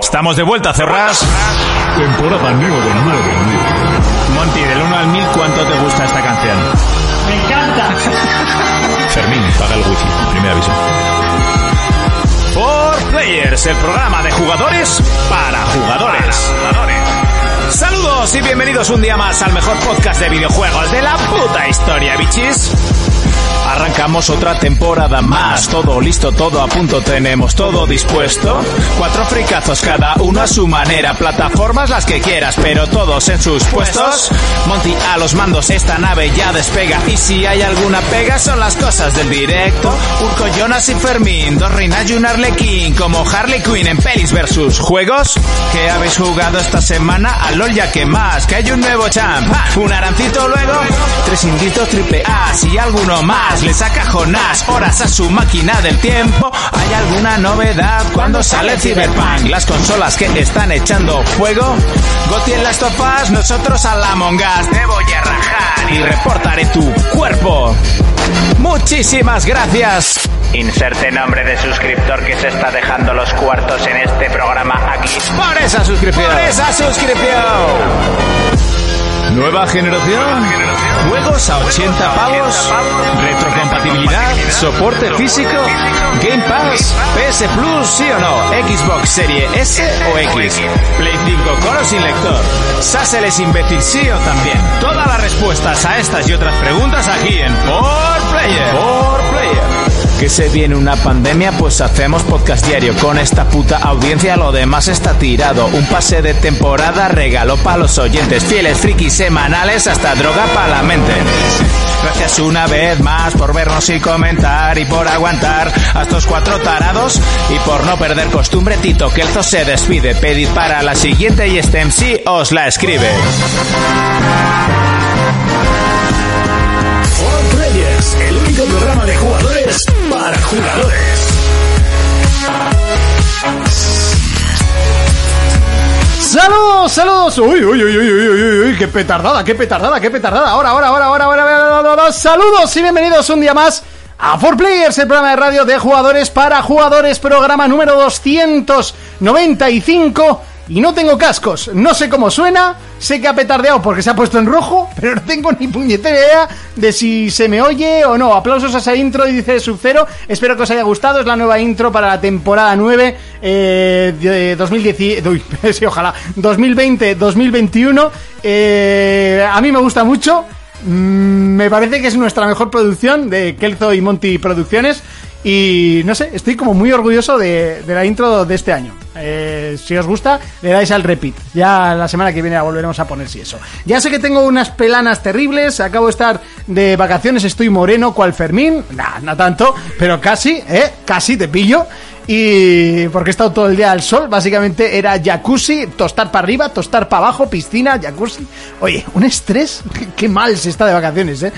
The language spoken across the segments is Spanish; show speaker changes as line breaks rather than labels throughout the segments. Estamos de vuelta, Cerras.
Temporada 9 de 9.
Monty, del 1 al 1000, ¿cuánto te gusta esta canción?
Me encanta.
Fermín, paga el wifi. Primer aviso. Four Players, el programa de jugadores para jugadores. Saludos y bienvenidos un día más al mejor podcast de videojuegos de la puta historia, bichis. Arrancamos otra temporada más, todo listo, todo a punto, tenemos todo dispuesto. Cuatro fricazos cada uno a su manera, plataformas las que quieras, pero todos en sus puestos. Monty a los mandos, esta nave ya despega y si hay alguna pega son las cosas del directo. Urco, Jonas y Fermín, dos reinas y un arlequín, como Harley Quinn en pelis versus juegos. ¿Qué habéis jugado esta semana? A LOL ya que más, que hay un nuevo champ, ¡Ah! un arancito luego, tres inditos triple A, si alguno más le saca Jonás horas a su máquina del tiempo. ¿Hay alguna novedad cuando sale Cyberpunk? Las consolas que están echando fuego. Goti en las topas, nosotros a la mongas. Te voy a rajar y reportaré tu cuerpo. Muchísimas gracias.
Inserte nombre de suscriptor que se está dejando los cuartos en este programa aquí.
Por esa suscripción. Por esa suscripción. Nueva generación. Juegos a 80 pavos. Retrocompatibilidad. Soporte físico. Game Pass. PS Plus, sí o no. Xbox Serie S o X. Play 5 con o sin lector. Sassel es imbécil, sí o también. Todas las respuestas a estas y otras preguntas aquí en Por Player. Por Player. Que se viene una pandemia, pues hacemos podcast diario. Con esta puta audiencia lo demás está tirado. Un pase de temporada regaló para los oyentes. Fieles frikis semanales hasta droga para la mente. Gracias una vez más por vernos y comentar y por aguantar a estos cuatro tarados y por no perder costumbre. Tito Kelzo se despide. Pedid para la siguiente y este MC os la escribe.
Four Players, el único programa de jugadores para jugadores.
Saludos, saludos. Uy, uy, uy, uy, uy, uy, uy, uy, qué petardada, qué petardada, qué petardada. Ahora, ahora, ahora, ahora, ahora, ahora, ahora, ahora. Saludos y bienvenidos un día más a 4Players, el programa de radio de jugadores para jugadores, programa número 295. Y no tengo cascos, no sé cómo suena, sé que ha petardeado porque se ha puesto en rojo, pero no tengo ni puñetera idea de si se me oye o no. Aplausos a esa intro, dice Sub-Zero. Espero que os haya gustado, es la nueva intro para la temporada 9 eh, de 2010. Uy, sí, ojalá. 2020-2021. Eh, a mí me gusta mucho. Mm, me parece que es nuestra mejor producción de Kelzo y Monty Producciones. Y no sé, estoy como muy orgulloso de, de la intro de este año. Eh, si os gusta, le dais al repeat. Ya la semana que viene la volveremos a poner si eso. Ya sé que tengo unas pelanas terribles. Acabo de estar de vacaciones, estoy moreno, cual Fermín. Nah, no tanto, pero casi, ¿eh? Casi te pillo. Y porque he estado todo el día al sol, básicamente era jacuzzi, tostar para arriba, tostar para abajo, piscina, jacuzzi. Oye, un estrés. Qué mal se está de vacaciones, ¿eh?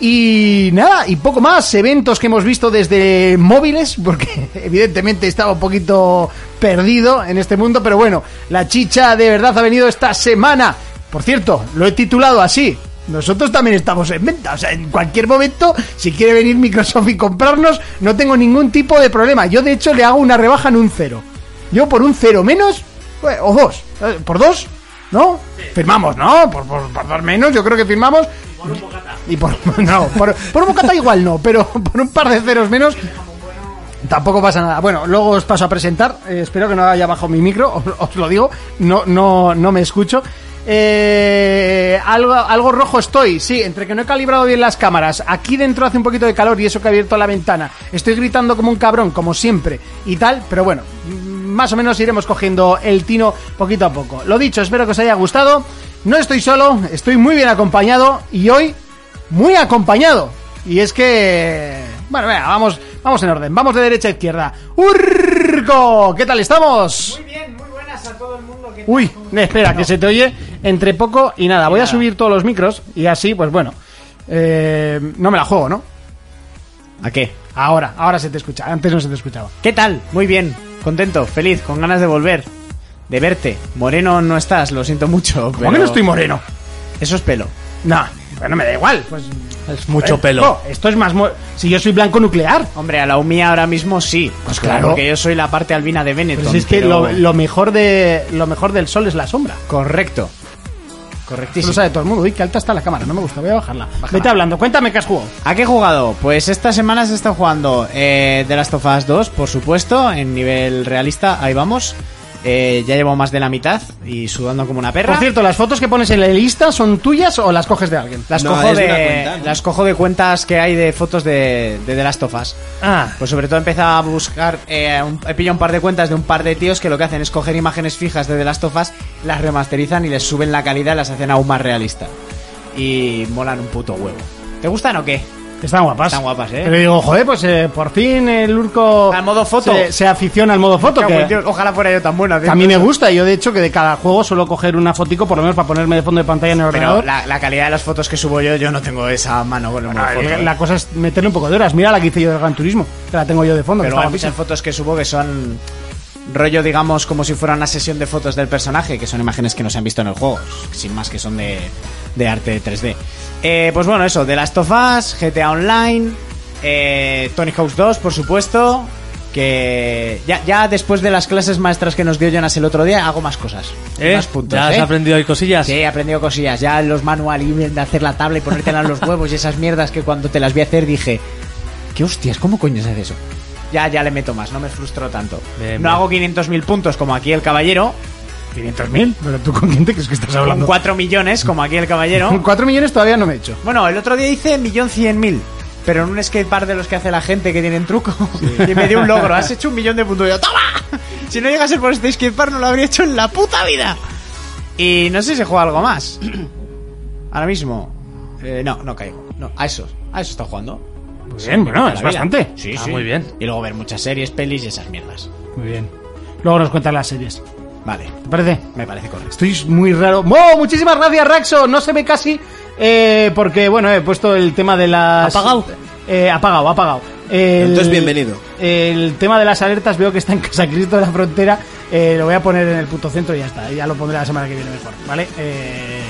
Y nada, y poco más, eventos que hemos visto desde móviles, porque evidentemente estaba un poquito perdido en este mundo, pero bueno, la chicha de verdad ha venido esta semana. Por cierto, lo he titulado así. Nosotros también estamos en venta, o sea, en cualquier momento, si quiere venir Microsoft y comprarnos, no tengo ningún tipo de problema. Yo de hecho le hago una rebaja en un cero. Yo por un cero menos, eh, o dos, eh, por dos, ¿no? Firmamos, ¿no? Por, por, por dos menos, yo creo que firmamos. Y por no, por, por un bocata igual no, pero por un par de ceros menos. Tampoco pasa nada. Bueno, luego os paso a presentar. Eh, espero que no haya bajo mi micro, os, os lo digo. No, no, no me escucho. Eh, algo, algo rojo estoy, sí, entre que no he calibrado bien las cámaras. Aquí dentro hace un poquito de calor y eso que he abierto la ventana. Estoy gritando como un cabrón, como siempre, y tal, pero bueno, más o menos iremos cogiendo el tino poquito a poco. Lo dicho, espero que os haya gustado. No estoy solo, estoy muy bien acompañado y hoy muy acompañado. Y es que... Bueno, venga, vamos, vamos en orden, vamos de derecha a izquierda. ¡Urco! ¿Qué tal estamos?
Muy bien, muy buenas a todo el mundo. que
Uy, espera, que se te oye entre poco y nada. Voy a subir todos los micros y así, pues bueno. eh, no me la juego, ¿no?
¿A qué?
Ahora, ahora se te escucha. Antes no se te escuchaba.
¿Qué tal? Muy bien, contento, feliz, con ganas de volver, de verte. Moreno no estás, lo siento mucho.
¿Por qué no estoy moreno?
Eso es pelo. Eh,
Nah, bueno, me da igual. Pues
Es mucho pelo.
No, esto es más... mo- Si yo soy blanco nuclear.
Hombre, a la UMIA ahora mismo sí.
Pues claro.
Porque yo soy la parte albina de Benetton.
Pero si es que
pero-
lo, lo mejor de, lo mejor del sol es la sombra.
Correcto.
Eso
Correctísimo.
lo sabe todo el mundo. Uy, qué alta está la cámara. No me gusta. Voy a bajarla. Vete hablando. Cuéntame qué has jugado.
¿A qué he jugado? Pues esta semana se está jugando eh, The Last of Us 2, por supuesto, en nivel realista, ahí vamos. Eh, ya llevo más de la mitad y sudando como una perra.
Por cierto, ¿las fotos que pones en la lista son tuyas o las coges de alguien?
las,
No,
cojo
es de
de,
una cuenta, ¿no?
las cojo de cuentas que hay de fotos de, de The Last of Us.
Ah.
Pues sobre todo he empezado a buscar, eh, un- he pillado un par de cuentas de un par de tíos que lo que hacen es coger imágenes fijas de The Last of Us, las remasterizan y les suben la calidad y las hacen aún más realistas. Y molan un puto huevo. ¿Te gustan o qué?
pues Están guapas.
Están guapas, ¿eh?
Pero digo, joder, pues eh, por fin el Urco...
Al modo foto.
Se, se aficiona al modo foto.
Cago en
Que,
Dios, Ojalá fuera yo tan bueno.
que
haciendo
a mí me
eso.
gusta. Yo, de hecho, que de cada juego suelo coger una fotico, por lo menos para ponerme de fondo de pantalla en el
Pero
ordenador.
la, la calidad de las fotos que subo yo, yo no tengo esa mano con el modo
Ah,
foto,
el-
¿eh?
la cosa es meterle un poco de horas. Mira la que hice yo del Gran Turismo. Que la tengo yo de fondo. que
Pero
está
hay
guapísima.
muchas fotos que subo que son rollo, digamos, como si fuera una sesión de fotos del personaje, que son imágenes que no se han visto en el juego, sin más que son de, de arte 3D. Eh, pues bueno, eso, The Last of Us, GTA Online, eh, Tony Hawk's 2, por supuesto, que ya, ya después de las clases maestras que nos dio Jonas el otro día, hago más cosas.
¿Eh?
Más puntos.
¿Ya has
¿eh?
aprendido ahí cosillas?
Sí, he aprendido cosillas. Ya los manual y de hacer la tabla y ponértela en los huevos y esas mierdas que cuando te las vi hacer dije, ¿qué hostias? ¿Cómo coño se hace eso? Ya, ya le meto más, no me frustro tanto.
Bien,
no
bien.
hago 500.000 puntos como aquí el caballero,
500.000. Pero tú con quién te crees que estás
con
hablando.
4 millones como aquí el caballero.
4 millones todavía no me he hecho.
Bueno, el otro día hice 1.100.000. Pero en un skatepark de los que hace la gente que tienen truco. Y me dio un logro. Has hecho un millón de puntos. Y yo, ¡toma! Si no llegase por este skatepark no lo habría hecho en la puta vida. Y no sé si se juega algo más. Ahora mismo. Eh, no, no caigo. No, a eso. A eso está jugando. Pues
Muy bien, bueno, es
Maravilla.
bastante.
Sí,
Ah,
sí.
muy bien.
Y luego ver muchas series, pelis y esas mierdas.
Muy bien. Luego nos cuentas las series.
Vale.
¿Te parece?
Me parece correcto.
Estoy muy raro. ¡Oh, muchísimas gracias, Raxo! No se ve casi. eh, porque, bueno, he puesto el tema de las.
¿Apagado?
Eh, apagado, apagado. El-
Entonces, bienvenido.
El tema de las alertas, veo que está en Casa Cristo de la Frontera. eh, lo voy a poner en el puto centro y ya está. Ya lo pondré la semana que viene mejor, ¿vale? Eh,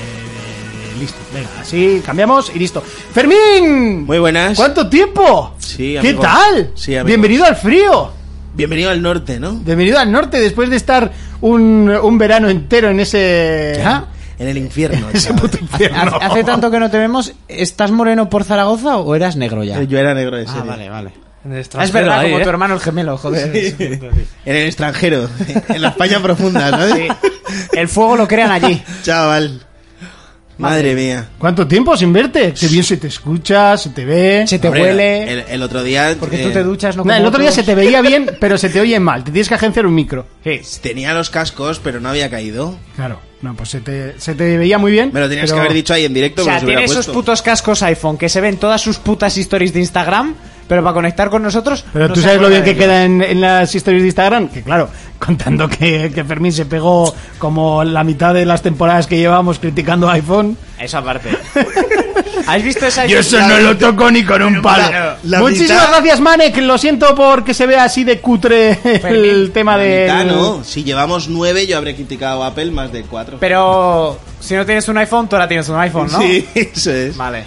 listo, venga, así cambiamos y listo. ¡Fermín!
Muy buenas.
¿Cuánto tiempo?
Sí,
¿Qué
amigo.
tal?
Sí, amigo.
Bienvenido al frío.
Bienvenido al norte, ¿no?
Bienvenido al norte después de estar un, un verano entero en ese. ¿Ah?
En el infierno.
Ese
chaval.
puto infierno.
Hace, hace tanto que no te vemos. ¿Estás moreno por Zaragoza o eras negro ya?
Yo era negro de
Ah,
serie.
vale, vale.
En el
Ah, es verdad,
¿eh?
como tu hermano el gemelo, joder.
En el extranjero. En la España profunda, ¿no?
pues Sí. El fuego lo crean allí.
Chaval. Madre mía.
¿Cuánto tiempo sin verte? Qué bien se te escucha, se te ve. Ah.
Se te
Hombre,
huele.
El, el otro día.
porque
eh,
tú te duchas, no
Nah, el
como
otro día se
otros.
te veía bien, pero se te oye mal. Te tienes que agenciar un micro.
Tenía los cascos, pero no había caído.
Claro. No, pues se te, se te veía muy bien.
Me lo tenías
pero-
que haber dicho ahí en directo.
O sea,
porque se hubiera
tiene esos
puesto.
putos cascos iPhone que se ven todas sus putas stories de Instagram, pero para conectar con nosotros.
Pero
no
tú
se
sabes lo
acuerda
bien que
de ello.
queda en, en las historias de Instagram. Que claro, contando que, que Fermín se pegó como la mitad de las temporadas que llevamos criticando iPhone.
Eso aparte. ¿Has visto esa
lo toco ni con un
palo. La
Muchísimas
mitad-
gracias, Manek. Lo siento porque se vea así de cutre el
Fermín,
tema de.
Ah, no. Si llevamos nueve, yo habré criticado a Apple más de cuatro.
Pero si no tienes un iPhone, tú ahora tienes un iPhone, ¿no?
Sí, eso es.
Vale.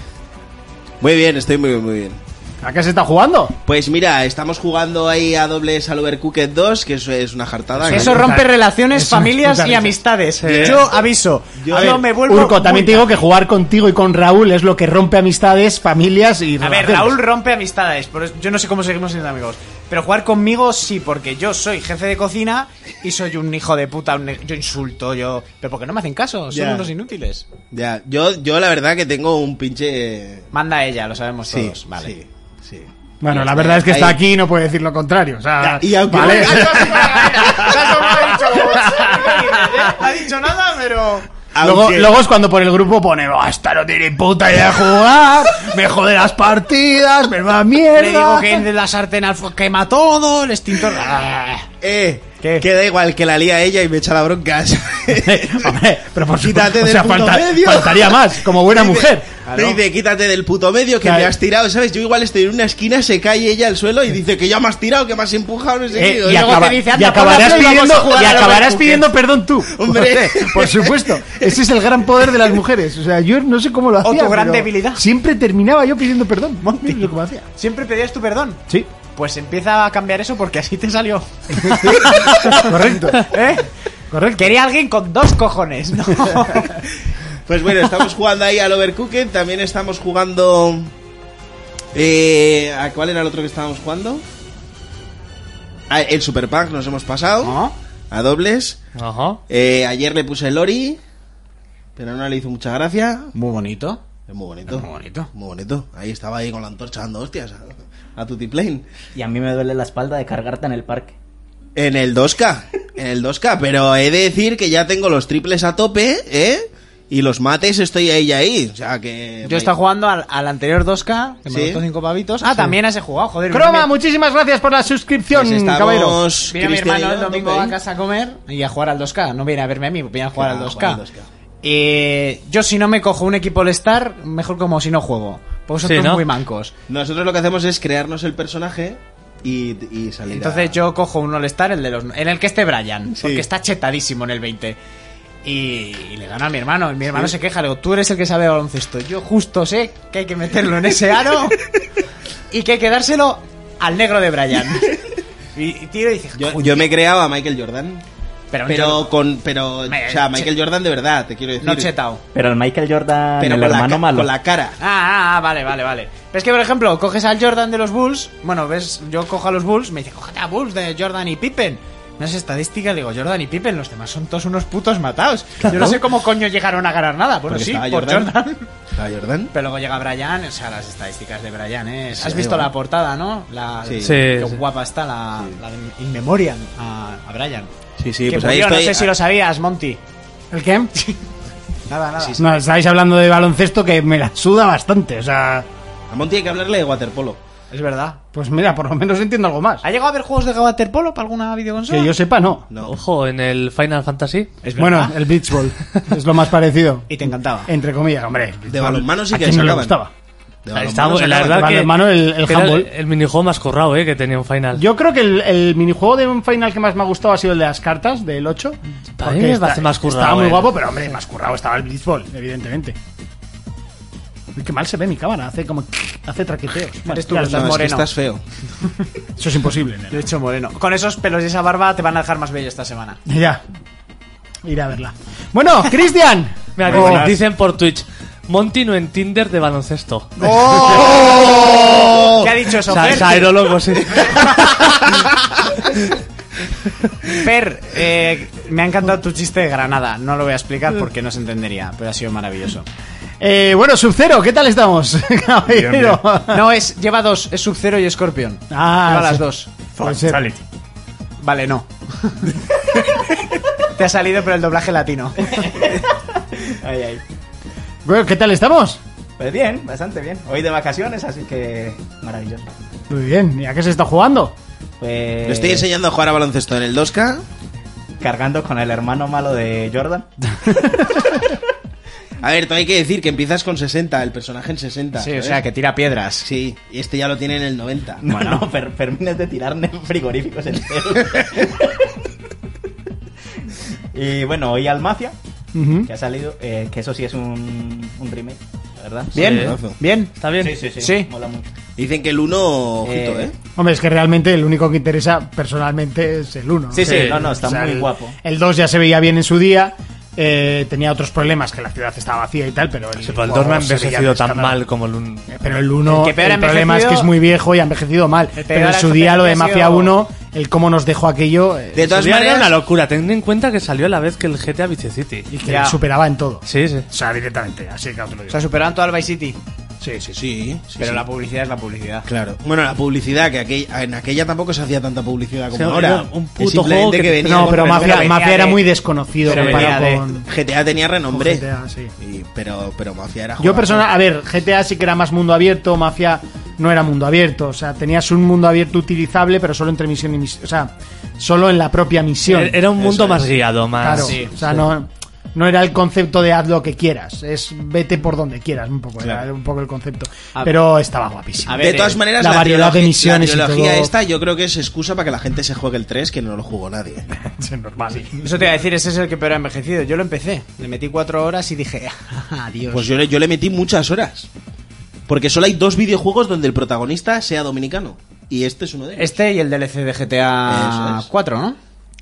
Muy bien, estoy muy bien, muy bien.
¿A qué se está jugando?
Pues mira, estamos jugando ahí a doble Salver Cooked 2, que eso es una jartada.
Eso
¿no?
rompe relaciones,
Eso me
familias
puta
y
risa.
amistades.
Eh.
Yo aviso.
Yo-
Yo
A ver,
me vuelvo.
Urco, también te
muy-
digo que jugar contigo y con Raúl es lo que rompe amistades, familias y
A ver,
relaciones.
Raúl rompe amistades. por eso- yo no sé cómo seguimos siendo amigos. Pero jugar conmigo sí, porque yo soy jefe de cocina y soy un hijo de puta. un- yo insulto, yo. Pero porque no me hacen caso, son
Ya.
unos inútiles.
Ya, yo, yo la verdad que tengo un pinche.
Manda ella, lo sabemos
Sí,
todos. Vale.
sí, sí.
Bueno, la verdad es que está
Ahí.
aquí y no puede decir lo contrario. O sea,
Ya, y aunque-
vale.
No ha dicho nada, pero.
Luego,
Aunque-
luego es cuando por el grupo pone, "Buah, esta no tiene puta idea de jugar, me jode las partidas, me va a mierda.
Le digo que de la sartén al fu- quema todo, el extintor. Ah.
Eh,
¿Qué?
Que da igual que la lía ella y me echa la bronca.
Hombre, pero por supuesto,
Quítate
o
del
sea,
puto
falta-
medio.
faltaría más, como buena
Dice-
mujer.
Me dice, quítate del puto medio que
Claro.
me has tirado, ¿sabes? Yo igual estoy en una esquina, se cae ella al suelo y dice que ya me has tirado, que me has empujado, no sé
Eh,
qué.
y,
luego
acaba-
te dice,
y
"Anda, pon la
acabarás
play, vamos
pidiendo,
a jugar
y
a la
acabarás
Overcooked".
pidiendo perdón tú.
Hombre.
por supuesto. Ese es el gran poder de las mujeres. O sea, yo no sé cómo lo hacía.
tu gran
pero
debilidad.
Siempre terminaba yo pidiendo perdón.
Monty.
Es lo que me hacía.
Siempre pedías tu perdón.
Sí,
Pues empieza a cambiar eso porque así te salió.
correcto.
¿Eh?
Correcto.
Quería alguien con dos cojones, ¿no?
Pues bueno, estamos jugando ahí al Overcooked, también estamos jugando... Eh, ¿A cuál era el otro que estábamos jugando? Ah, el Super Punk, nos hemos pasado.
Ajá.
A dobles.
Ajá.
Eh, ayer le puse el Lori, pero no le hizo mucha gracia.
Muy bonito.
Es muy bonito.
Es muy bonito.
Muy bonito. Ahí estaba ahí con la antorcha dando hostias a, a Tutiplane.
Y a mí me duele la espalda de cargarte en el parque.
En el 2K. En el 2K. Pero he de decir que ya tengo los triples a tope, ¿eh? Y los mates estoy ahí ahí. O sea que.
Yo he estado jugando al, al anterior 2K, que
Eh, Sí.
me costó 5 pavitos. Ah, también has jugado, joder.
Croma,
mira, mira.
muchísimas gracias por la suscripción,
Pues estamos-
caballero.
Vino mi
Cristian y
hermano el
yo,
domingo
¿dónde?
a casa a comer y a jugar al 2K. No viene a verme a mí, viene a jugar
Claro,
al
a
2K.
jugar al 2K.
Eh, yo si no me cojo un equipo All-Star, mejor como si no juego. Porque vosotros
Sí, ¿no?
muy mancos.
Nosotros lo que hacemos es crearnos el personaje y, y salir. a-
Entonces yo cojo un All-Star, el de los, en el que esté Brian,
Sí.
porque está chetadísimo en el 20. Y, y le gana a mi hermano. Y mi hermano se queja, le digo, tú eres el que sabe baloncesto. Yo justo sé que hay que meterlo en ese aro y que hay que dárselo al negro de Brian. Y, y tiro y dice,
Yo,
"Joder,
yo me he creado a Michael Jordan.
pero,
Pero
yo
con. Pero. O
Me-
sea, Michael
che-
Jordan de verdad, te quiero decir.
no chetao.
Pero el Michael Jordan,
Pero
el
con la
hermano
ca-
malo.
con la cara.
Ah, ah, ah, vale, vale, vale. Pero es que, por ejemplo, coges al Jordan de los Bulls. Bueno, ves, yo cojo a los Bulls, me dice, cógete a Bulls de Jordan y Pippen. No es estadística, digo, Jordan y Pippen, los demás son todos unos putos matados. Yo no sé cómo coño llegaron a ganar nada. Bueno,
Porque
sí,
estaba
por
Jordan.
Jordan.
¿Estaba Jordan?
Pero luego llega Brian, o sea, las estadísticas de Brian, ¿eh?
Sí,
Has visto
ahí va.
la portada, ¿no? La,
Sí. Sí,
Qué
sí.
guapa está la, la de In Memoriam a, a Brian.
Sí, sí,
Que
pues ahí
murió,
estoy.
No sé si lo sabías, Monty.
¿El qué?
Nada, nada.
No, estáis hablando de baloncesto que me la suda bastante. O sea,
A Monty hay que hablarle de waterpolo.
Es verdad.
pues mira, por lo menos entiendo algo más.
¿Ha llegado a haber juegos de waterpolo para alguna videoconsola?
Que yo sepa, no.
No.
Ojo, en el Final Fantasy.
Bueno, el beach ball es lo más parecido.
Y te encantaba.
Entre comillas, hombre.
De balonmano sí
¿A
que
quién no le
sacaban.
gustaba. Pues
De
Está-
balonmano
la
sacaban.
verdad
Vale,
que
hermano, el- el
era
handball.
el minijuego más corrado eh, que tenía un final.
Yo creo que el, el minijuego de un final que más me ha gustado ha sido el de las cartas, del 8.
A mí me parece más currado,
Estaba muy
eh.
guapo, pero hombre, más currado estaba el Blitzball, evidentemente. Uy, qué mal se ve mi cámara, hace como. hace traqueteos. Bueno,
Eres tú,
ya
que
está.
No, es que
moreno.
estás feo.
eso es imposible, nena.
De hecho, moreno. Con esos pelos y esa barba te van a dejar más bello esta semana.
Ya. Iré a verla. Bueno, Cristian.
Mira,
Oh.
dicen, dicen por Twitch, Monty no en Tinder de baloncesto.
¡Oh!
¿Qué ha dicho eso,
O sea,
Fer?
es aerólogo, sí.
Fer, eh, me ha encantado tu chiste de Granada. No lo voy a explicar porque no se entendería, pero ha sido maravilloso.
Eh, bueno, Sub-Zero, ¿qué tal estamos? Caballero.
No, es lleva dos, es Sub-Zero y Scorpion.
Ah,
lleva las
sí. Pues, eh,
dos.
Puede ser.
Vale, no. Te ha salido pero el doblaje latino.
Ay, ay.
Bueno, ¿Qué tal estamos?
Pues bien, bastante bien. Hoy de vacaciones, así que maravilloso.
Muy bien, ¿y a qué se está jugando?
Pues
Le estoy
Eh.
enseñando a jugar a baloncesto en el 2K.
cargando con el hermano malo de Jordan.
A ver, todo hay que decir que empiezas con 60, el personaje en 60.
Sí, o
¿sabes?
sea, que tira piedras.
Sí, y este ya lo tiene en el 90.
No, no, per permines de tirarme frigoríficos enteros. y bueno, hoy al Mafia,
Ujú.
que ha salido, eh, que eso sí es un, un remake, la verdad.
Bien,
Sí.
bien.
Está bien.
Sí, sí, sí,
Sí.
mola mucho.
Dicen que el 1, ojito,
Eh,
¿eh?
Hombre, es que realmente el único que interesa personalmente es el 1.
Sí, sí,
Sí.
no, no, está
O sea,
muy
el-
guapo.
El 2 ya se veía bien en su día. eh, tenía otros problemas que la ciudad estaba vacía y tal, pero el,
Sí, pero el
juego
2 no ha
se veía
envejecido tan
descarado.
mal como el 1.
Eh, Pero el 1,
El
el,
que peor ha
problema es que
envejecido-
es muy viejo y ha envejecido mal.
peor
Pero en
ha
su día lo de Mafia
envejecido-
1, el cómo nos dejó aquello, eh,
De todas
Era
maneras,
una locura, teniendo en cuenta que salió a la vez que el GTA Vice City.
y que
ya.
superaba en todo.
Sí, sí.
O sea, directamente, así que claro, te lo
O
digo.
sea, superaron todo al Vice City.
Sí, sí, sí.
Sí, sí,
pero
sí.
la publicidad es la publicidad.
Claro. Bueno, la publicidad, que aquella, en aquella tampoco se hacía tanta publicidad como
Sí,
ahora.
era un
Es
puto
simplemente
juego que-
venía
No,
con
pero
renombre.
Mafia,
venía
Mafia
de-
era muy desconocido
pero
comparado
venía de-
con,
GTA tenía renombre.
GTA, sí.
Y- pero, pero Mafia era
Yo
jugazo.
personal, a ver, GTA sí que era más mundo abierto, Mafia no era mundo abierto. O sea, tenías un mundo abierto utilizable, pero solo entre misión y misión. O sea, solo en la propia misión.
Eh,
Era un mundo más guiado, más.
Ah,
Claro, o sea, no, no era el concepto de haz lo que quieras, es vete por donde quieras, un poco, era un poco el concepto.
A-
Pero estaba guapísimo.
A ver,
de todas
eh,
maneras,
la variedad de
trilogía-
misiones y
La trilogía
todo.
esta yo creo que es excusa para que la gente se juegue el 3, que no lo jugó nadie.
Es normal.
Eso te iba a decir, ese es el que peor ha envejecido. Yo lo empecé, le metí cuatro horas y dije, adiós.
Pues yo le, yo le metí muchas horas. Porque solo hay dos videojuegos donde el protagonista sea dominicano. Y este es uno de ellos.
Este y el DLC de GTA
Eso es.
4, ¿no?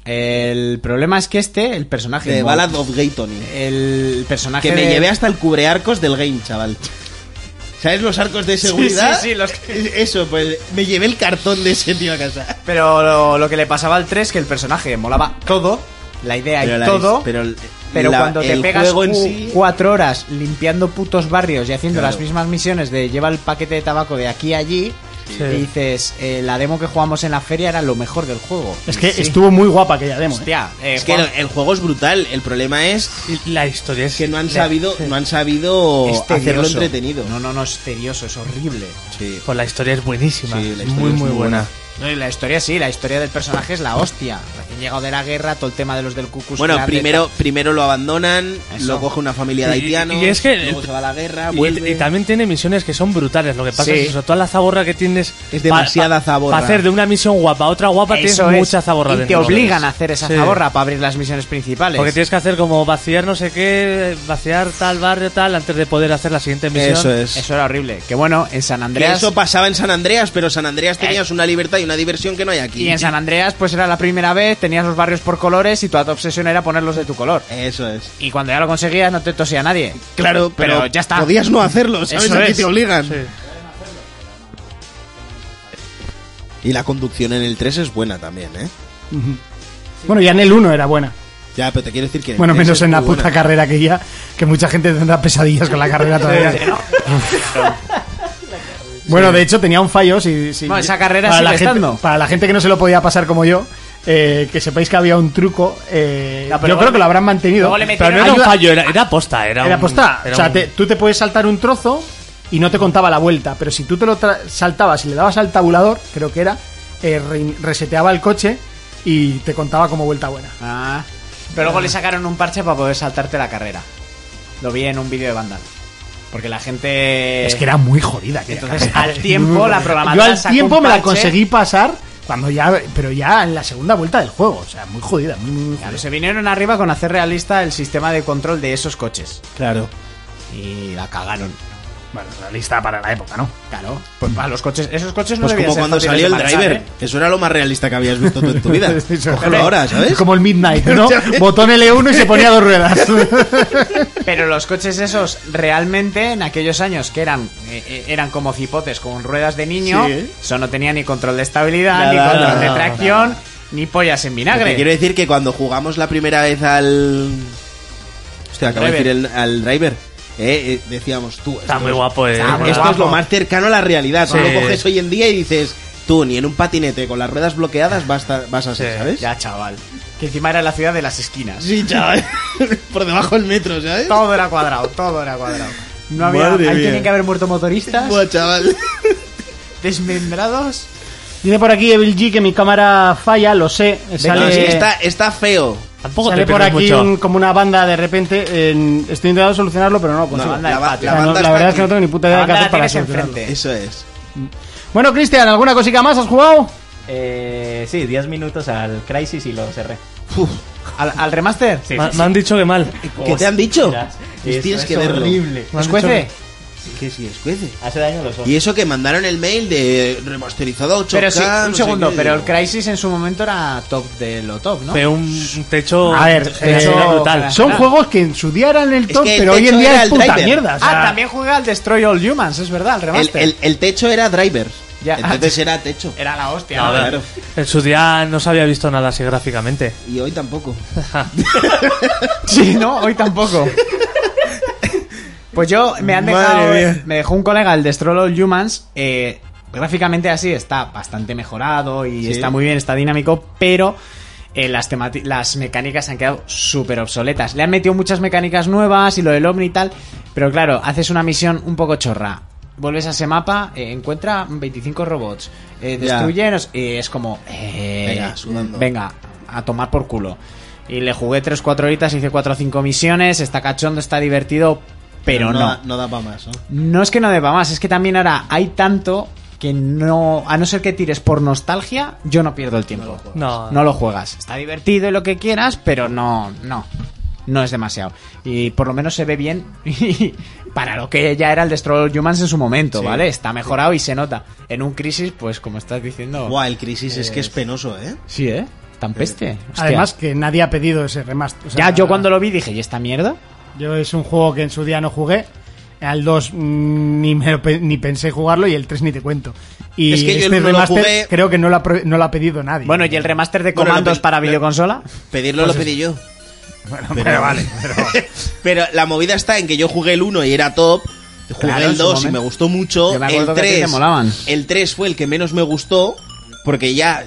El problema es que este, el personaje...
de
Mo-
Ballad of Gay Tony.
El personaje
Que me
de-
llevé hasta el cubre arcos del game, chaval. ¿Sabes los arcos de seguridad?
sí, sí, los
Eso, pues me llevé el cartón de ese tío a casa.
Pero lo, lo que le pasaba al 3 que el personaje molaba todo, la idea y
la-
todo, pero,
pero, el- la-
cuando te
el
pegas
juego en
cu-
sí,
cuatro horas limpiando putos barrios y haciendo
Claro.
las mismas misiones de lleva el paquete de tabaco de aquí a allí, y dices, eh, la demo que jugamos en la feria era lo mejor del juego.
Es que estuvo muy guapa aquella demo. ¿eh?
Hostia, eh,
es que
Juan-
el, el juego es brutal. El problema es
La historia es
que no han
la-
sabido, no han sabido
es
Este
hacerlo
tedioso.
entretenido.
No, no, no, es tedioso, es horrible.
Sí.
Pues la historia es buenísima.
Sí, la historia
muy,
es
muy
muy
buena.
No, y la historia sí, la historia del personaje es la hostia. Recién llegado de la guerra, todo el tema de los del Cucus.
Bueno, primero, primero lo abandonan,
Eso.
lo coge una familia de
Y-
haitianos,
y es que
luego
el-
se va a la guerra,
Y,
vuelve.
y también tiene misiones que son brutales. Lo que pasa
Sí.
es eso, toda la zaborra que tienes.
Es demasiada zaborra.
Para hacer de una misión guapa a otra guapa, tienes
Eso es.
mucha zaborra
Y te
dentro.
obligan a hacer esa
Sí.
zaborra para abrir las misiones principales.
Porque tienes que hacer como vaciar no sé qué, vaciar tal barrio, tal, antes de poder hacer la siguiente misión.
Eso es.
Eso era horrible. Que bueno, en San
Que
Andreas. Eh.
eso pues, pasaba en San Andreas, pero San Andreas tenías una libertad y una diversión que no hay aquí.
Y en San Andreas, pues era la primera vez, tenías los barrios por colores y toda tu obsesión era ponerlos de tu color.
Eso es.
Y cuando ya lo conseguías, no te tosía nadie.
Claro,
pero Pero ya está.
Podías no hacerlo, ¿sabes?
Eso
Aquí
es.
te obligan.
Sí.
Y la conducción en el 3 es buena también, ¿eh?
Bueno, ya en el 1 era buena.
Ya, pero te quiero decir que. en el
Bueno,
3
menos
es
en la
muy
puta
buena.
carrera que ya, que mucha gente tendrá pesadillas con la carrera todavía. bueno, de hecho tenía un fallo. Si, si-
Bueno, esa carrera
para
sigue
la gente,
estando.
Para la gente que no se lo podía pasar como yo, eh, que sepáis que había un truco. eh,
No, pero
yo
luego
creo
le-
que lo habrán mantenido.
luego le
Pero no era un
Ayuda-
fallo, Ah, era, era posta. Era,
Era
un-
posta.
era
o sea,
un-
te- tú te puedes saltar un trozo y no te contaba la vuelta, pero si tú te lo tra- saltabas y le dabas al tabulador, creo que era, eh, re- reseteaba el coche y te contaba como vuelta buena.
Ah. Pero luego le sacaron un parche para poder saltarte la carrera. Lo vi en un vídeo de Vandal. Porque la gente.
Es que era muy jodida. aquella
Eh, Entonces,
carrera.
al tiempo, la programadora
Yo al
sacó un
tiempo me la
parche.
conseguí pasar, cuando ya, pero ya en la segunda vuelta del juego. O sea, muy jodida, muy, muy, muy
Claro,
jodida.
se vinieron arriba con hacer realista el sistema de control de esos coches. Claro. Y la cagaron.
Bueno, realista para la época, ¿no?
Claro. Pues para los coches. Esos coches no
Pues
debían
como
ser
cuando
fáciles
salió el
de manejar,
driver.
¿eh?
Eso era lo más realista que habías visto tú en tu vida.
Eso,
Cógelo
eh,
ahora, ¿sabes?
Como el Midnight, ¿no? Botón L1 y se ponía dos ruedas.
Pero los coches esos realmente en aquellos años que eran eh, eh, eran como cipotes con ruedas de niño,
Sí, ¿eh?
eso no tenía ni control de estabilidad, ni
Nada,
control de
nada,
tracción, ni pollas en
Lo que
vinagre.
quiero decir que cuando jugamos la primera vez al. Hostia, acabo de
Driver.
decir el- al driver. eh, eh, decíamos tú.
Está
esto
muy
es-
guapo, eh.
Ah,
Muy
esto
guapo.
es lo más cercano a la realidad. Tú
Sí.
lo coges hoy en día y dices, tú, ni en un patinete con las ruedas bloqueadas vas a, vas a ser,
Sí,
¿sabes?
Ya, chaval. Que encima era la ciudad de las esquinas.
Sí, chaval. Por debajo del metro, ¿sabes?
Todo era cuadrado, todo era cuadrado. No había,
Madre
ahí
mía.
tienen que haber muerto motoristas
Buah, chaval.
desmembrados.
Dice por aquí Evil G que mi cámara falla, lo sé.
No,
Sale,
sí, está, está feo.
Tampoco
sale
te
por
pierdes
aquí
mucho.
un- como una banda de repente. en- estoy intentando solucionarlo, pero no lo consigo.
la, ba-
O sea,
la
no,
banda
la
está
verdad es
aquí.
que no tengo ni puta idea de qué hacer para
tienes
solucionarlo.
enfrente.
Eso es.
Bueno, Cristian, ¿alguna cosica más has jugado?
Eh, sí, 10 minutos al Crisis y lo cerré.
Uf,
¿Al, al remaster?
Sí,
Ma- me han dicho que mal.
¿Qué te han dicho?
Ostras,
Pues
eso
tienes
es
que verlo.
horrible.
Me han
¿Escuece?
dicho
Que sí, escuece.
Hace daño a los ojos.
Y eso que mandaron el mail de remasterizado 8K.
Pero sí, un
no sé
segundo,
qué,
pero el
digo.
Crisis en su momento era top de lo top, ¿no?
que- De un techo.
A ver,
de
eh,
eso brutal.
Son juegos que en su día eran el
Es
top,
que el
pero hoy en
techo
día
era
es
el
puta
driver.
mierda. o sea,
Ah, también jugué al Destroy All Humans, es verdad, el
El,
remaster.
el- el techo era driver.
Ya.
Entonces era techo. Ah,
Era la hostia.
A
¿no?
ver,
Claro.
En su día no se había visto nada así gráficamente.
Y hoy tampoco.
Sí, no, hoy tampoco. Pues yo me han
Madre
dejado, eh,
mía.
me dejó un colega el Destroy All Humans. eh, gráficamente así está bastante mejorado y
Sí.
está muy bien, está dinámico, pero eh, las, temati- las mecánicas han quedado súper obsoletas. Le han metido muchas mecánicas nuevas y lo del Omni y tal, pero claro, haces una misión un poco chorra. vuelves a ese mapa, eh, encuentra 25 robots, eh,
Ya.
destruye, no sé- y es como, eh,
Venga, sudando.
venga, a tomar por culo. Y le jugué 3-4 horitas, hice 4 o 5 misiones, está cachondo, está divertido, pero,
no.
no.
da- no da para más, ¿no?
No es que no deba más, es que también ahora hay tanto que no, a no ser que tires por nostalgia, yo no pierdo el tiempo.
No.
No lo juegas. Está divertido y lo que quieras, pero no, no. No es demasiado. Y por lo menos se ve bien para lo que ya era el Destroy All Humans en su momento, ¿vale? Está mejorado y se nota. En un crisis, pues como estás diciendo...
Buah, el crisis es que es penoso, ¿eh?
Sí, ¿eh? Tan peste. Hostia.
Además que nadie ha pedido ese remaster. O sea,
ya yo cuando lo vi dije, ¿y esta mierda?
Yo es un juego que en su día no jugué. Al 2 mm, ni, me lo pe- ni pensé jugarlo y el 3 ni te cuento. Y
Es que yo
este
el uno lo
remaster
jugué-
creo que no lo, ha, pro- no lo ha pedido nadie.
Bueno, ¿y el remaster de
Bueno, lo
comandos
pe-
para
lo-
videoconsola?
Pedirlo
Pues
lo pedí yo.
pero, vale.
Pero la movida está en que yo jugué el 1 y era top. Jugué
Claro, en
el
su
2 y me
momento.
gustó mucho.
Yo me
el
acuerdo que a ti
3.
te molaban.
El 3 fue el que menos me gustó. Porque ya,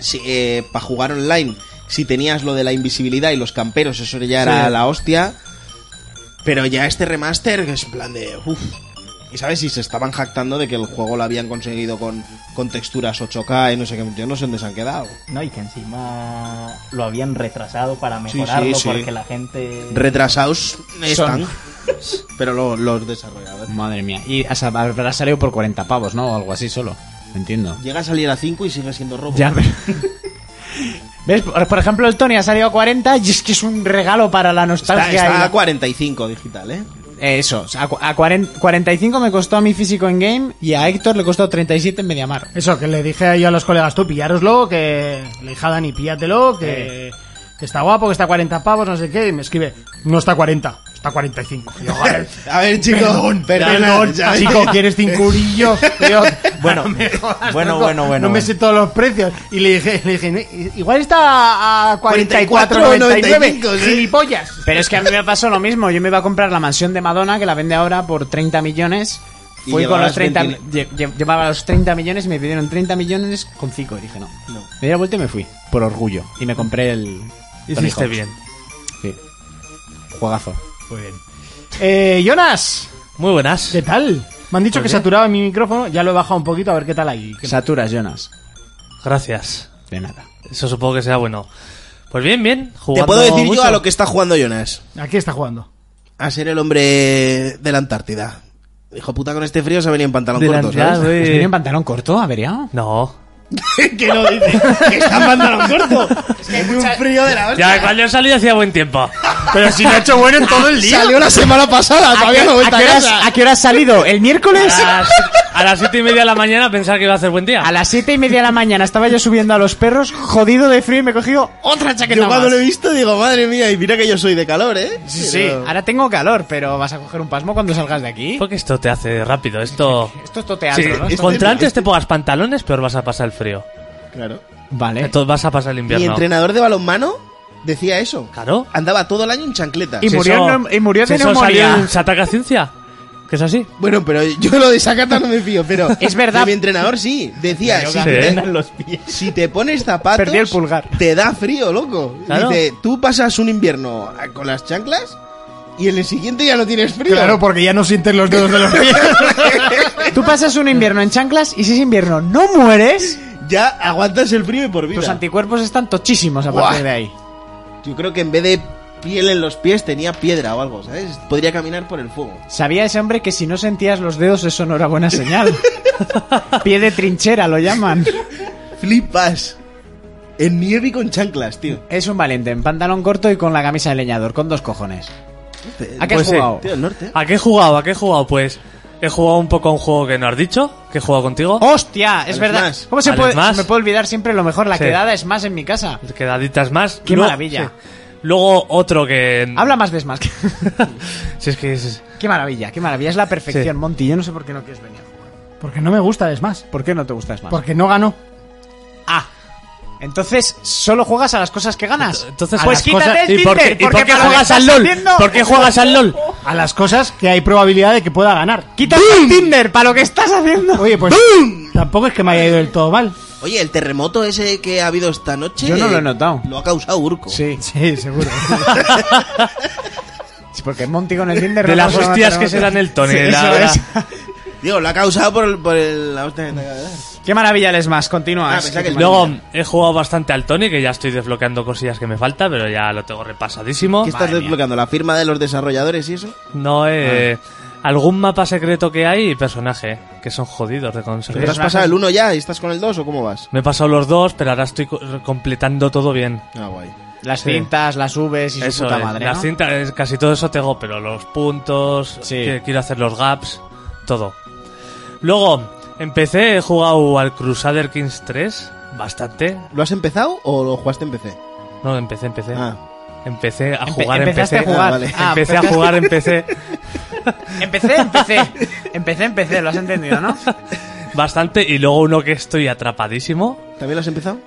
para jugar online, si tenías lo de la invisibilidad y los camperos, eso ya era la hostia. Pero ya este remaster, que es en plan de. Uf. Y sabes, si se estaban jactando de que el juego lo habían conseguido con, con texturas 8K y no sé qué. Yo no sé dónde se han quedado.
No, y que encima lo habían retrasado para mejorarlo
sí, sí.
porque la gente...
Retrasados están.
Son.
Pero lo- los desarrolladores.
Madre mía. Y has- habrá salido por 40 pavos, ¿no? O algo así solo. Entiendo.
Llega a salir a 5 y sigue siendo robo.
Ya, pero... ¿Ves? Por por ejemplo, el Tony ha salido a 40 y es que es un regalo para la
Está,
nostalgia.
está
y la-
a 45 digital, ¿eh?
Eh, Eso, o sea, a, cu- a 40 45 me costó a mi físico en game y a Héctor le costó 37 en Mediamar.
Eso, que le dije yo a los colegas, tú pillároslo, que le dije a Dani, píllatelo,
Eh.
que, que está guapo, que está a 40 pavos, no sé qué, y me escribe, no está a 40, está a 45. Y yo, "Joder,
A ver, chicos. Perdón,
Perdón, chico, ¿quieres cincurillo? Yo,
Bueno,
no me jodas,
bueno,
loco,
bueno, bueno,
No me
bueno.
sé todos los precios. Y le dije, le dije "No, igual está a
44,95,
44,99.
sí.
Gilipollas.
Pero es que a mí me pasó lo mismo. Yo me iba a comprar la mansión de Madonna, que la vende ahora por 30 millones.
Y
Fui con los
llevabas
30, mi-
20
lle- lle- llevaba los 30 millones y me pidieron 30 millones con 5. Y dije, no.
No.
Me di la vuelta y me fui, por orgullo. Y me compré el. Tony
Hiciste
Hawk.
bien.
Sí. Juegazo.
Eh, Jonas,
Muy buenas.
¿qué tal? Me han dicho que saturaba mi micrófono, ya lo he bajado un poquito a ver qué tal ahí.
Saturas, Jonas.
Gracias.
De nada.
Eso supongo que sea bueno. Pues bien, bien.
Te
Jugando
puedo decir
mucho.
yo a lo que está jugando Jonas.
¿A qué está jugando?
A ser el hombre de la Antártida. Hijo puta, con este frío se ha venido en pantalón
De la
corto,
Antártida,
¿sabes?
güey.
¿Os viene en pantalón corto, averiado?
ah, No.
¿Qué lo dices? ¿Que está en pantalón corto? Es que hay un frío de la hostia.
Ya, cuando yo salí hacía buen tiempo.
Pero si lo ha hecho bueno en todo el
Salió la semana pasada, todavía no vuelta a casa.
qué hora has salido? ¿El miércoles?
A las, a las siete y media de la mañana pensaba que iba a hacer buen día.
A las siete y media de la mañana estaba yo subiendo a los perros, jodido de frío, y me he cogido otra chaqueta
Yo cuando
más.
lo he visto digo, madre mía, y mira que yo soy de calor, ¿eh?
Sí, sí. Ahora tengo calor, pero vas a coger un pasmo cuando salgas de aquí.
Porque esto te hace rápido. Esto.
Esto es todo teatro, ¿no?
Pues- Sí,
Esto-
Contra antes te pongas pantalones, peor vas a pasar el frío.
Claro.
Vale.
Entonces vas a pasar el
Mi
invierno.
entrenador de balonmano decía eso.
Claro.
Andaba todo el año en chancletas.
Y
Si
murió
eso-
neum- y murió
si
de
eso salió
neumonía.
en Se ataca ciencia. Que es así.
Bueno, pero yo lo de Sakata no me fío, pero...
Es verdad.
de Mi entrenador sí, decía, si,
Sí,
te,
¿eh?
los pies.
si te pones zapatos...
Perdí el pulgar.
Te da frío, loco.
Claro.
Dice, tú pasas un invierno con las chanclas y en el siguiente ya no tienes frío.
Claro, porque ya no sientes los dedos de los pies.
Tú pasas un invierno en chanclas y si es invierno no mueres,
Ya aguantas el frío y por vida.
tus anticuerpos están tochísimos a
Buah.
partir de ahí.
Yo creo que en vez de piel en los pies tenía piedra o algo, ¿sabes? Podría caminar por el fuego.
Sabía ese hombre que si no sentías los dedos eso no era buena señal. Pie de trinchera lo llaman.
Flipas. En nieve y con chanclas, tío.
Es un valiente, en pantalón corto y con la camisa de leñador, con dos cojones. ¿A qué
Pues
has
sí.
jugado?
eh, Tío, el norte.
¿A qué he jugado? ¿A qué he jugado? Pues he jugado un poco a un juego que no has dicho, que he jugado contigo.
Oh. ¡Hostia! Es
Al
verdad.
Smash.
¿Cómo se
Al
puede?
Smash.
Me puedo olvidar siempre lo mejor, la
Sí.
quedada es más en mi casa.
Quedaditas más.
¡Qué
Luego-
maravilla!
sí. Luego otro que...
Habla más de Smash.
Si es que es...
qué maravilla, qué maravilla. Es la perfección,
Sí.
Monty. Yo no sé por qué no quieres venir.
Porque no me gusta, es más.
¿Por qué no te gusta Smash?
Porque no ganó.
Ah. Entonces, solo juegas a las cosas que ganas.
Entonces,
pues
A las cosas-
quítate el
¿Y por qué,
Tinder,
y por
porque
qué
para lo que
juegas al
estás
LOL?
haciendo-
¿Por qué juegas al LOL?
A las cosas que hay probabilidad de que pueda ganar.
Quítate el Tinder para lo que estás haciendo.
Oye, pues tampoco es que me haya ido del todo mal.
Oye, el terremoto ese que ha habido esta noche.
Yo no lo he
eh,
notado.
Lo ha causado Urco.
Sí,
Sí, seguro.
sí, porque Monty con el Tinder
De
no
las
pasa nada,
hostias
no
que
te-
se dan el Tony.
Sí,
de la-
eso
la-
es.
Digo, lo ha causado por, el- por el- la hostia que te acaba de dar.
Ah,
Qué maravilla el Smash, continúa.
Ah,
pues
pensaba que el-
Luego,
Luego,
Luego he jugado bastante al Tony, que ya estoy desbloqueando cosillas que me falta, pero ya lo tengo repasadísimo.
¿Qué estás desbloqueando? ¿La firma de los desarrolladores y eso?
No,
Ah.
eh, algún mapa secreto que hay y personaje, que son jodidos de
¿Te has
conseguir.
pasado el 1 ya y estás con el 2 o cómo vas?
Me he pasado los dos, pero ahora estoy co- completando todo bien.
Ah, guay.
las
sí.
cintas, las subes y su
Eso,
puta
eh,
madre.
la
¿no?
cinta, eh, casi todo eso tengo, pero los puntos,
Sí.
que quiero hacer los gaps, todo. Luego, empecé, he jugado al Crusader Kings 3, bastante.
¿Lo has empezado o lo jugaste en PC?
No, empecé, empecé.
Ah,
Empecé a
Empe-
jugar en
empezaste
PC.
a jugar.
Ah, vale.
Ah,
empecé a
empezaste-
jugar en PC.
Empecé, empecé. Empecé, empecé, lo has entendido, ¿no?
Bastante, y luego uno que estoy atrapadísimo,
¿también lo has empezado?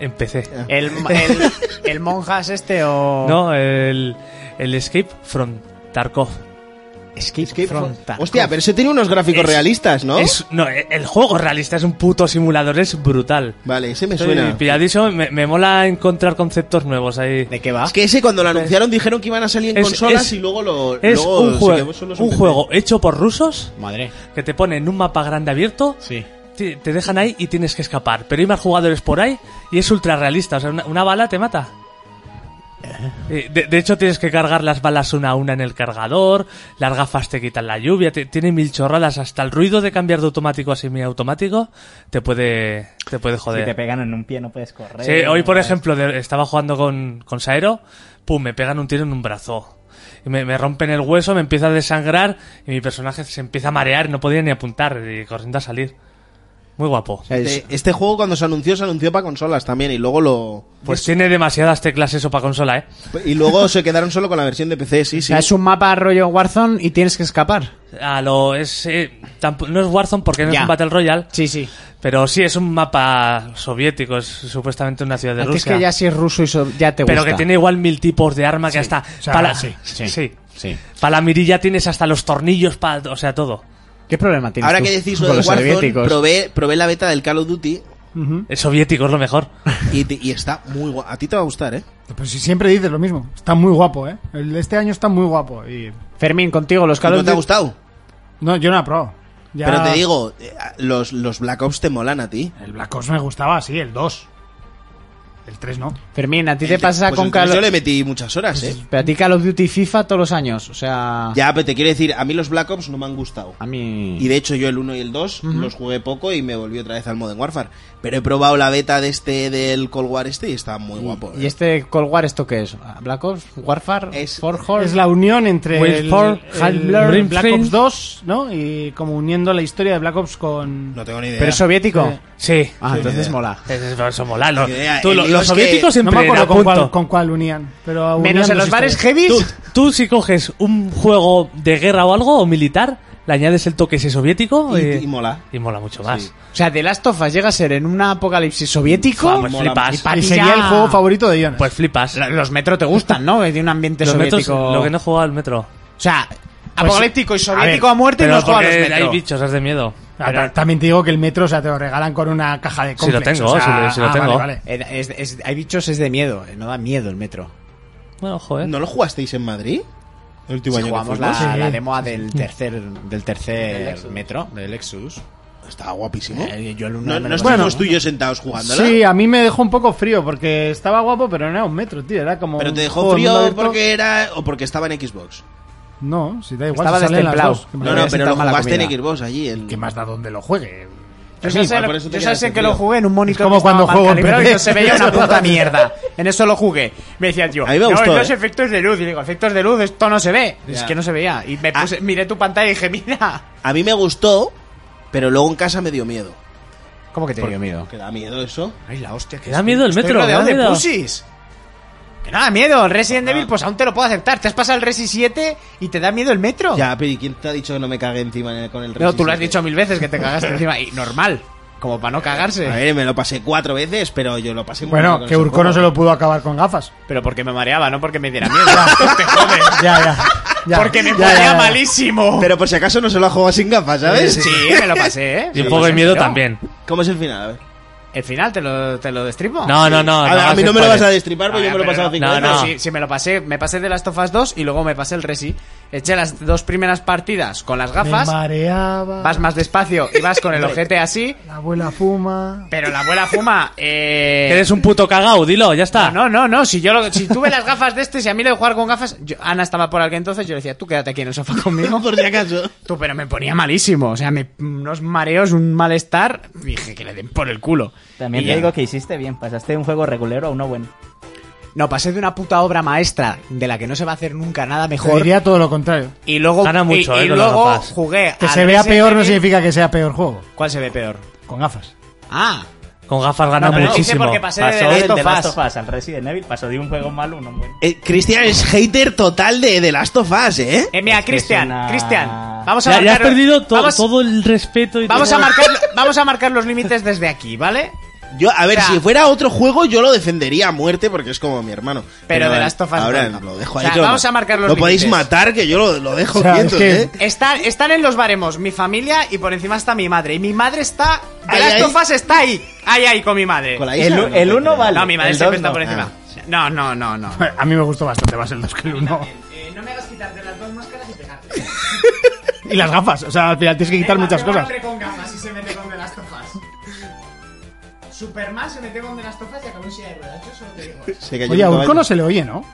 empecé.
El, el, el monjas este o.
No, el, el Escape from Tarkov.
Escape, from Tarkov.
Hostia, pero ese tiene unos gráficos
Es-
realistas, ¿no?
Es, no, e- el juego realista es un puto simulador, es brutal.
Vale, ese me
Estoy
suena.
pilladizo, me, me mola encontrar conceptos nuevos ahí.
¿De qué va?
Es que ese cuando lo anunciaron dijeron que iban a salir en
Es-
consolas
es-
y luego lo...
Es
luego
un,
se
juego-
quedó solo en
un
PC.
juego hecho por rusos
Madre.
que te ponen un mapa grande abierto,
Sí.
te, te dejan ahí y tienes que escapar. Pero hay más jugadores por ahí y es ultra realista, o sea, una, una bala te mata. Eh, De, de hecho, tienes que cargar las balas una a una en el cargador, las gafas te quitan la lluvia, te- tiene mil chorradas, hasta el ruido de cambiar de automático a semiautomático te puede, te puede
Si
joder.
te pegan en un pie no puedes correr.
Sí, hoy por ejemplo de- estaba jugando con, con Saero, pum, me pegan un tiro en un brazo. Y me, me rompen el hueso, me empieza a desangrar y mi personaje se empieza a marear, no podía ni apuntar y corriendo a salir. Muy guapo.
Este, este juego cuando se anunció, se anunció para consolas también y luego lo...
Pues tiene demasiadas teclas eso para consola, ¿eh?
Y luego se quedaron solo con la versión de PC, sí,
O
sí.
sea, es un mapa rollo Warzone y tienes que escapar.
A lo es eh, tampo- no es Warzone porque no
Ya.
es un Battle Royale,
Sí, sí.
pero sí es un mapa soviético, es supuestamente una ciudad de
Antes
Rusia.
que ya si es ruso y so- ya te
pero
gusta.
que tiene igual mil tipos de arma que hasta
sea,
para
sí,
sí.
sí.
Sí.
Para la mirilla tienes hasta los tornillos, para, o sea, todo.
¿Qué problema tienes
Ahora
tú
que decís
con
lo de
los
Warzone,
soviéticos?
probé, probé la beta del Call of Duty
Es soviético, es lo mejor.
y, te- y está muy guay. A ti te va a gustar, ¿eh?
Pero si siempre dices lo mismo. Está muy guapo, ¿eh? El de este año está muy guapo. Y...
Fermín, contigo los Call
¿No
of
te ha
Duty-
gustado?
No, yo no la he probado. Ya-
Pero te digo, eh, los, los Black Ops te molan a ti.
El Black Ops me gustaba, sí, el 2. El 3 no.
Fermín, a ti te pasa
Pues
con
entonces
Call
Yo
of Pues
le metí muchas horas, ¿eh?
Pero a ti Call of Duty y FIFA todos los años. O sea.
Ya, pero te quiero decir, a mí los Black Ops no me han gustado.
A mí.
Y de hecho yo el 1 y el 2 los jugué poco y me volví otra vez al Modern Warfare. Pero he probado la beta de este del Cold War este y está muy guapo.
¿Y
¿eh?
este Cold War esto qué es? ¿Black Ops? ¿Warfare?
Es-
¿Forge?
Es la unión entre
Wait
el,
for
el
Half-Blood, Brim
Black
Flame.
Ops 2, ¿no? Y como uniendo la historia de Black Ops con...
No tengo ni idea.
¿Pero es soviético?
Sí.
Ah, entonces
idea.
mola.
Es- es- Eso mola. lo-
Ni idea,
tú,
el
lo-
lío
los
es que-
soviéticos
No
siempre
me acuerdo
eran
con
punto.
cuál, con cuál unían. Pero
Menos
unían
en los
dos
bares
historias.
heavies.
Tú, tú si coges un juego de guerra o algo, o militar, le añades el toque ese soviético
Y-
eh,
y mola.
y mola mucho más.
O sea, The Last of Us llega a ser en un apocalipsis soviético.
Vamos,
mola,
flipas.
flipas.
Y
Ya.
sería el juego favorito de Jonas.
Pues flipas.
Los metro te gustan, ¿no? De un ambiente
Los
soviético.
metros, lo que no jugaba el metro.
O sea, apocalíptico y soviético a, muerte y
Pero
no juega a los
porque hay
metro.
bichos, es de miedo.
Ah, ta- también te digo que el metro, o sea, te lo regalan con una caja de
Sí lo
complex. o
tengo,
sea,
sí lo- sí lo
ah, vale,
tengo.
vale.
Eh, es- es- hay bichos, es de miedo. eh, No da miedo el metro.
Bueno, joder.
¿No lo jugasteis en Madrid? El último
Si
año que
¿Eh? jugamos la,
fuimos.
la demo del tercer, del tercer metro, del Lexus.
Estaba guapísimo.
Eh, yo el uno
No,
me lo
no
pasé.
estuvimos tú y yo sentados jugándola.
Sí, a mí me dejó un poco frío porque estaba guapo, pero no era un metro, tío. Era como.
Pero te
un
dejó
juego de mundo
frío
abierto.
porque era o porque estaba en Xbox.
No, si da igual.
Estaba
si salen las
destemplado.
dos, que me
No,
da
no,
igual.
pero
tan
lo
mala
jugaste
comida.
en Xbox allí. en-
¿Qué más da donde lo juegue?
Yo
Es
sé,
igual,
lo-
por eso te
yo
quedaste
sé que lo
frío.
jugué en un monitor
como
que estaba
cuando
mal
juego en
calibrado y
PC.
no se veía una puta mierda. En eso lo jugué. Me decía yo,
A mí me
no,
gustó,
los
eh.
efectos de luz. Y digo, efectos de luz, esto no se ve. Es
Ya.
que no se veía. Y
Ah.
me puse, miré tu pantalla y dije, mira.
A mí me gustó, pero luego en casa me dio miedo.
¿Cómo que te dio miedo?
¿Que da miedo eso?
Ay, la hostia, que
da
estoy-
miedo el
estoy
metro,
rodeado
me da
de
miedo.
pussies. Que no da miedo. El
Ah.
Resident Evil, pues aún te lo puedo aceptar. Te has pasado el Resi 7 y te da miedo el metro.
Ya, pero ¿y quién te ha dicho que no me cagué encima en el- con el
No, tú lo has
Resistance?
dicho mil veces que te cagaste encima. Y normal. Como para no cagarse.
A ver, me lo pasé cuatro veces, pero yo lo pasé muy bien
Bueno,
con
que
ese
Urco no
juego.
se lo pudo acabar con gafas.
Pero porque me mareaba, no porque me diera miedo. Te jodes.
Ya, ya. ya.
porque me
Ya,
ponía
ya, ya.
malísimo.
Pero por si acaso no se lo ha jugado sin gafas, ¿sabes?
Sí, me lo pasé, ¿eh?
Y un poco de miedo también.
¿Cómo es el final? A ver.
¿El final te lo, te lo destripo?
No, no, no.
a, ver, a mí
hagas
no me lo vas a
spoiler.
destripar porque
Ah,
yo me lo he
pero
pasado
no,
cinco
no,
veces.
no, sí, sí, me lo pasé, me pasé de las Tofas 2 y luego me pasé el Resi. Eché las dos primeras partidas con las
Me
gafas.
mareaba.
Vas más despacio y vas con el ojete así.
La abuela fuma.
Pero la abuela fuma. Eh...
Eres un puto cagao, dilo, ya está.
No, no, no. Si yo lo- si tuve las gafas de este, si a mí lo de jugar con gafas. yo- Ana estaba por aquí entonces, yo le decía, tú quédate aquí en el sofá conmigo.
Por si acaso.
Tú, pero me ponía malísimo. O sea, me, unos mareos, un malestar. Dije que le den por el culo.
También
Y
te
ya.
digo que hiciste bien, pasaste de un juego regulero a uno bueno.
No, pasé de una puta obra maestra de la que no se va a hacer nunca nada
Te
mejor.
diría todo lo contrario.
Y luego,
Gana
y-
mucho,
y
eh, con las
luego
gafas.
jugué.
Que
al
se vea
SNES.
peor no significa que sea peor juego.
¿Cuál se ve peor?
Con gafas.
Ah,
Con gafas gana
No, pero dice
muchísimo.
porque pasé
Pasó
de
del
Last
The
of
Last
Us.
of Us al Resident Evil, pasó de un juego malo a uno bueno.
Eh, Cristian es hater total de, de Last of Us, ¿eh?
Eh, mira,
Es que es
Cristian,
una-
Cristian, vamos a
Ya, ya has
marcar.
perdido to-
vamos,
todo el respeto y
vamos
todo-
a marcar, vamos a marcar los límites desde aquí, ¿vale?
Yo, a ver,
O sea-
si fuera otro juego, yo lo defendería a muerte porque es como mi hermano.
Pero de Last of Us
Ahora
no.
lo dejo
O
ahí.
sea,
yo
vamos
no.
a marcar los
Lo podéis
límites.
matar, que yo lo, lo dejo
O sea,
quieto,
es que-
¿eh?
Están, están en los baremos mi familia y por encima está mi madre. Y mi madre está. De
Ay,
las
ay.
tofas está ahí. Ahí, ahí con mi madre.
Con la
El,
hija,
u-
no
el
te
uno
creo.
vale.
No, mi madre
el
siempre
dos
está
no.
por encima. No, no, no, no. Eh,
A mí me gustó bastante más el 2 que el 1.
no me hagas quitarte las dos máscaras y pegar.
Y las gafas. O sea, al final tienes que quitar muchas cosas.
con gafas y se mete con de las tofas. Superman se mete con de las tofas y acabó en silla de ruedas. Yo solo te digo.
Se cayó
Oye, a
un
Urco
caballo.
no se le oye, ¿no?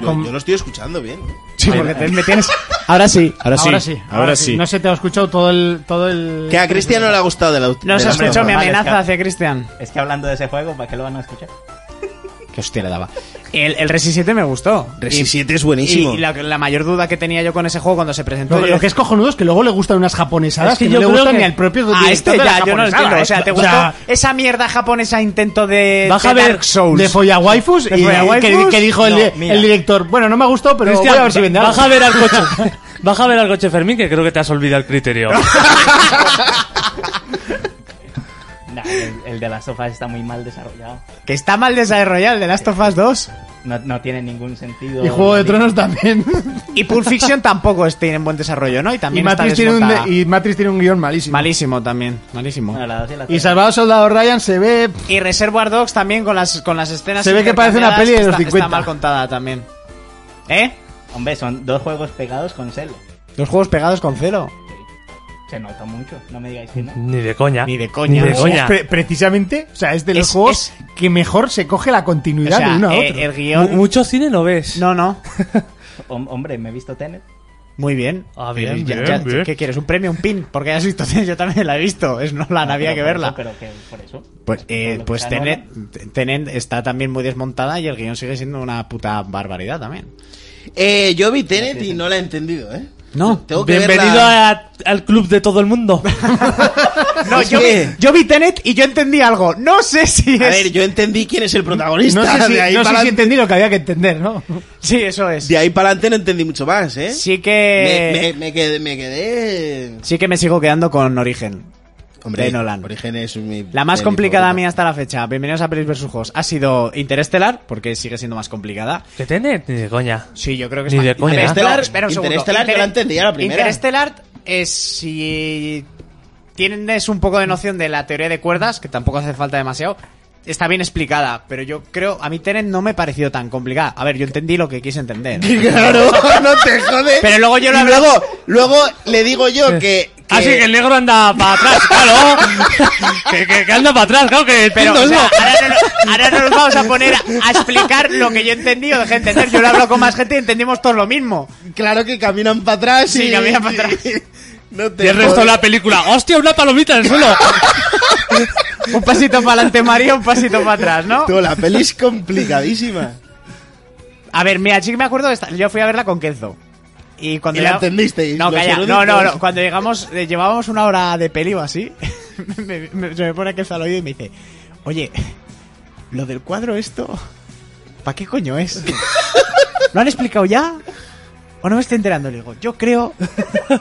yo, yo lo estoy escuchando bien.
Sí, porque te- me tienes.
Ahora sí, ahora
Ahora sí, ahora sí. No se te ha escuchado todo el. Todo el...
Que a Cristian no le ha gustado del auto.
No se ha escuchado mi
Vale,
amenaza
escapa.
hacia Cristian.
Es que hablando de ese juego, ¿para qué lo van a escuchar?
Que hostia le daba. El, el Resi 7 me gustó.
Resi
Y-
7 es buenísimo.
Y la, la mayor duda que tenía yo con ese juego cuando se presentó.
Lo,
yo-
lo que es cojonudo es que luego le gustan unas japonesadas
Es que
que,
yo
no le
creo
gustan
que-
ni al propio
Ah,
director
este
de la
ya, yo no lo
japonesada,
entiendo.
¿eh?
O sea, ¿te
O
gustó
sea,
esa mierda japonesa intento de,
Baja
de
a ver
Dark Souls?
de follawaifus
De
y
follawaifus,
que, que dijo el,
no, mira.
el director bueno no me ha gustado pero
Cristian,
voy a ver si vende algo".
baja a ver al coche. baja a ver al coche Fermín, que creo que te has olvidado el criterio.
Nah, el, el de las sofás está muy mal desarrollado.
Que está mal desarrollado el de Last of Us 2.
No, no tiene ningún sentido.
y Juego de Tronos también
Y Pulp Fiction tampoco es- tiene buen desarrollo, ¿no? Y
y,
también está
Matrix tiene un,
desmontada.
y Matrix tiene un guión malísimo
Malísimo también, malísimo.
Bueno, la dos y la
y
tres.
Salvado Soldado Ryan se ve
Y Reservoir Dogs también con las, con las escenas.
Se ve que parece una
intercambiadas,
peli de
que
los
está-
50.
Está mal contada también. ¿Eh?
Hombre, son dos juegos pegados con celo.
Los juegos pegados con cero.
Se nota mucho, no me digáis que no.
Ni de coña.
Ni de coña.
Ni de
es
coña.
pre- precisamente o sea es de los
Es-
juegos
es-
que mejor se coge la
O
continuidad
sea,
de uno a
eh,
otro
el
Mu-
guión.
Mucho cine no ves.
No, no.
Hom- hombre, me he visto Tenet.
Muy bien.
Ah, bien,
Eh, ya-
bien,
ya-
bien.
¿Qué quieres? ¿Un premio? ¿Un pin? Porque ya has visto, yo también la he visto. Es no la había que
Ah, Pero por eso,
verla.
Pero que por eso.
Pues, eh,
Por lo
pues
que ganó,
Tenet, Tenet está también muy desmontada y el guión sigue siendo una puta barbaridad también.
Eh, yo vi Tenet y no la he entendido, ¿eh?
No.
Tengo que
Bienvenido
verla.
a- al club de todo el mundo.
No,
Es
yo
que-
vi, yo vi Tenet y yo entendí algo. No sé si es...
A ver, yo entendí quién es el protagonista.
no sé si,
de ahí
no sé
para
si entendí lo que había que entender no
Sí, eso es.
De ahí para adelante no entendí mucho más, ¿eh?
Sí que...
Me, me- me quedé, me quedé-
Sí que me sigo quedando con Origen.
Hombre,
De Nolan.
Origen es mi
La más
peli
complicada
favorita.
mía hasta la fecha. Bienvenidos a Pelis vs. Juegos. Ha sido Interestelar, porque sigue siendo más complicada.
¿Qué Tenet? Ni de coña.
Sí, yo creo que es
Ni
más-
de coña.
Interestelar,
No,
espera un segundo.
Interestelar yo la entendía la primera.
Interestelar es si tienes un poco de noción de la teoría de cuerdas, que tampoco hace falta demasiado. Está bien explicada, pero yo creo a mí Tenet no me pareció tan complicada. A ver, yo entendí lo que quise entender.
Claro, no te jode.
Pero luego yo lo
Y
hablo-
luego, luego le digo yo que. que-
Ah,
Así Ah, que el negro anda para atrás, claro. que, que- que anda para atrás, claro que.
Pero
no,
o sea,
no.
ahora, no, ahora no nos vamos a poner a, a explicar lo que yo entendí o dejé de entender. Yo lo hablo con más gente y entendimos todos lo mismo.
Claro que caminan para atrás
Sí,
y.
caminan pa' atrás.
No te
Y el resto de
jode.
la película. ¡Hostia, una palomita en el suelo!
Un pasito para adelante, María, un pasito para atrás, ¿no?
Tú, la peli es complicadísima.
A ver, mira, sí que me acuerdo. de esta- Yo fui a verla con Kenzo. Y cuando
Y la
ya-
entendisteis,
No,
los
calla. No,
eruditos.
no, no. Cuando llegamos, eh, llevábamos una hora de peli o así. me- me- se me pone Kenzo al oído y me dice: Oye, lo del cuadro, esto. ¿Para qué coño es? ¿Lo han explicado ya? ¿O no me estoy enterando? Le digo: Yo creo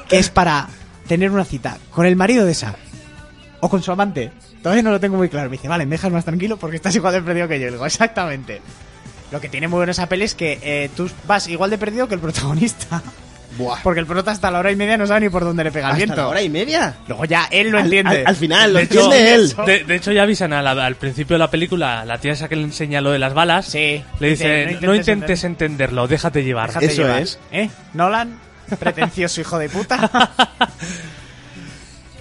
que es para tener una cita con el marido de esa. O con su amante. Todavía no lo tengo muy claro. Me dice: Vale, me dejas más tranquilo porque estás igual de perdido que yo. Le digo: Exactamente. Lo que tiene muy bueno esa peli es que eh, tú vas igual de perdido que el protagonista.
Buah.
Porque el prota hasta la hora y media no sabe ni por dónde le pega el
¿Hasta
viento.
la hora y media?
Luego ya él lo entiende.
Al, al final, lo
De hecho-
entiende él.
De, de hecho, ya avisan a la- al principio de la película, la tía esa que le enseña lo de las balas.
Sí.
Le dice,
Dice,
no intentes entenderlo, déjate llevar.
Déjate
Eso
llevar.
es.
¿Eh? Nolan, pretencioso hijo de puta.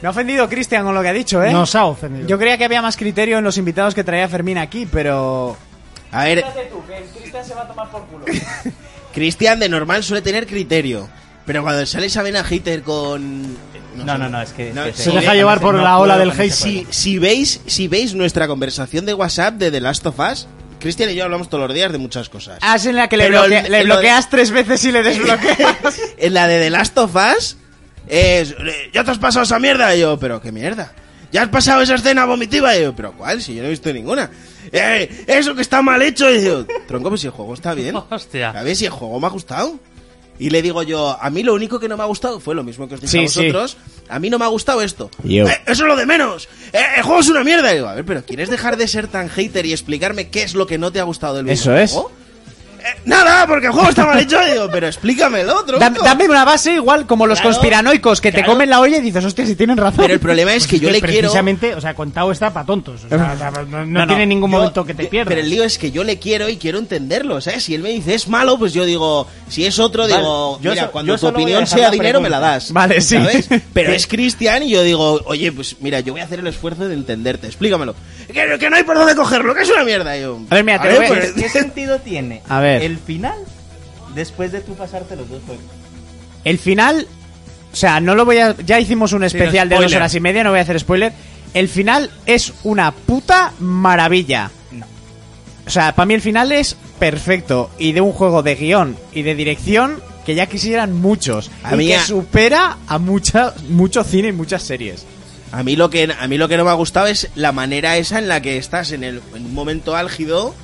Me ha ofendido Cristian con lo que ha dicho, ¿eh?
Nos ha ofendido.
Yo creía que había más criterio en los invitados que traía Fermín aquí, pero...
A ver,
Fíjate tú, que el Cristian se va a tomar por culo.
Cristian de normal suele tener criterio. Pero cuando sale Sabina Hater con.
No,
sé.
no, no, es que- es que
Se
si
Sí,
deja
ve-
llevar por
no
la ola
puedo
del
con ese
hate.
Si, si veis, si veis nuestra conversación de WhatsApp de The Last of Us, Cristian y yo hablamos todos los días de muchas cosas.
Ah, es en la que le,
Pero
bloquea-
el-
le
el-
bloqueas tres veces y le desbloqueas.
en la de The Last of Us es eh, ya te has pasado esa mierda y yo pero qué mierda ya has pasado esa escena vomitiva y yo pero cuál si yo no he visto ninguna Eh, eso que está mal hecho y yo tronco pues si el juego está bien
Hostia.
a ver si el juego me ha gustado y le digo yo a mí lo único que no me ha gustado fue lo mismo que os dije a
Sí, sí.
vosotros a mí no me ha gustado esto
Yo.
"Eh, eso es lo de menos Eh, el juego es una mierda y digo a ver pero quieres dejar de ser tan hater y explicarme qué es lo que no te ha gustado del
Eso
videojuego? "Eh, nada porque el juego está mal hecho y digo pero explícamelo tronco
Dame, dame una base igual como los
Claro,
conspiranoicos que te
claro.
comen la olla y dices, hostia, si tienen razón.
Pero el problema es que yo le quiero.
Pues precisamente, o sea, contado está para tontos. O sea, no, no tiene ningún
yo-
momento que te
yo-
pierdas.
Pero el lío es que yo le quiero y quiero entenderlo, ¿sabes? Si él me dice es malo, pues yo digo, si es otro,
Vale,
digo,
yo
mira,
so-
cuando
yo
tu
solo voy a
opinión
dejar
sea
la
dinero me la
pregunta.
das.
Vale, sí.
¿sabes? Pero
Sí.
es Cristian y yo digo, oye, pues mira, yo voy a hacer el esfuerzo de entenderte, explícamelo. Que, que no hay por dónde cogerlo, que es una mierda. Y yo,
A ver, mira, te lo voy a-
pues,
¿Qué sentido tiene
A ver.
el final después de tú pasarte los dos juegos?
El final, o sea, no lo voy a. Ya hicimos un especial de dos
spoiler.
horas y media, no voy a hacer spoiler. El final es una puta maravilla. O sea, para mí el final es perfecto. Y de un juego de guión y de dirección que ya quisieran muchos.
A
y
mí
que
a-
supera a mucha, mucho cine y muchas series.
A mí lo que a mí lo que no me ha gustado es la manera esa en la que estás en, el, en un momento álgido.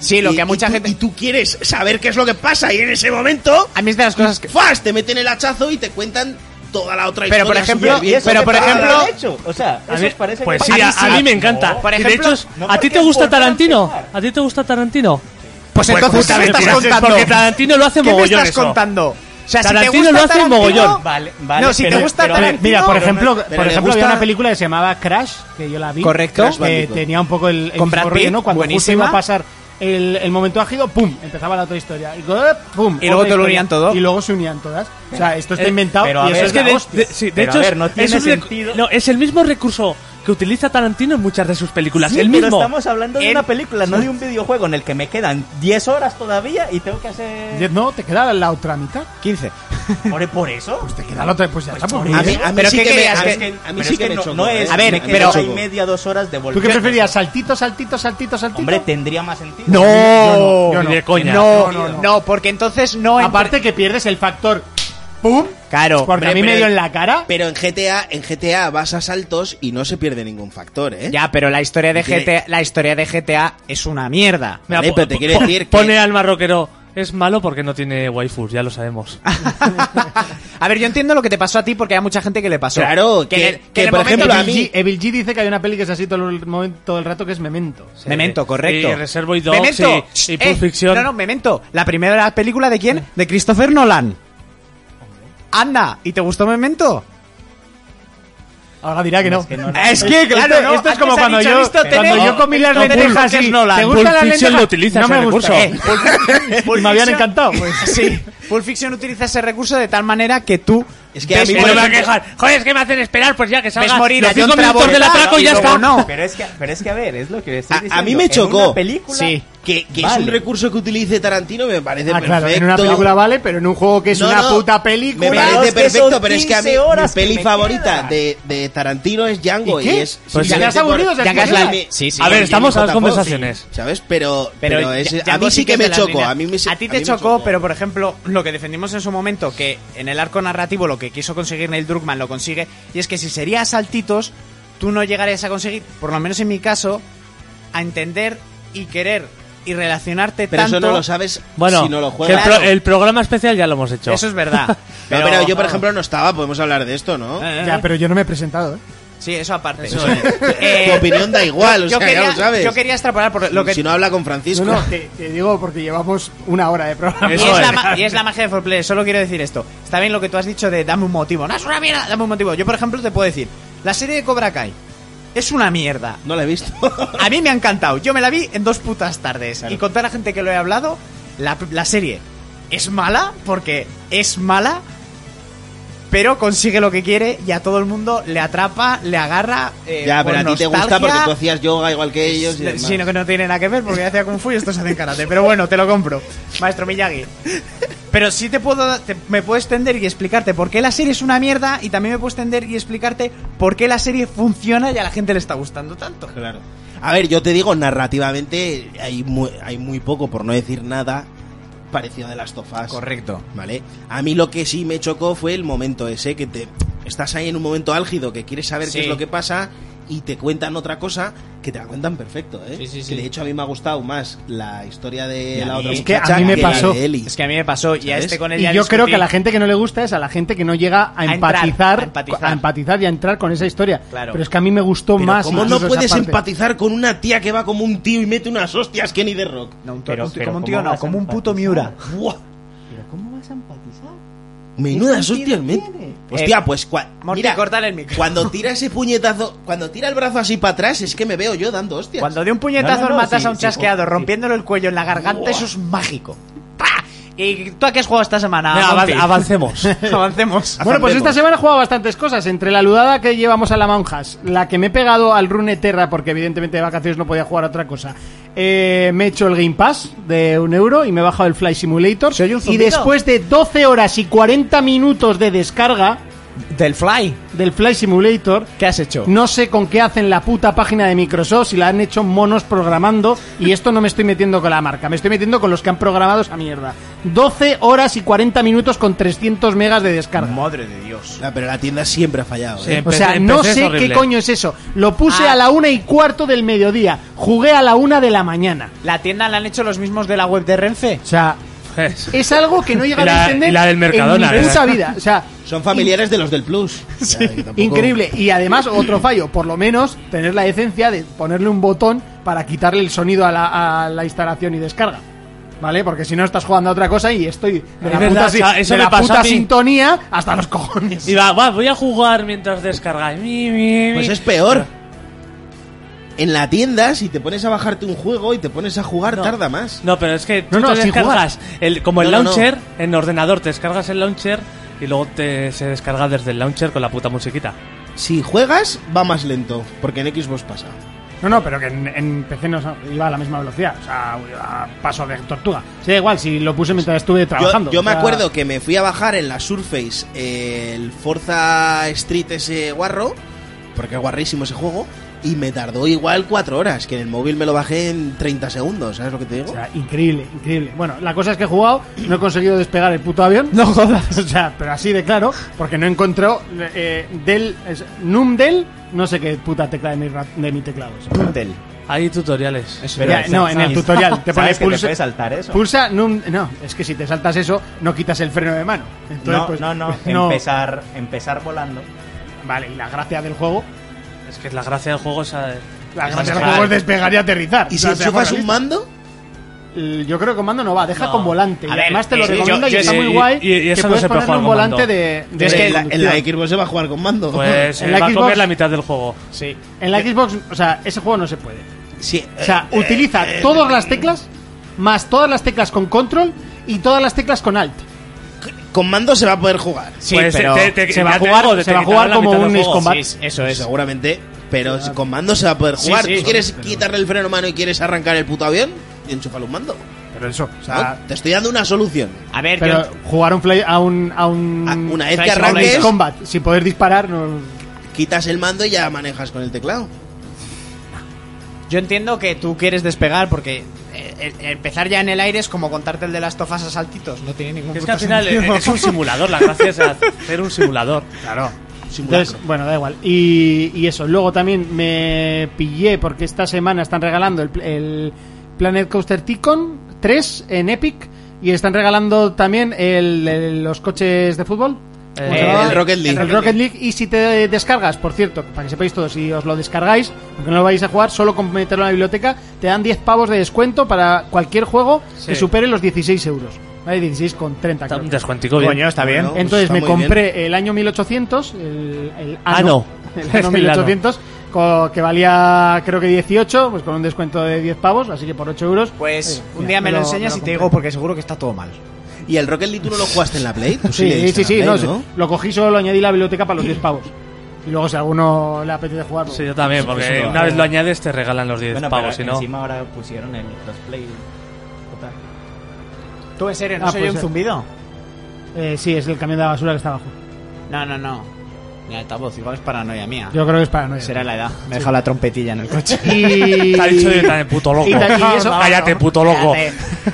Sí, lo
y-
que a
y
mucha
tú-
gente.
Y tú quieres saber qué es lo que pasa y en ese momento
A mí es de las cosas que.
¡Fas! Te meten el hachazo y te cuentan toda la otra
Pero,
historia.
por ejemplo,
superbién.
pero, por
Ah,
ejemplo-
vale.
hecho. O sea,
A
eso
mí-
os parece que
pues
es
sí,
malo.
a, a mí me encanta.
Por
Y de
ejemplo,
hecho, es-
no
¿a ti
porque
te gusta
es por
Tarantino?
empezar.
¿A ti te gusta Tarantino?
Pues entonces, ¿qué me estás
mentiras,
contando?
Porque Tarantino lo hace
¿Qué me
mogollón
estás
eso.
contando? O sea, si te
Tarantino
gusta
lo hace
Tarantino-
mogollón.
Vale, vale,
no, si
pero-
te gusta
pero-
Tarantino,
Mira, por ejemplo,
pero
por
le
ejemplo había
gusta-
una película que se llamaba Crash, que yo la vi.
Correcto.
Que
Crash Bandicoot.
tenía un poco el, el
Con
mismo
Brad
rollo,
Pitt,
¿no? Cuando justo
buenísima.
iba a pasar el, el momento ágido, pum, empezaba la otra historia. Y, go- pum,
Y luego
otra
te lo
historia.
unían todo.
Y luego se unían todas. O sea, esto está
Eh,
inventado
pero a
y eso
ver,
es que
la
de,
hostia.
de- sí, de
Pero,
hecho
a ver, no
es
tiene
un recu-
sentido.
no, es el mismo recurso que utiliza Tarantino en muchas de sus películas.
Sí,
el
pero
mismo.
estamos hablando de
El-
una película, no de un videojuego en el que me quedan 10 horas todavía y tengo que hacer...
Diez, No, te queda la otra mitad.
15.
¿Por, por eso?
Te queda la otra, pues ya está. pues,
A
mira.
mí, a mí
¿Pero
sí
qué
que me,
querías?
a mí-
Es
a mí
que- pero
sí
es
que, me
no,
chocó,
no
¿eh?
es...
A ver,
me quedo
pero-
hora y media, dos horas de
¿Tú
volver.
qué preferías? ¿Saltito, saltito, saltito, saltito?
Hombre, tendría más sentido.
No,
no,
yo no. Ni de coña.
No,
No, no, no.
no, porque entonces no. ent-
Aparte que pierdes el factor. ¡Pum!
Claro.
Porque a mí
pero-
me dio en la cara.
Pero en GTA, en GTA vas a saltos y no se pierde ningún factor, ¿eh?
Ya, pero la historia de
Tiene-
GTA, la historia de GTA es una mierda.
Mira,
Vale,
po-
pero te quiero
po-
decir que-
Pone al marroquero. Es malo porque no tiene waifus, ya lo sabemos.
a ver, yo entiendo lo que te pasó a ti porque hay mucha gente que le pasó.
Claro, que-
en el-
que
en el
por
momento
ejemplo,
lo-
a
Evil
mí-
G, Evil G dice que hay una peli que es así todo el, momento, todo el rato que es Memento.
Memento, correcto.
Eh, Y Reservoir Dogs
Memento.
y- y
Eh,
Pulp Fiction.
No, no, Memento. La primera película de quién? De Christopher Nolan. Anda, ¿y te gustó Memento?
Ahora dirá que no.
Es que no, no.
Es que, claro,
esto, esto
no,
es
antes
como
han
cuando
dicho,
yo,
visto
cuando
tele-
yo comí las
no,
lentejas
Pulp
y
Fiction
¿te
Nolan.
gustan
Pulp
las
Fiction
lentejas?
lo utiliza
no
ese
me gustan.
recurso.
Y me habían encantado. pues.
Eh, Sí, Pulp Fiction utiliza ese recurso de tal manera que tú
Es que a mí
Y
por
no me va a
ejemplo-
quejar. Joder, es que me hacen esperar, pues ya que salga
ves morir
los
a John
cinco minutos
Travolta
del atraco y ya
luego
está.
No,
Pero es, que, pero es que, a ver, es lo que estoy
A- a
diciendo.
mí me
en
chocó.
una película...
Sí.
Que, que es
Vale.
un recurso que utilice Tarantino me parece
Ah,
perfecto.
claro, en una película vale, pero en un juego que es
No,
una
no,
puta película.
Me
Pero
parece
es que
perfecto,
son
pero es que a mí
15
mi
horas que
peli
me
favorita
quedan.
de, de Tarantino es Django
¿Y
y,
qué?
es...
Pues ya
simplemente
estás aburrido,
por-
ya
Django
estás
Django
la-
me-
Sí, sí.
A ver,
Django
estamos a las
J. Fox,
conversaciones.
sí, ¿Sabes? Pero, pero,
Pero
es-
ya-
a
Django
mí sí
sí que
que
es
me
de las
chocó.
líneas.
A, mí me,
A ti te
mí me
chocó, pero por ejemplo, lo que defendimos en su momento, que en el arco narrativo lo que quiso conseguir Neil Druckmann lo consigue, y es que si sería saltitos, tú no llegarías a conseguir, por lo menos en mi caso, a entender y querer y relacionarte
Pero
tanto.
eso no lo sabes
Bueno,
si no lo
que
juegas.
el, pro- el programa especial ya lo hemos hecho.
Eso es verdad.
No, pero, yo, por ejemplo, no estaba, podemos hablar de esto, ¿no?
Eh, eh,
Ya, pero yo no me he presentado, ¿eh?
Sí, eso aparte. Eh,
Eso es. Tu opinión da igual, o
yo
sea, ya
quería,
lo sabes.
Yo quería extrapolar por lo que
Si no habla con Francisco.
No, no, te, te digo porque llevamos una hora de programa.
y, es la, ma- y es la magia de Forplay, solo quiero decir esto. Está bien lo que tú has dicho de dame un motivo. No es una mierda, dame un motivo. Yo, por ejemplo, te puedo decir, la serie de Cobra Kai es una mierda.
No la he visto.
A mí me ha encantado. Yo me la vi en dos putas tardes.
Claro.
Y con toda la gente que lo he hablado, la, la serie es mala porque es mala, pero consigue lo que quiere y a todo el mundo le atrapa, le agarra. eh,
ya, pero a
por
ti te gusta porque
nostalgia.
tú hacías yoga igual que ellos. Y demás.
Sí, no, que no tiene nada que ver porque yo hacía Kung Fu y estos hacen karate. Pero bueno, te lo compro, maestro Miyagi. Pero sí te puedo, te- me puedo extender y explicarte por qué la serie es una mierda y también me puedo extender y explicarte por qué la serie funciona y a la gente le está gustando tanto.
Claro. A ver, yo te digo, narrativamente hay muy, hay muy poco, por no decir nada, parecido de las tofas.
Correcto.
¿Vale? A mí lo que sí me chocó fue el momento ese, que te estás ahí en un momento álgido, que quieres saber
Sí.
qué es lo que pasa y te cuentan otra cosa que te la cuentan perfecto, ¿eh?
Sí, sí, sí.
Que de hecho a mí me ha gustado más la historia de
Y a
la
mí-
otra
es
que a
muchacha
mí me
la
pasó.
de Eli.
Es que a mí me pasó y a
¿Sabes?
este con él
Y
ya
yo creo
discutí.
que a la gente que no le gusta es a la gente que no llega a,
entrar,
empatizar,
a empatizar.
a empatizar y a entrar con esa historia.
Claro.
Pero es que a mí me gustó
Pero
más.
¿Cómo no
incluso esa
puedes
parte.
empatizar con una tía que va como un tío y mete unas hostias que ni de rock?
No, un to-
Pero-
un-
pero
como un
¿cómo
tío no,
vas a
como un puto
empatizar?
Miura.
¡Buah!
¿Pero cómo vas a empatizar?
Menudas
¿Qué sentido
hostias, men.
tiene?
Hostia, pues cua-
Eh, Morty,
mira,
córtale el micro.
cuando tira ese puñetazo, cuando tira el brazo así para atrás, es que me veo yo dando hostias.
Cuando de un puñetazo
No, no, no,
matas
sí,
a un
sí,
chasqueado
sí.
rompiéndole el cuello en la garganta,
Buah.
eso es mágico. ¡Pah! ¿Y tú a qué has jugado esta semana?
Venga,
Monty?
avan- avancemos.
Avancemos.
Bueno, pues
Zampemos.
esta semana he jugado bastantes cosas. Entre la ludada que llevamos a la Manjas, la que me he pegado al Rune Terra, porque evidentemente de vacaciones no podía jugar a otra cosa. eh, me he hecho el Game Pass de un euro y me he bajado el Fly Simulator.
¿Se oye un
y
zumbido?
después de 12 horas y 40 minutos de descarga
Del Fly.
del Fly Simulator,
¿Qué has hecho?
no sé con qué hacen la puta página de Microsoft si la han hecho monos programando. Y esto no me estoy metiendo con la marca, me estoy metiendo con los que han programado esa mierda. 12 horas y 40 minutos con 300 megas de descarga.
Madre de Dios.
Ah, pero la tienda siempre ha fallado. ¿eh?
O
Empecé-
sea, no
Em, empecé, es
sé qué
horrible.
coño es eso. Lo puse
Ah.
a la una y cuarto del mediodía. Jugué a la una de la mañana.
¿La tienda la han hecho los mismos de la web de Renfe?
O sea,
Es-
es algo que no he llegado
Y
a
la-
entender
y la del Mercadona,
en mi
¿verdad?
puta vida. O sea,
Son familiares de los del Plus. O sea, que tampoco-
increíble. Y además, otro fallo. Por lo menos, tener la decencia de ponerle un botón para quitarle el sonido a la, a la instalación y descarga. ¿Vale? Porque si no, estás jugando a otra cosa y estoy de la
Es verdad,
puta, si-
cha- eso
de
me
la
pasó
puta
a mí.
sintonía hasta los cojones.
Y va, va, voy a jugar mientras descarga. Mi, mi, mi.
Pues es peor. En la tienda, si te pones a bajarte un juego y te pones a jugar, tarda más.
No, pero es que
No,
tú
no,
te
sin
descargas el, como el
No, no,
launcher en ordenador, te descargas el launcher y luego te, se descarga desde el launcher con la puta musiquita.
Si juegas, va más lento, porque en Xbox pasa.
No, no, pero que en, en PC no iba a la misma velocidad. O sea, iba a paso de tortuga. Sí, da igual, si lo puse mientras estuve
Yo-
trabajando.
Yo,
o
me
sea,
acuerdo que me fui a bajar en la Surface eh, el Forza Street ese guarro, porque es guarrísimo ese juego, y me tardó igual cuatro horas, que en el móvil me lo bajé en 30 segundos, ¿sabes lo que te digo?
O sea, increíble, increíble. Bueno, la cosa es que he jugado, no he conseguido despegar el puto avión. No jodas. O sea, pero así de claro, porque no encontró eh, del. es- num del. No sé qué puta tecla de mi, ra- de mi teclado. es.
Hay tutoriales.
Pero
Ya, no, en el tutorial te pones
¿Sabes que te
pulsa,
puedes saltar eso?
pulsa num. No, es que si te saltas eso, no quitas el freno de mano. Entonces,
no,
pues,
no, no,
no.
Empezar, empezar volando.
Vale, y la gracia del juego.
Es que la gracia del juego es. eh,
La
es
gracia del
descargar.
juego es despegar y aterrizar.
¿Y
O
si
sea, seamos
enchufas un
realistas.
mando?
El- Yo creo que comando no va, deja con volante. Y
ver,
además te lo
eh,
recomiendo
yo-
y
yo-
está
y-
muy guay.
y- y
que
eso no
puedes
se puede
ponerle
jugar
un
con
volante
mando.
de. de
Es que en la, en la
conducción.
Xbox se va a jugar con mando.
Pues
En
eh,
la
va a
Xbox-
comer la mitad del juego.
Sí. En la Xbox, o sea, ese juego no se puede.
Sí, eh,
O sea, utiliza todas las teclas, más todas las teclas con control y todas las teclas con alt.
con mando se va a poder jugar.
Sí,
Pues,
pero...
te- te-
se va
ya
a
te
jugar-
digo,
se
te
va a
quitará
jugar
la
como
mitad
un
del juego.
Niscombat.
Sí, eso
Pues,
es.
Seguramente, pero con mando se va a poder
Sí,
jugar.
sí.
¿Tú quieres quitarle el freno mano y quieres arrancar el puto avión? Enchúfale un mando.
Pero eso, o
¿no?
sea,
Te estoy dando una solución.
A ver,
pero
yo...
jugar a un play, a un a un
Ah,
A- una vez
a
que
un
arranques-
Ace combat sin poder disparar no
Quitas el mando y ya manejas con el teclado.
Yo entiendo que tú quieres despegar porque eh, el- empezar ya en el aire es como contarte el de las tofas a saltitos. No tiene ningún
Es que
puto
al final eh,
sentido.
es un simulador, la gracia es hacer un simulador.
Claro.
Simulacro.
Entonces, bueno, da igual. Y, y eso, luego también me pillé porque esta semana están regalando el, pl- el Planet Coaster Ticon 3 en Epic y están regalando también el, el- los coches de fútbol.
Eh,
Eh, el Rocket League.
El Rocket League. Y si te descargas, por cierto, para que sepáis todos, si os lo descargáis, aunque no lo vais a jugar, solo con meterlo en la biblioteca, te dan 10 pavos de descuento para cualquier juego que
Sí.
supere los 16 euros. ¿Vale? 16 con 30,
está
creo
un
que es.
descuentico bien.
Coño, está bien.
Bueno.
Entonces
Pues Está
me
muy bien.
compré el año 1800, el, el
Ano.
el ano 1800, co- que valía creo que 18, pues con un descuento de 10 pavos, así que por 8 euros.
Pues
oye,
un
mira,
día me lo
me
enseñas y te
compré.
digo porque seguro que está todo mal.
¿Y el Rocket League tú no lo jugaste en la Play? Tú
Sí,
le
sí,
diste
sí,
a la Play,
no, sí, lo cogí solo, lo añadí a la biblioteca para los 10 pavos. Y luego si a alguno le apetece jugar, pues-
Sí, yo también, porque una vez lo añades te regalan los 10
Bueno, pero
pavos, si no.
encima ahora pusieron el crossplay. Total.
¿Tú en serio
no se oye un
zumbido?
Eh, sí, es el camión de la basura que está abajo.
No, no, no. Mi altavoz, igual es paranoia mía.
Yo creo que es paranoia.
Será la edad. Me he dejado la trompetilla en el coche.
Y...
Te ha dicho yo también, puto loco.
Y ta- y eso-
Cállate, puto loco.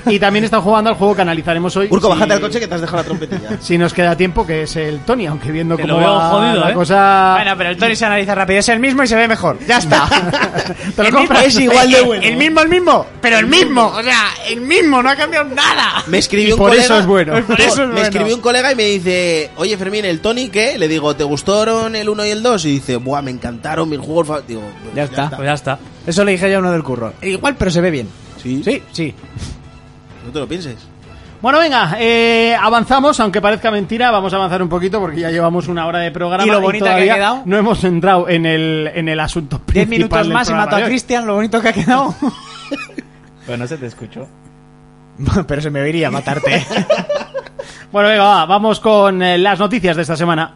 y también está jugando al juego que analizaremos hoy.
Urco,
si-
bájate al coche que te has dejado la trompetilla.
Si nos queda tiempo, que es el Tony, aunque viendo
Que
cómo
lo veo
va
jodido,
la
¿eh?
cosa...
Bueno, pero el Tony se analiza rápido. Es el mismo y se ve mejor. Ya está.
Te lo
El mismo-
compras.
Es igual de bueno.
El mismo, el mismo. Pero el mismo. O sea, el mismo. No ha cambiado nada.
Me escribió
Y
un
por
colega,
eso es bueno.
Me,
Por eso es bueno.
escribió un colega y me dice, oye Fermín, el Tony, ¿qué? Le digo, ¿te gustaron el 1 y el 2? Y dice, buah, me encantaron mis juegos fa-". Digo,
Ya está.
Pues ya está.
Eso le dije yo a uno del curro. Igual, pero se ve bien.
¿Sí?
Sí, sí.
No te lo pienses.
Bueno, venga, eh, avanzamos, aunque parezca mentira, vamos a avanzar un poquito porque ya llevamos una hora de programa
Y lo bonita que ha
todavía
quedado.
no hemos entrado en el, en el asunto principal
Diez minutos
del
más y
programa
mato a
de hoy.
Cristian. Lo bonito que ha quedado.
Pero no se te escuchó.
pero se me oiría matarte. ¿eh?
Bueno, venga, va, vamos con eh, las noticias de esta semana.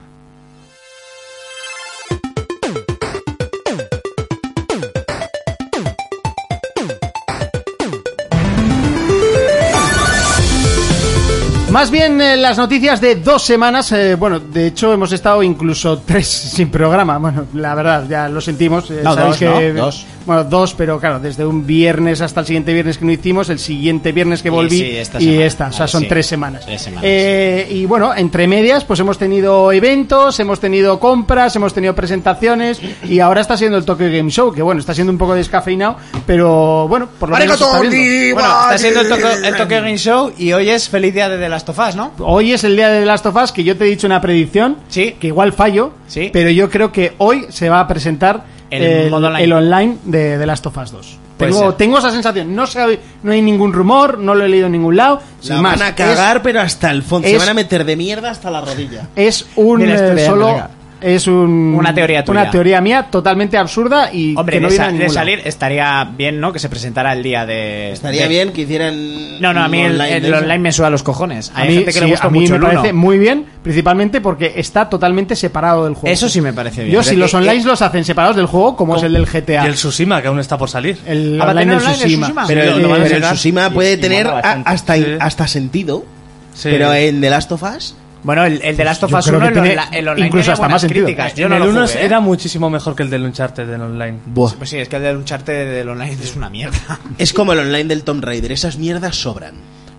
Más bien eh, las noticias de dos semanas. eh, bueno, de hecho hemos estado incluso tres sin programa. Bueno, la verdad, ya lo sentimos. eh,
No,
sabéis
dos,
que-
¿no? Dos.
Bueno, dos, pero claro, desde un viernes hasta el siguiente viernes que no hicimos, el siguiente viernes que volví
sí, esta
y
semana.
esta. O sea,
Vale,
son
sí.
tres semanas.
Tres semanas.
Eh, y bueno, entre medias, pues hemos tenido eventos, hemos tenido compras, hemos tenido presentaciones y ahora está siendo el Tokyo Game Show, que bueno, está siendo un poco descafeinado, pero bueno, por lo menos está viendo.
Bueno, está siendo el, Tokyo- el Tokyo Game Show y hoy es feliz día de The Last of Us, ¿no?
Hoy es el día de The Last of Us, que yo te he dicho una predicción,
Sí.
que igual fallo,
Sí.
pero yo creo que hoy se va a presentar
El modo online.
el online de The Last of Us 2.
Puede
Tengo,
ser.
tengo esa sensación, no, sabe, no hay ningún rumor, no lo he leído en ningún lado, sin
La
más.
van a cagar, pero hasta el fondo. Se
es-
van a meter de mierda hasta la rodilla.
Es, es un
Mira, estoy
eh,
leyendo,
solo...
venga.
Es un-
Una teoría tuya.
Una teoría mía totalmente absurda y
Hombre,
que no
de,
viene
sa-
a
de
ningún lado.
salir estaría bien, ¿no? Que se presentara el día de...
Estaría
de-
bien que hicieran...
No, no, a mí
un
el el
online
online,
de eso.
me suda los cojones.
A
Hay
mí,
gente que
sí,
le gusta
a mí
mucho
me
el
parece
uno.
muy bien, principalmente porque está totalmente separado del juego.
Eso sí me parece bien.
Yo,
Pero
si
que- eh,
los online los hacen separados del juego, como es el del GTA.
Y el Susima, que aún está por salir.
El
Ah, ¿va a
online
tener
del
online el
Tsushima.
Tsushima?
Pero,
Sí, lo van a
pero el
sacar.
Tsushima
Y-
puede
y
tener
mola
a-
bastante.
hasta,
Sí.
hasta sentido.
Sí.
Pero eh, en The Last of Us...
Bueno, el, el de Last of
Yo
Us
creo
1,
que
el,
tiene
onla- el online
incluso
tenía
hasta
buenas
más sentido.
críticas. Yo
En
no
el
lo
1
jugué, ¿eh?
era muchísimo mejor que el del Uncharted del online.
Buah.
Pues sí, es que el de lucharte del online es una mierda.
Es como el online del Tomb Raider. Esas mierdas sobran.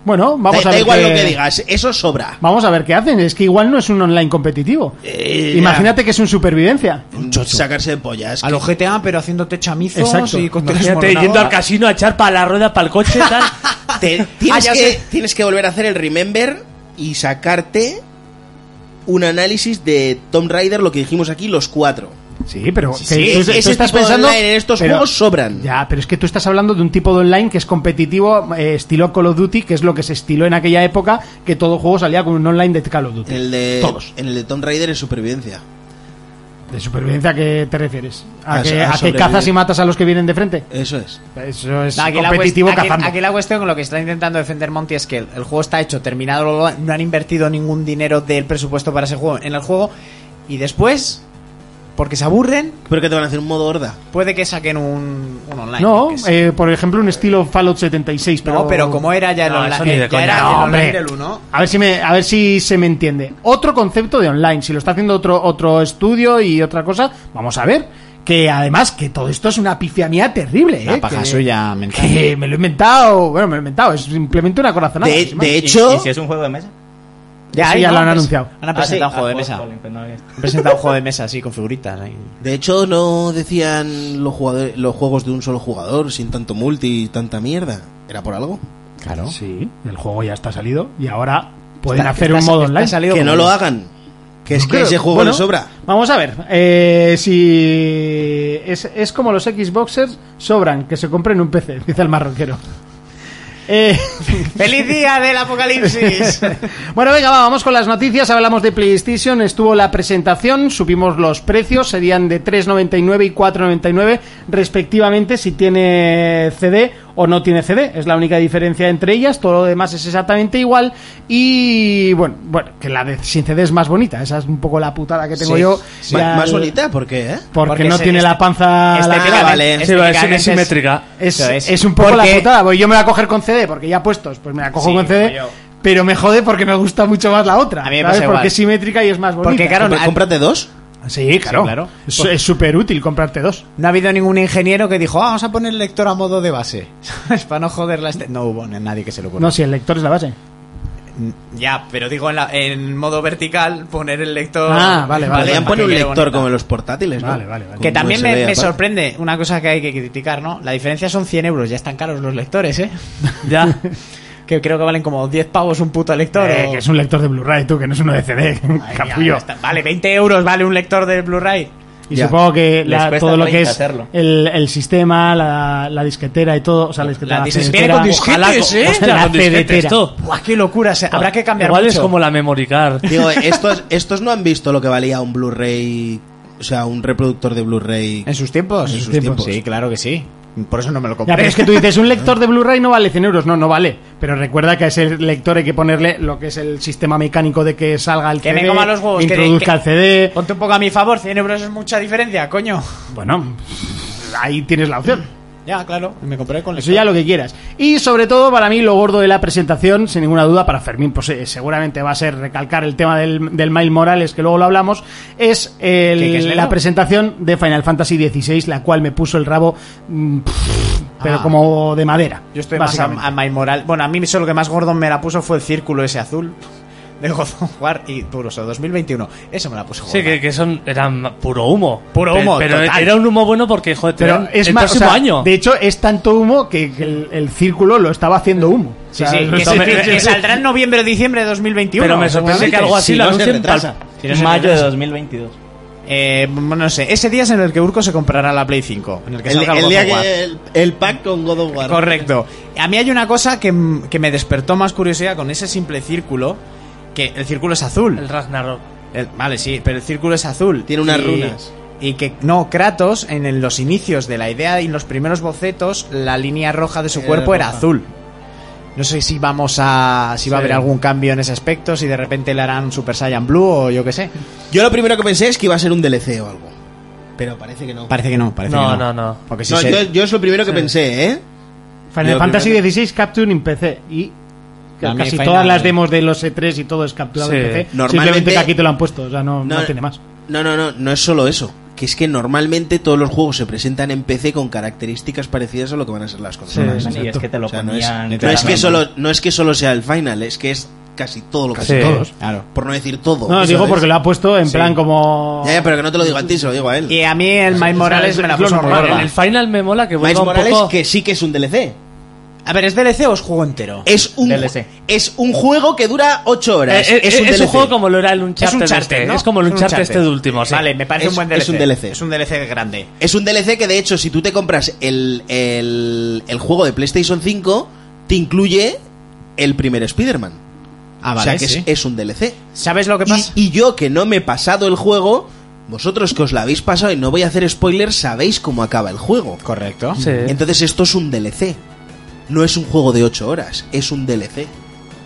Bueno, vamos a
da,
ver.
da igual
qué-
lo que digas. Eso sobra.
Vamos a ver qué hacen. Es que igual no es un online competitivo.
Eh,
Imagínate que es un supervivencia.
Sacarse de pollas.
A los GTA, pero haciéndote chamizos
Exacto.
y con
Imagínate
teléfono.
yendo al casino a echar para la rueda, para el coche, tal.
Te-
Ah,
tienes,
ya
que,
sé.
tienes que volver a hacer el Remember y sacarte un análisis de Tomb Raider, lo que dijimos aquí, los cuatro.
Sí, pero que
sí,
tú-
ese
tú estás
tipo de
pensando
online en estos
pero-
juegos sobran.
Ya, pero es que tú estás hablando de un tipo de online que es competitivo, eh, estilo Call of Duty, que es lo que se estiló en aquella época, que todo juego salía con un online de Call of Duty.
En el de,
Todos.
En el de Tomb Raider es supervivencia.
¿De supervivencia a qué te refieres? ¿A,
A-
que,
a
a que
sobrevivir.
cazas y matas a los que vienen de frente?
Eso es.
Eso es
No, aquí, la
competitivo
cuest- aquí-
cazando.
aquí la cuestión con lo que está intentando defender Monty es que el, el juego está hecho, terminado, no han invertido ningún dinero del presupuesto para ese juego en el juego y después, porque se aburren,
Pero que te van a hacer un modo horda.
puede que saquen un, un online.
No,
yo qué sé.
eh, por ejemplo, un estilo Fallout 76. Pero,
No, pero como era ya el
No,
online,
eso ni de
ya
coña.
No,
era el
hombre.
online del 1.
A ver, si me, a ver si se me entiende. Otro concepto de online. Si lo está haciendo otro, otro estudio y otra cosa, vamos a ver. Que además, que todo esto es una pifia mía terrible.
Una
¿eh?
paja
que,
suya mental.
que me lo he inventado. Bueno, me lo he inventado. Es simplemente una corazonada.
De,
sin más.
de
¿Y-
hecho,
¿Y, si es un juego de mesa?
eso
hay,
ya
¿no?
lo han
Pues,
anunciado.
Han presentado un juego de
Ah,
mesa.
Olimpia, no, es-
Han presentado un juego de mesa así con figuritas. ¿eh? ahí.
de hecho no decían los, jugadores, los juegos de un solo jugador sin tanto multi y tanta mierda. Era por algo.
Claro.
Sí, el juego ya está salido y ahora pueden hacer
Está-
un modo
está
online.
salido
Que
como-
no lo hagan. Que es
Yo
que
creo-
ese juego
bueno,
le sobra.
Vamos a ver, eh, si es, es como los Xboxers sobran, que se compren un PC, dice el marroquero. Eh,
¡Feliz día del apocalipsis!
bueno, venga, va, vamos con las noticias. Hablamos de PlayStation. Estuvo la presentación, supimos los precios, serían de 3.99 y 4.99 respectivamente si tiene CD o no tiene CD. Es la única diferencia entre ellas. Todo lo demás es exactamente igual. Y bueno, bueno que la de sin CD es más bonita. Esa es un poco la putada que tengo
Sí,
yo.
Ma-
Ya-
Más bonita, ¿por qué? eh?
Porque,
Porque
no
se-
tiene
este-
la panza
este
larga.
pega-
vale.
Sí, va, es,
técnicamente
es simétrica.
Es,
Eso es.
es un poco
Porque-
la putada. Porque yo me la voy a coger con CD, porque ya puestos, pues me la cojo
Sí,
con CD.
como yo.
Pero me jode porque me gusta mucho más la otra.
A mí me
¿sabes?
pasa igual.
Porque es simétrica y es más bonita.
Porque, claro,
Compra-
al-
cómprate dos.
Sí, claro.
Sí, claro. Pues-
Es- Es súper útil comprarte dos.
No ha habido ningún ingeniero que dijo, "Ah, vamos a poner lector a modo de base. ¿Sabes? Para no joderla. Este... No hubo nadie que se lo ocurra.
No, si el lector es la base.
Ya, pero digo en, la- en modo vertical poner el lector.
Ah, vale, vale.
Podrían
para
poner
que
un
quede
lector
bonita.
como en los portátiles, ¿no?
Vale, vale, vale.
Que
Con
también
USB
me, me
aparte.
sorprende una cosa que hay que criticar, ¿no? La diferencia son 100 euros, ya están caros los lectores, ¿eh?
Ya.
que creo que valen como 10 pavos un puto lector.
Eh,
o-
que es un lector de Blu-ray, tú, que no es uno de CD.
Madre mía,
Capullo.
ya está. Vale, 20 euros vale un lector de Blu-ray.
Y
Ya.
supongo que
Les
la-
cuesta
todo lo que
30
es
hacerlo.
el, el sistema, la, la disquetera y todo. O sea, la disquetera.
La
la
disquetera
cedetera.
con disquetes,
Ojalá-
¿eh?
hostia,
Hostia,
la
con disquetes,
cedetera.
todo.
Buah, qué locura, se- habrá que cambiar
Igual
mucho.
es como la memory card.
Digo, estos, estos no han visto lo que valía un Blu-ray, o sea, un reproductor de Blu-ray.
¿En sus tiempos?
En sus tiempos.
Sí, claro que sí. Por eso no me lo
Ya,
compré.
pero es que tú dices, un lector de Blu-ray no vale 100 euros. No, no vale. Pero recuerda que a ese lector hay que ponerle lo que es el sistema mecánico de que salga el
Que
CD,
me coma los huevos, que-
introduzca
que-
el CD.
Ponte un poco a mi favor, 100 euros es mucha diferencia, coño.
Bueno, ahí tienes la opción.
Ya, claro, me compré con
Eso ya lo que quieras. Y sobre todo, para mí, lo gordo de la presentación, sin ninguna duda, para Fermín, pues eh, seguramente va a ser recalcar el tema del, del Miles Morales, que luego lo hablamos, es el-
¿Qué, que es negro?
la presentación de Final Fantasy XVI, la cual me puso el rabo, mm, pff, pero
Ah.
como de madera.
Yo estoy más a,
básicamente.
a My Moral. Bueno, a mí solo que más Gordon me la puso fue el círculo ese azul de God of War y Puroso 2021. Eso me la puso.
Sí,
gorda.
que, que son, eran puro humo.
Puro
Pe-
humo,
Pero
total.
era un humo bueno porque, joder,
Pero
era
es
el
más,
próximo
o sea,
año.
de hecho es tanto humo que, que el, el círculo lo estaba haciendo humo.
Sí,
O sea,
sí,
lo
que,
estaba-
que- que
sí, sí.
saldrá en noviembre o diciembre de 2021.
pero me sorprende que algo así
Si
lo
no se
anuncien
retrasa.
pa'l-
Si no se
Mayo de
retrasa.
2022.
Eh, no sé, ese día es en el que Urco se comprará la Play 5. En el que
El,
salga el
el
God
día
of War.
que el, el pack con God of War.
Correcto. A mí hay una cosa que, m- que me despertó más curiosidad con ese simple círculo, que el círculo es azul.
el Ragnarok.
El- vale, sí, pero el círculo es azul.
Tiene unas runas.
Y que, no, Kratos, en el- los inicios de la idea y en los primeros bocetos, la línea roja de su
Era
cuerpo era
Eh, roja.
azul. No sé si vamos a. si va a
Sí.
haber algún cambio en ese aspecto, si de repente le harán Super Saiyan Blue o yo qué sé.
Yo lo primero que pensé es que iba a ser un DLC o algo. Pero parece que no.
Parece que no, parece
No,
que no.
no, no.
Porque si
No,
se-
yo, yo es lo primero que pensé, ¿eh?
Final
Lo
Fantasy
primero-
XVI Capture en PC y
A mí
casi
Final-
todas las demos de los E3 y todo es capturado
Sí.
en PC.
Normalmente-
Simplemente que aquí te lo han puesto, o sea, no, no
No,
tiene más.
No, no, no, no es solo eso. Que es que normalmente todos los juegos se presentan en PC con características parecidas a lo que van a ser las consolas.
Sí,
Y es que te lo
O sea, no es,
ponían.
no es que
claramente.
solo, no es que solo sea el final, es que es casi todo lo que
Sí.
se
todos.
Claro.
Por no decir todo.
No,
¿sabes?
digo porque lo ha puesto en
Sí.
plan como...
Ya, ya, pero que no te lo digo a ti, se lo digo a él.
Y a mí el Miles Morales
es-
me la
es lo
puso muy
normal,
El,
gorda.
el Final me mola que
Miles
vuelva un
Morales,
poco...
que sí que es un DLC.
A ver, ¿es DLC o es juego entero?
Es un,
DLC.
es un juego que dura 8
Eh, eh,
horas.
eh, es, un,
DLC.
juego como lo era el Uncharted,
es un charter,
este.
¿no?
Es como el
un
Uncharted,
charter.
este de último, sí.
Vale, me parece
Es-
un buen DLC.
es un DLC.
Es un DLC grande.
Es un DLC que, de hecho, si tú te compras el, el, el juego de PlayStation 5, te incluye el primer Spider-Man.
Ah,
o sea que es, es un DLC.
¿Sabes lo que pasa?
Y, y yo, que no me he pasado el juego, vosotros que os lo habéis pasado y no voy a hacer spoilers, sabéis cómo acaba el juego.
Correcto.
Sí.
Entonces esto es un DLC. No es un juego de 8 horas, es un DLC.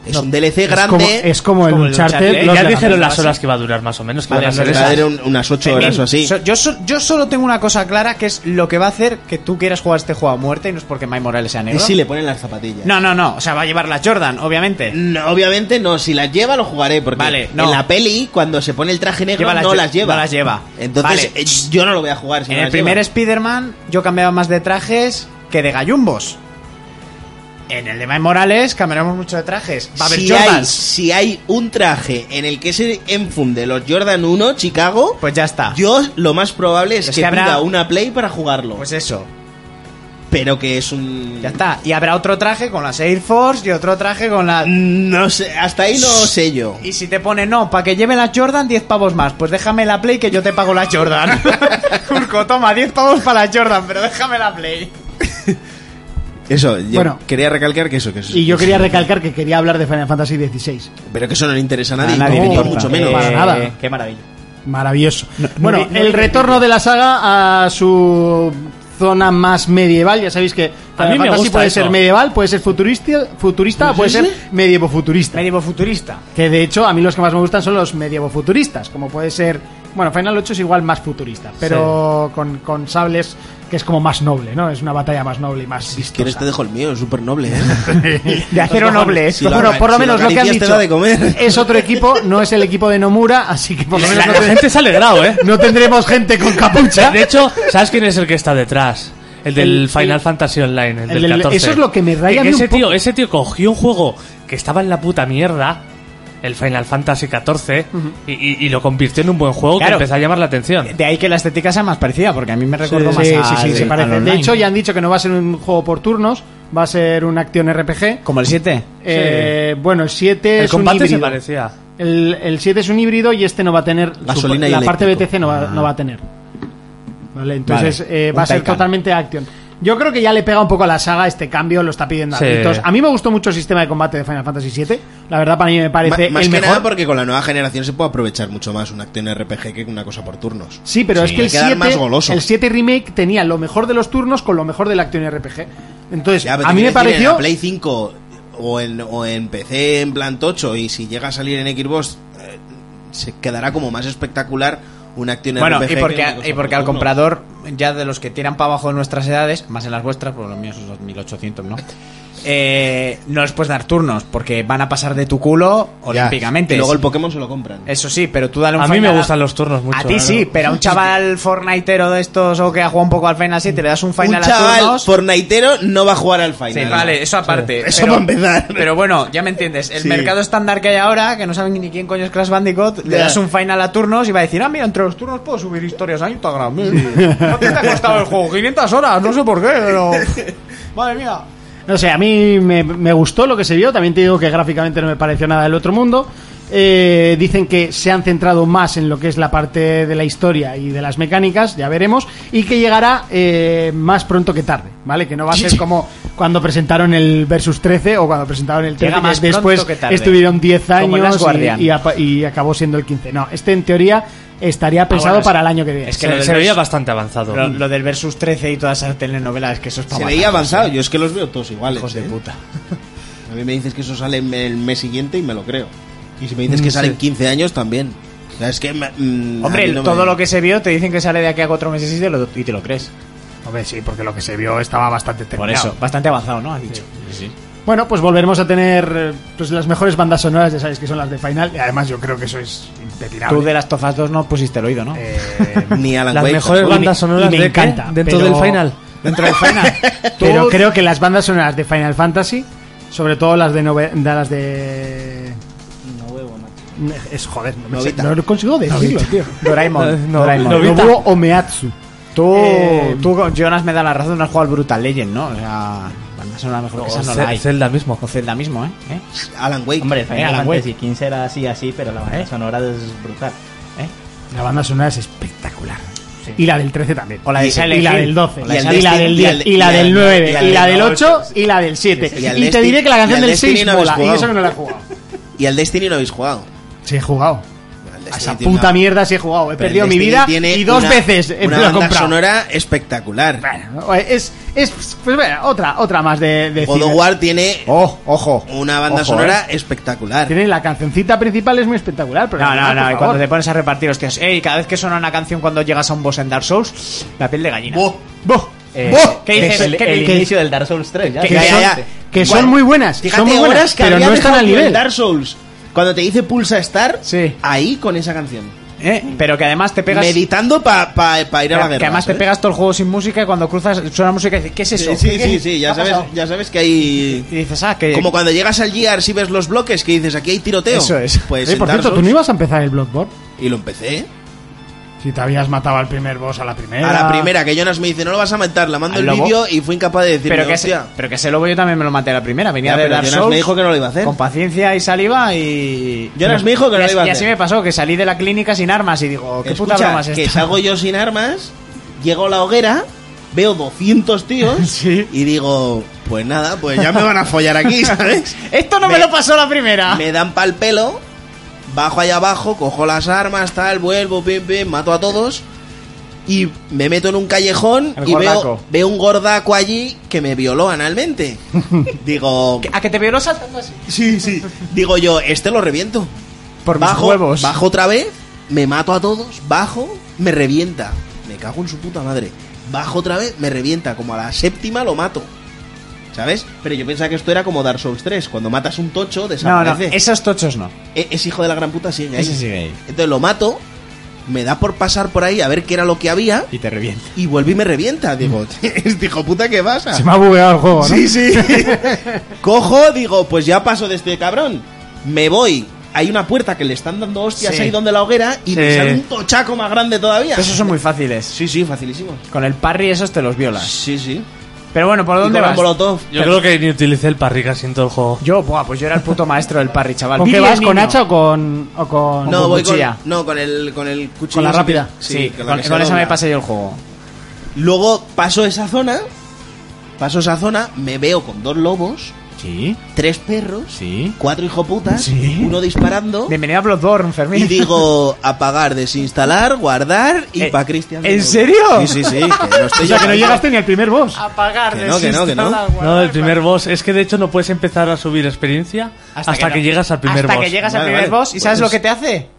Es un DLC
Es como,
grande.
es como el
como el Uncharted,
Uncharted.
Eh,
los
ya
de la
dijeron
mesa.
las horas que va a durar más o menos. Que
Vale,
van a ser
no,
Va
esas.
a haber un- unas 8 horas o así.
So- yo, so- yo solo tengo una cosa clara que es lo que va a hacer que tú quieras jugar este juego a muerte y no es porque Mike Morales sea
Y
negro.
si le ponen las zapatillas.
No, no, no. O sea, va a llevar la Jordan, obviamente.
No, obviamente no, si las lleva lo jugaré, porque
Vale, no.
en la peli, cuando se pone el traje negro,
Lleva las
no
lle-
las lleva.
no las lleva. Vale.
Entonces, eh, yo no lo voy a jugar. Si
En
no
el
las
primer
lleva.
Spider-Man yo cambiaba más de trajes que de gallumbos. En el de Mike Morales cambiamos mucho de trajes. Va a haber
si hay,
Jordans.
si hay un traje en el que se enfunde los Jordan 1, Chicago,
Pues ya está.
yo lo más probable es,
Es
que,
que habrá-
pida una Play para jugarlo.
Pues eso.
pero que es un...
Ya está. Y habrá otro traje con las Air Force y otro traje con la...
No sé, hasta ahí no sé yo.
Y si te pone no, para que lleve la Jordan, 10 pavos más. Pues déjame la Play que yo te pago la Jordan. Urco, toma, 10 pavos para la Jordan, pero déjame la Play.
Eso, yo
Bueno.
quería recalcar que eso, que eso.
Y yo quería recalcar que quería hablar de Final Fantasy XVI.
Pero que eso no le interesa a nadie,
A nadie
no,
le
ni
importa.
mucho
Eh,
menos.
Para nada.
Qué maravilla.
Maravilloso. bueno,
no-
el retorno de la saga a su zona más medieval, ya sabéis que
A mí
Final
me
Fantasy
gusta
puede
eso.
ser medieval, puede ser futurista, futurista o puede ser medievo-futurista.
Medievo futurista.
Que de hecho, a mí los que más me gustan son los medievo-futuristas, como puede ser... Bueno, Final 8 es igual más futurista, pero con, con sables que es como más noble, ¿no? Es una batalla más noble y más
Si quieres
vistosa.
te este dejo el mío, es súper noble, ¿eh?
De acero noble.
Si lo
bueno,
haga-
por lo
si
menos lo que han
acaricias te
dicho
da de comer.
es otro equipo, no es el equipo de Nomura, así que por lo menos no,
La, la
te-
gente se ha alegrado, ¿eh?
no tendremos gente con capucha. ¿eh?
De hecho, ¿sabes quién es el que está detrás? El del
El-
Final
el-
Fantasy Online, el,
el
del
del-
14.
eso es lo que me raya a mí
ese
un poco.
tío, ese tío cogió un juego que estaba en la puta mierda, el Final Fantasy 14, y, y- y lo convirtió en un buen juego
Claro.
que empezó a llamar la atención.
De ahí que la estética sea más parecida, porque a mí me recuerdo más
Sí,
a-
sí, sí,
al-
se
al
parece. De
online.
hecho, ya han dicho que no va a ser un juego por turnos, va a ser una acción RPG.
Como el 7.
Eh, bueno, el 7
el
es un
combate se
híbrido.
parecía.
El, el 7 es un híbrido y este no va a tener su-
Gasolina y
la parte
eléctrico. Ah.
BTC no va, no va a tener. Vale, entonces
Vale,
eh,
un
va a ser
Taycan.
totalmente action. Yo creo que ya le pega un poco a la saga este cambio, lo está pidiendo a
Sí.
gritos. A mí me gustó mucho el sistema de combate de Final Fantasy VII. La verdad para mí me
Ma-
parece
más
el
que
mejor.
nada porque con la nueva generación se puede aprovechar mucho más una acción RPG que una cosa por turnos.
Sí, pero es que el
hay que dar
7,
más goloso.
el 7 remake tenía lo mejor de los turnos con lo mejor de la acción RPG. Entonces,
Ya, pero
a
te
mí me
quiero decir, En
pareció
la Play 5 o en, o en PC en plan tocho y si llega a salir en Xbox eh, se quedará como más espectacular una acción
Bueno,
RPG.
y
que
porque,
una cosa
y
por
porque al
turnos.
comprador, ya de los que tiran para abajo en nuestras edades, más en las vuestras, porque los míos son 2800, ¿no? Eh, no les puedes dar turnos, porque van a pasar de tu culo
Ya,
olímpicamente.
Y luego el Pokémon se lo compran.
Eso sí, pero tú dale un
A mí
Final-
me gustan los turnos mucho.
A ti sí, pero a un chaval Fortniteero de estos o que ha jugado un poco al Final 7, le das un Final a
un chaval
turnos.
fornaitero no va a jugar al final.
Sí, vale, eso aparte.
Eso
pero,
para empezar.
Pero bueno, ya me entiendes. El
Sí.
mercado estándar que hay ahora, que no saben ni quién coño es Crash Bandicoot, le
Ya.
das un final a turnos y va a decir, ah, mira, entre los turnos puedo subir historias a Instagram. ¿Cuánto te ha costado el juego? 500 horas, no sé por qué, pero... Madre mía.
No sé, a mí me, me gustó lo que se vio. También te digo que gráficamente no me pareció nada del otro mundo. Eh, dicen que se han centrado más en lo que es la parte de la historia y de las mecánicas, ya veremos, y que llegará eh, más pronto que tarde, ¿vale? Que no va a ser como cuando presentaron el Versus 13 o cuando presentaron el 13,
Llega más
que después
pronto que tarde.
estuvieron 10
Como el Last
años
Guardian.
y, y apa- y acabó siendo el 15. No, este en teoría estaría pensado
Ah, bueno, es-
para el año que viene.
es que
Se-
lo del
se veía
Versus-
bastante avanzado.
Lo, lo del Versus 13 y todas esas telenovelas, que eso es para
Se
matar,
veía avanzado, yo es que los veo todos iguales.
Hijos de
¿eh?
puta.
A mí me dices que eso sale en el mes siguiente y me lo creo. Y si me dices que sale en 15 años también. O sea, es que. me- mm, a
Mm, Hombre,
mí no me-
todo lo que se vio te dicen que sale de aquí a cuatro meses y te lo, y te lo crees.
Hombre, sí, porque lo que se vio estaba bastante
Por
terminado.
eso, bastante avanzado, ¿no? Has dicho.
Bueno, pues volveremos a tener eh, pues, las mejores bandas sonoras, ya sabéis que son las de Final, y además yo creo que eso es impetinable.
Tú de las Tofas 2 no pusiste el oído, ¿no?
Ni Alan
Las
Wake,
mejores
tampoco.
bandas sonoras
y me
de
encanta,
qué? dentro
pero-
del final.
Dentro del Final.
Pero creo que las bandas sonoras de Final Fantasy, sobre todo las de... nove- de las de... No huevo, Es joder, no, me sé-
Novita.
no lo consigo decirlo, tío.
Doraemon.
No,
Doraemon.
no vi- Novita.
Nobuo Omeatsu.
Tú,
Eh,
Oh, tú, Jonas, me da la razón, no has jugado al Brutal Legend, ¿no? O sea, bandas sonoras mejor que
O
esas no
Ce-
la hay.
Zelda mismo.
O Zelda mismo, ¿eh? ¿Eh?
Alan Wake.
Hombre, Final
Alan Wake.
Fantasy XV era así, así, pero la banda sonora es brutal.
¿Eh?
La banda sonora es espectacular. Y la del 13 también.
O la de
y,
Silent
y la
Hill.
del 12.
O
la del
Y la del
Destiny,
10.
y
Y
la
la
del-
del
y
9.
la
Y la
del
del
8,
8. Y la del 7.
sí. Y al
Y te
Destiny-
diré que la
y
canción
al
del
Destiny
6
no habéis
mola. Y
jugado.
eso que no la he jugado.
Y al Destiny no habéis jugado.
Sí, he jugado.
Al
A
Destiny
esa
tiene
puta
una-
mierda sí he jugado. He
Pero el
perdido mi
Destiny
vida
tiene
y dos
una-
veces he-
Una
me lo he
banda
comprado.
sonora espectacular.
Bueno, es, es pues bueno, otra, otra más de, de
God of
cine.
War tiene
¡Oh, ojo!
una banda
Ojo,
sonora
¿eh?
espectacular.
Tiene la cancioncita principal es muy espectacular, pero
No,
la
no,
verdad,
no,
por
y cuando
favor.
te pones a repartir, hostias, ¡ey! Cada vez que suena una canción cuando llegas a un boss en Dark Souls, la piel de gallina.
Buah.
¡Boh!
Eh,
¿Qué dices?
El,
¿Qué
el
dices?
inicio del Dark Souls 3, ya.
que,
Ya,
son,
ya, ya.
que son
Igual.
muy buenas,
Fíjate
son muy
horas
buenas,
que
pero
habría
no están
dejado
al
por el
nivel.
Dark Souls. Cuando te dice pulsa estar,
Sí.
ahí con esa canción.
¿Eh? Pero que además te pegas...
Meditando para ir a la
que
guerra.
además te
¿sabes?
pegas todo el juego sin música y cuando cruzas suena música y dices, ¿qué es eso?
Sí, sí,
¿Qué-
sí,
qué-
sí,
qué
ya
ha
sabes,
pasado?
ya sabes que hay...
Y dices, ah, que...
Como cuando llegas al GR si ves los bloques que dices aquí hay tiroteo.
Eso es.
Pues
Oye,
en
por
Dark
cierto, ¿tú
Souls- ¿eh?
no ibas a empezar el Bloodborne?
Y lo empecé.
Si te habías matado al primer boss a la primera.
A la primera, que Jonas me dice, no lo vas a matar, la mando
¿Al
el
lobo?
vídeo y fui incapaz de decirle,
Pero que, ese,
hostia.
pero que ese lobo yo también me lo maté a la primera. Venía
Ya,
de
pero
Dark
Jonas
Souls.
me dijo que no lo iba a hacer.
Con paciencia y saliva y.
Jonas me dijo que no
Y
lo
así-
iba a
Y
hacer.
así me pasó, que salí de la clínica sin armas y digo, qué puta
Escucha,
broma es esta.
que salgo yo sin armas, llego a la hoguera, veo 200 tíos y digo, pues nada, pues ya me van a follar aquí, ¿sabes?
Esto no me,
Me-
lo pasó la primera.
me dan pa'l pelo, bajo allá abajo, cojo las armas, tal, vuelvo, pim, pim, mato a todos. Y me meto en un callejón
El
y
gordaco.
veo, veo un gordaco allí que me violó analmente. Digo,
¿A que te violó saltando así?
sí, sí. Digo yo, este lo reviento.
Por mis
bajo,
huevos.
Bajo otra vez, me mato a todos, bajo, me revienta. Me cago en su puta madre. Bajo otra vez, me revienta. Como a la séptima lo mato. ¿Sabes? Pero yo pensaba que esto era como Dark Souls 3. Cuando matas un tocho,
No, no,
desaparece.
esos tochos no.
E- Ese hijo de la gran puta sigue ahí.
Ese sigue ahí.
Entonces lo mato, me da por pasar por ahí a ver qué era lo que había
Y te revienta.
y vuelve y me revienta. Digo, este hijo puta, ¿qué pasa?
Se me ha bugueado el juego, ¿no?
Sí, sí. Cojo, digo, pues ya paso de este cabrón. Me voy. Hay una puerta que le están dando hostias
Sí.
ahí donde la hoguera y me
Sí.
sale un tochaco más grande todavía.
Esos son muy fáciles.
Sí, sí, facilísimo.
Con el parry esos te los violas.
Sí, sí.
Pero bueno, ¿por dónde
Y con la
vas?
Molotov.
Yo creo que ni utilicé el parry casi en todo el juego.
Yo, buah, pues yo era el puto maestro del parry, chaval.
¿Con qué
Billy el
vas? ¿Con
niño.
hacha o con.? O con...
No,
con
voy con,
cuchilla.
no, con el con el cuchillo.
Con la rápida.
Sí,
Sí,
con,
con,
la que se
con esa me
dobla.
pasé yo el juego.
Luego paso esa zona. Paso esa zona, me veo con dos lobos,
Sí.
tres perros,
Sí.
cuatro hijoputas,
Sí.
uno disparando.
Bienvenido a Bloodborne, Fermín.
Y digo apagar, desinstalar, guardar y
Eh,
pa' Cristian.
¿en
Minogue.
serio?
Sí, sí, sí. Que no estoy
O sea, que no
llegando.
llegaste ni al primer boss.
Ah,
Apagar,
Que no, que no, que no.
desinstalar,
No,
guardar,
el primer boss. Es que de hecho no puedes empezar a subir experiencia hasta,
no.
que, llegas al primer
hasta
boss.
que llegas al
Vale,
primer
vale.
boss y ¿sabes lo
Pues-
que te hace?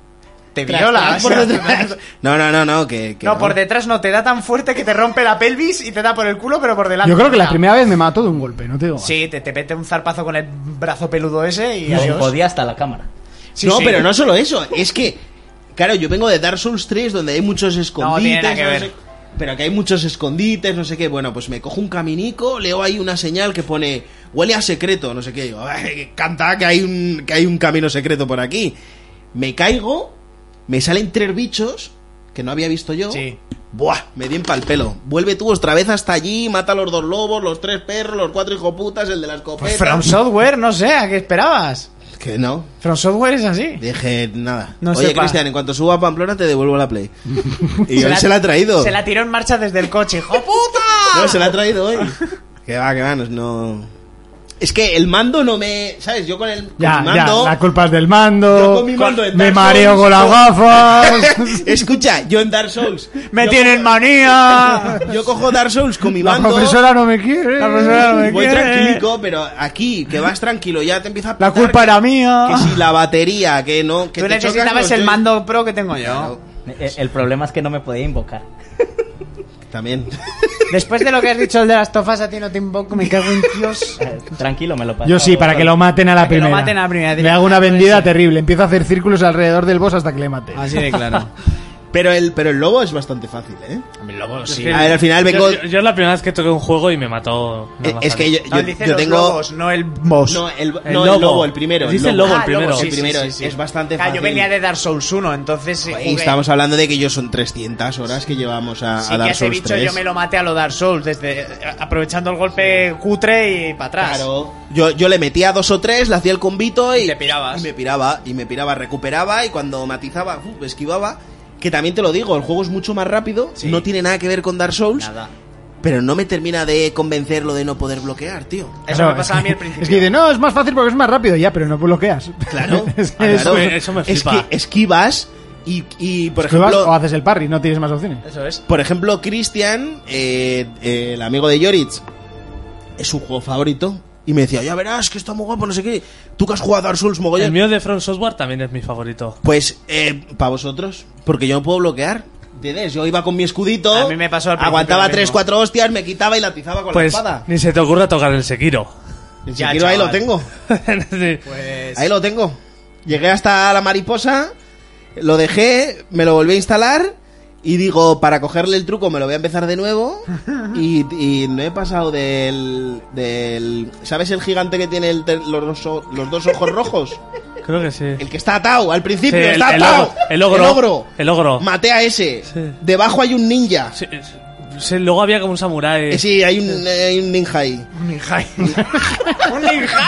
Te
Tras-
viola.
tras-
o
por
sea,
detrás. No, no, no, no, que, que
No, por detrás no, te da tan fuerte que te rompe la pelvis y te da por el culo, pero por delante.
Yo creo que la
Ah.
primera vez me mató de un golpe, no te digo. más.
Sí, te, te mete un zarpazo con el brazo peludo ese y
Y
adiós.
podía hasta la cámara.
Sí,
no,
sí.
pero no solo eso. Es que, claro, yo vengo de Dark Souls 3 donde hay muchos
tiene
escondites.
nada que ver.
sé- pero que hay muchos escondites, no sé qué. Bueno, pues me cojo un caminico, leo ahí una señal que pone huele a secreto, no sé qué. Digo, "Ay, canta que hay, un, que hay un camino secreto por aquí. Me caigo, me salen tres bichos que no había visto yo.
Sí.
Buah, me di pa'l pelo. Vuelve tú otra vez hasta allí, mata a los dos lobos, los tres perros, los cuatro hijoputas, el de las
Pues
copetas.
From Software, no sé, ¿a qué esperabas?
que no.
From Software es así.
Dije, nada.
No
Oye,
sepa.
Cristian, en cuanto suba a Pamplona te devuelvo la Play. y hoy se la ha traído.
Se la tiró en marcha desde el coche, hijo
No, se
puta.
la ha traído hoy. que va, que va, no- no... Es que el mando no me... ¿Sabes? Yo con el, con
Ya,
mi
ya,
mando...
la culpa es del
yo
mando.
con mi mando en
Me
Dark
mareo
Souls-
con las gafas.
Escucha, yo en Dark Souls...
Me
yo
tienen
cojo-
manía.
Yo cojo Dark Souls con mi
La
mando...
profesora no me quiere. La profesora no me
Voy
quiere.
tranquilico, pero aquí, que vas tranquilo, ya te empieza a
La
pitar
culpa
que-
era mía.
Que si la batería, que no... Que
Tú
te chocas
necesitabas
los
el
joy-
mando pro que tengo yo.
El, el problema es que no me podía invocar.
También.
Después de lo que has dicho el de las tofas, a ti no te invoco, me cago en Dios.
Eh, Tranquilo, me lo pasé.
Yo sí, para que lo maten a la
Para que lo
primera.
maten a la primera,
Le hago una
directamente,
vendida
sí.
terrible. Empiezo a hacer círculos alrededor del boss hasta que le mate.
Así de claro.
Pero el, pero el lobo es bastante fácil, ¿eh?
El lobo,
Es
sí.
que
A ver, al final vengo-
Yo, yo- yo la primera vez que toqué un juego y me mató. me
Eh,
mató
es que yo,
No,
yo-
él dice
yo
los
tengo...
lobos, no el boss.
No, el,
El
no, el
lobo.
lobo, el primero.
Dice el lobo, el primero.
sí,
Sí,
el
sí,
primero
sí,
es,
sí.
es bastante
Ah,
fácil.
yo venía de Dark Souls 1, entonces eh,
Y
jugué.
estamos hablando de que ellos son 300 horas que llevamos a,
Sí,
a
que
Dark
ese
Souls
bicho
3.
yo me lo maté a lo Dark Souls, desde, aprovechando el golpe cutre y para atrás.
Claro. Yo, yo le metía dos o tres, le hacía el combito y,
Y te pirabas.
y me piraba, y me piraba, recuperaba y cuando matizaba, uf, esquivaba. Que también te lo digo, el juego es mucho más rápido,
Sí.
no tiene nada que ver con Dark Souls,
Nada.
pero no me termina de convencer lo de no poder bloquear, tío.
Eso
Claro,
me pasaba
es
a mí al
que-
principio.
Es que dice, no, es más fácil porque es más rápido ya, pero no bloqueas.
Claro,
Es que
claro.
es-
Eso me- eso me
Es
flipa.
que esquivas y, y, por
que vas
ejemplo,
o haces el parry, no tienes más opciones.
Eso es.
Por ejemplo, Christian, eh, eh, el amigo de Yorick, es su juego favorito. Y me decía, ya verás, que está muy guapo, no sé qué. Tú que has jugado a Dark Souls
El
mogollón.
mío de From Software también es mi favorito.
Pues, eh, para vosotros, porque yo no puedo bloquear. ¿Entiendes? Yo iba con mi escudito.
A mí me pasó al principio
Aguantaba
lo
tres,
mismo.
cuatro hostias, me quitaba y la atizaba con
Pues
la espada.
ni se te ocurra tocar el Sekiro.
Ni
ya,
siquiera ahí
chaval.
lo tengo.
Pues.
Ahí lo tengo. Llegué hasta la mariposa, lo dejé, me lo volví a instalar y digo, para cogerle el truco me lo voy a empezar de nuevo y, y no he pasado del, del... ¿Sabes el gigante que tiene el ter- los, dos o- los dos ojos rojos?
Creo que sí.
El que está atado al principio,
Sí, el-
está
el
atado.
ogro, el ogro,
El ogro.
el ogro.
Maté a ese.
Sí.
Debajo hay un ninja.
Sí, es- sí, luego había como un samurái.
Eh, Sí, hay un, eh, hay un ninja ahí.
¡Un ninja!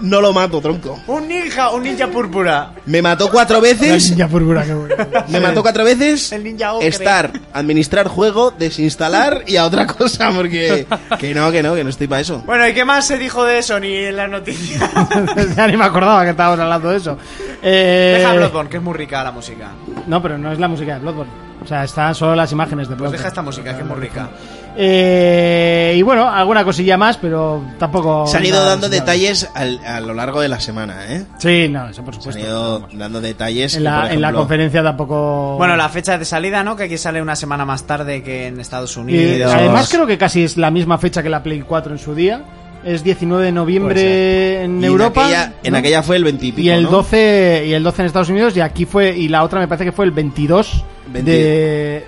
No lo mato, tronco.
¡Un ninja! ¡Un ninja púrpura!
Me mató cuatro veces.
Ya por pura que bueno.
Me mató cuatro veces.
El ninja ocre.
Estar, administrar juego, desinstalar y a otra cosa, porque. Que no, que no, que no estoy para eso.
Bueno, ¿y qué más se dijo de eso ni en la noticia?
Ya ni me acordaba que estábamos hablando de eso. Eh,
Deja Bloodborne, que es muy rica la música.
No, pero no es la música de Bloodborne. O sea, están solo las imágenes de
Pues
Bloodborne.
deja esta música, que es muy rica.
Eh, y bueno, alguna cosilla más, pero tampoco.
Se han ido
nada
dando
destacable.
detalles al- a lo largo de la semana, ¿eh?
Sí, no, eso por
Se
Pues
han
supuesto.
ido dando detalles.
En la,
por
en la
ejemplo,
conferencia tampoco.
Bueno, la fecha de salida, ¿no? Que aquí sale una semana más tarde que en Estados
Y,
Unidos.
además, creo que casi es la misma fecha que la Play 4 en su día. Es 19 de
Puede
noviembre en
y
Europa.
En aquella, en
¿no?
aquella fue el 20 y pico,
y el
¿no?
12 y el 12 en Estados Unidos y aquí fue y la otra me parece que fue el 22
Veinti-
de